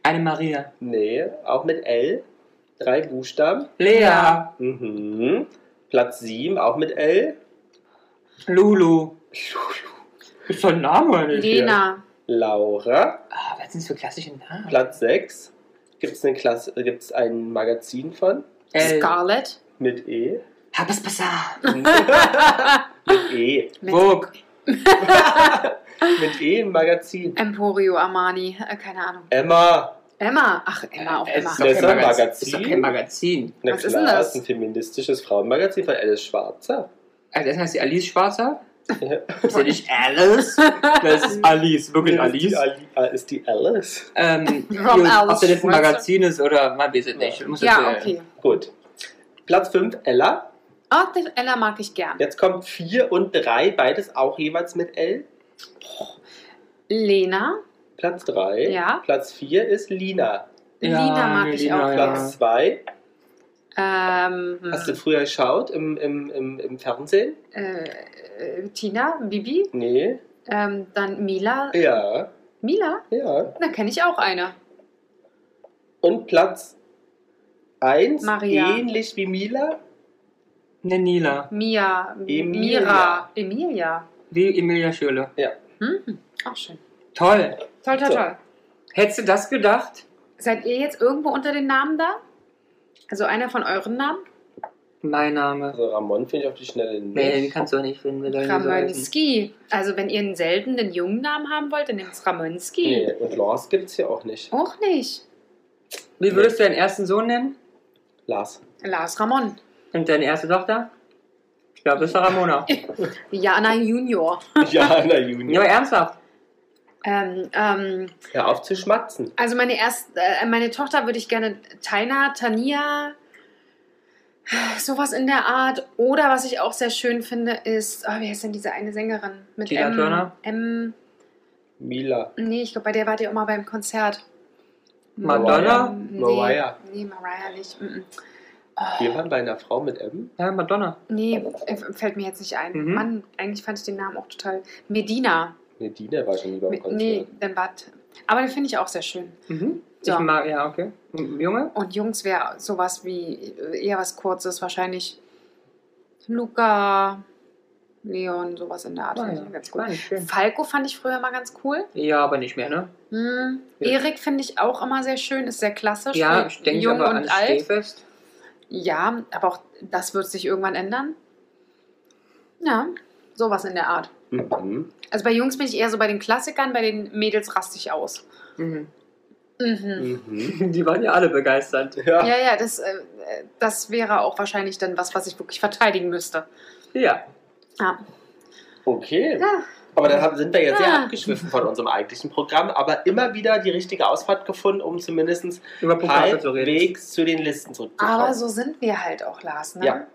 Speaker 3: Eine Maria.
Speaker 1: Nee, auch mit L. Drei Buchstaben.
Speaker 3: Lea.
Speaker 2: Ja.
Speaker 1: Mhm. Platz 7, auch mit L.
Speaker 3: Lulu. Ist doch ein Name oder nicht?
Speaker 2: Lena,
Speaker 1: Laura.
Speaker 3: Ah, was sind das für klassische Namen?
Speaker 1: Platz 6. Gibt es Klasse, äh, gibt's ein Magazin von?
Speaker 3: L.
Speaker 2: Scarlett,
Speaker 1: Mit
Speaker 2: [laughs]
Speaker 1: E.
Speaker 3: Habes Bazaar.
Speaker 1: mit E.
Speaker 2: mit
Speaker 3: Vogue.
Speaker 1: Mit E im Magazin.
Speaker 2: Emporio Armani, äh, keine Ahnung.
Speaker 1: Emma.
Speaker 2: Emma, ach, Emma auf
Speaker 3: Äh,
Speaker 2: Emma.
Speaker 1: doch kein Magazin. Magazin.
Speaker 3: Ist doch kein Magazin.
Speaker 1: Na
Speaker 2: Was ist
Speaker 1: klar,
Speaker 2: denn das?
Speaker 1: ein feministisches Frauenmagazin von Alice Schwarzer.
Speaker 3: Also erstmal ist die Alice Schwarzer. Ist ja nicht Alice?
Speaker 2: [laughs]
Speaker 3: Das ist Alice, wirklich Alice.
Speaker 1: Ist die, Ali Ah, ist die Alice?
Speaker 3: Ähm,
Speaker 2: Rob Alice
Speaker 3: ob das jetzt ein
Speaker 2: Schwarzer.
Speaker 3: Magazin ist oder man weiß es nicht. Muss jetzt,
Speaker 2: Ja,
Speaker 3: äh,
Speaker 2: okay.
Speaker 1: Gut. Platz 5, Ella.
Speaker 2: Oh, das Ella mag ich gern.
Speaker 1: Jetzt kommen 4 und 3, beides auch jeweils mit L.
Speaker 2: Lena.
Speaker 1: Platz 3.
Speaker 2: Ja.
Speaker 1: Platz 4 ist Lina.
Speaker 3: Ja,
Speaker 2: Lina mag ich
Speaker 3: Lina,
Speaker 2: auch
Speaker 3: ja.
Speaker 1: Platz 2,
Speaker 2: Ähm,
Speaker 1: hast du früher geschaut im, im, im, im Fernsehen?
Speaker 2: äh, äh, Tina, Bibi,
Speaker 1: Nee.
Speaker 2: ähm, dann Mila.
Speaker 1: Äh. Ja,
Speaker 2: Mila?
Speaker 1: ja.
Speaker 2: Da kenne ich auch eine.
Speaker 1: Und Platz 1,
Speaker 2: Maria.
Speaker 1: ähnlich wie Mila.
Speaker 3: Ne, Nila.
Speaker 2: Mia. M-
Speaker 1: Emilia.
Speaker 2: Mira. Emilia.
Speaker 3: Wie Emilia Schürle.
Speaker 2: Hm, auch schön.
Speaker 3: Toll.
Speaker 2: Toll, toll,
Speaker 1: So.
Speaker 2: toll.
Speaker 3: Hättest du das gedacht?
Speaker 2: Seid ihr jetzt irgendwo unter den Namen da? Also einer von euren Namen?
Speaker 3: Mein Name.
Speaker 1: Also Ramon finde ich auf die Schnelle nicht.
Speaker 3: Nee, den kannst du auch nicht finden. Wir sollen ihn so heißen.
Speaker 2: Ramonski. Also wenn ihr einen seltenen jungen Namen haben wollt, dann nehmt es Ramonski.
Speaker 1: nee, und Lars gibt es hier auch nicht.
Speaker 2: Auch nicht.
Speaker 3: Wie würdest du deinen ersten Sohn nennen?
Speaker 2: [laughs]
Speaker 1: Lars.
Speaker 2: Lars Ramon.
Speaker 3: Und deine erste Tochter? Ich glaube, das war
Speaker 2: [laughs]
Speaker 3: Ramona.
Speaker 2: Jana Junior.
Speaker 1: Ja, na Juni.
Speaker 3: Ja, aber ernsthaft.
Speaker 2: Ähm, ähm,
Speaker 1: Hör auf zu schmatzen.
Speaker 2: also meine erste, äh, meine Tochter würde ich gerne Taina, Tania, sowas in der Art. Oder was ich auch sehr schön finde, ist, oh, wie heißt denn diese eine Sängerin? Mit
Speaker 3: Tina
Speaker 2: M,
Speaker 3: Turner?
Speaker 2: M.
Speaker 1: Mila.
Speaker 2: Nee, ich glaube, bei der wart ihr auch mal beim Konzert.
Speaker 3: Madonna?
Speaker 2: Ähm, Nee,
Speaker 1: Mariah.
Speaker 2: Nee, Mariah nicht. Mm
Speaker 1: Wir waren bei einer Frau mit M.
Speaker 3: Ja, Madonna.
Speaker 2: Nee, f- fällt mir jetzt nicht ein.
Speaker 3: Mhm.
Speaker 2: Mann, eigentlich fand ich den Namen auch total. Medina.
Speaker 1: Ne, Dina war schon lieber im
Speaker 2: Me-
Speaker 1: Konzert.
Speaker 2: Nee, dann wart. Aber den finde ich auch sehr schön.
Speaker 3: Mhm.
Speaker 2: Ja.
Speaker 3: Ich mag, ja, okay. M- Junge?
Speaker 2: Und Jungs wäre sowas wie äh, eher was Kurzes, wahrscheinlich Luca, Leon, sowas in der Art.
Speaker 3: Ah,
Speaker 2: Finde
Speaker 3: ja.
Speaker 2: ich ganz
Speaker 3: War
Speaker 2: cool.
Speaker 3: nicht schön.
Speaker 2: Falco fand ich früher mal ganz cool.
Speaker 3: Ja, aber nicht mehr, ne?
Speaker 2: Hm.
Speaker 3: Ja.
Speaker 2: Erik finde ich auch immer sehr schön, ist sehr klassisch.
Speaker 3: Ja,
Speaker 2: für
Speaker 3: ich denke
Speaker 2: jung
Speaker 3: aber
Speaker 2: und
Speaker 3: an
Speaker 2: alt.
Speaker 3: Stehfest.
Speaker 2: Ja, aber auch das wird sich irgendwann ändern. Ja, sowas in der Art.
Speaker 1: Mhm.
Speaker 2: Also bei Jungs bin ich eher so bei den Klassikern, bei den Mädels raste ich aus.
Speaker 3: Mhm. [laughs]
Speaker 2: Mhm. [laughs]
Speaker 1: Mhm.
Speaker 3: Die waren ja alle begeistert.
Speaker 1: Ja.
Speaker 2: Ja, ja, das, äh, äh, das wäre auch wahrscheinlich dann was, was ich wirklich verteidigen müsste.
Speaker 3: Ja.
Speaker 2: Ja.
Speaker 1: Okay.
Speaker 2: ja.
Speaker 1: Aber dann haben- sind wir ja sehr
Speaker 2: Ja.
Speaker 1: abgeschwiffen von unserem eigentlichen Programm, aber immer wieder die richtige Ausfahrt gefunden, um zumindest
Speaker 3: Über
Speaker 2: Halt
Speaker 3: Pokale zu reden.
Speaker 1: halbwegs zu den Listen zurückzukommen.
Speaker 2: Aber so sind wir halt auch, Lars. Ne?
Speaker 1: Ja.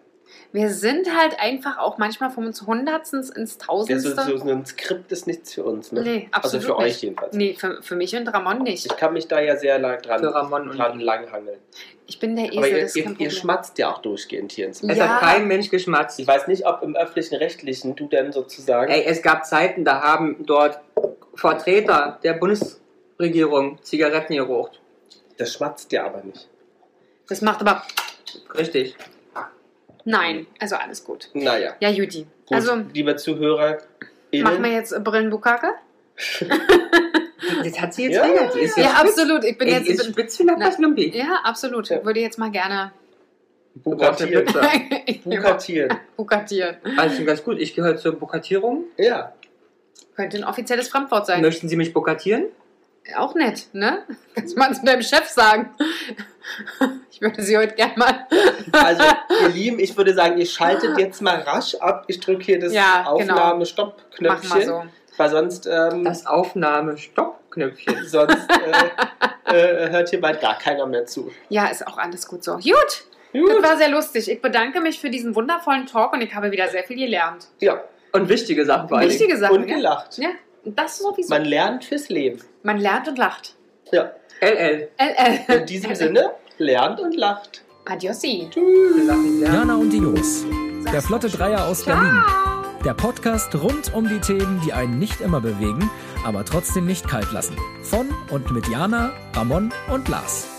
Speaker 2: Wir sind halt einfach auch manchmal vom Hundertstens ins
Speaker 1: Ja, so,
Speaker 2: Tausendste.
Speaker 1: so so ein Skript ist nichts für uns, ne?
Speaker 2: Nee,
Speaker 1: also
Speaker 2: absolut
Speaker 1: für
Speaker 2: nicht.
Speaker 1: euch jedenfalls.
Speaker 2: Nee, für, für mich und Ramon nicht.
Speaker 1: Ich kann mich da ja sehr lang dran,
Speaker 3: Für Ramon und
Speaker 2: Halt
Speaker 1: dran langhangeln.
Speaker 2: Ich bin der Esel,
Speaker 1: Aber ihr,
Speaker 2: das ist kein
Speaker 1: ihr, ihr
Speaker 2: Problem.
Speaker 1: schmatzt ja auch durchgehend hier ins
Speaker 3: Es
Speaker 2: Ja.
Speaker 3: hat kein Mensch geschmatzt.
Speaker 1: Ich weiß nicht, ob im öffentlich-rechtlichen du denn sozusagen.
Speaker 3: Ey, es gab Zeiten, da haben dort Vertreter der Bundesregierung Zigaretten geraucht.
Speaker 1: Das schmatzt ja aber nicht.
Speaker 2: das macht aber.
Speaker 3: Richtig.
Speaker 2: Nein, also alles gut.
Speaker 1: Naja.
Speaker 2: Ja, Judy.
Speaker 1: Gut,
Speaker 2: Also,
Speaker 1: liebe Zuhörer,
Speaker 2: machen wir jetzt Brillenbukake?
Speaker 3: Das hat sie jetzt
Speaker 1: Ja,
Speaker 3: ja, Die ist
Speaker 2: Ja,
Speaker 3: jetzt spitz.
Speaker 2: absolut. Ich bin
Speaker 3: Ey, die
Speaker 2: jetzt.
Speaker 3: ist
Speaker 2: ich bin,
Speaker 3: spitz wie nach
Speaker 2: Na,
Speaker 3: das Lumpi.
Speaker 2: ja, absolut.
Speaker 1: Ja.
Speaker 2: Würde jetzt mal gerne
Speaker 1: Bukatieren.
Speaker 3: Bukartier.
Speaker 1: Bukatieren.
Speaker 2: [laughs] bukatieren.
Speaker 3: Also ganz gut, ich gehöre zur Bukatierung.
Speaker 1: Ja.
Speaker 2: Könnte ein offizielles Fremdwort
Speaker 1: Ne.
Speaker 2: sein.
Speaker 3: Möchten Sie mich bukatieren?
Speaker 2: Auch nett, ne? Kannst du mal zu deinem Chef sagen. [laughs] Ich würde sie heute gerne mal.
Speaker 1: Also, ihr Lieben, ich würde sagen, ihr schaltet jetzt mal rasch ab. Ich drücke hier das
Speaker 2: Ja, genau. Mach mal
Speaker 1: Aufnahme-Stopp-Knöpfchen.
Speaker 2: so.
Speaker 1: Weil sonst, ähm,
Speaker 3: Das Aufnahme-Stopp-Knöpfchen.
Speaker 1: sonst äh, äh, hört hier bald gar keiner mehr zu.
Speaker 2: Ja, ist auch alles gut so. Gut, das war sehr lustig. Ich bedanke mich für diesen wundervollen Talk und ich habe wieder sehr viel gelernt.
Speaker 1: Ja,
Speaker 3: Und wichtige Sachen vor allen Dingen.
Speaker 2: Wichtige
Speaker 1: und
Speaker 2: Sachen. Ja?
Speaker 1: gelacht.
Speaker 2: ja, das sowieso.
Speaker 1: Man
Speaker 2: Man,
Speaker 1: lernt fürs Leben.
Speaker 2: Man lernt und lacht.
Speaker 1: Ja.
Speaker 3: LL.
Speaker 2: Äh, äh.
Speaker 1: In diesem Sinne, lernt und lacht.
Speaker 2: Adiosi.
Speaker 3: Lachen lernen.
Speaker 4: Jana und die Jungs. Der Flotte Dreier aus Berlin.
Speaker 2: Ciao.
Speaker 4: Der Podcast rund um die Themen, die einen nicht immer bewegen, aber trotzdem nicht kalt lassen. Von und mit Jana, Ramon und Lars.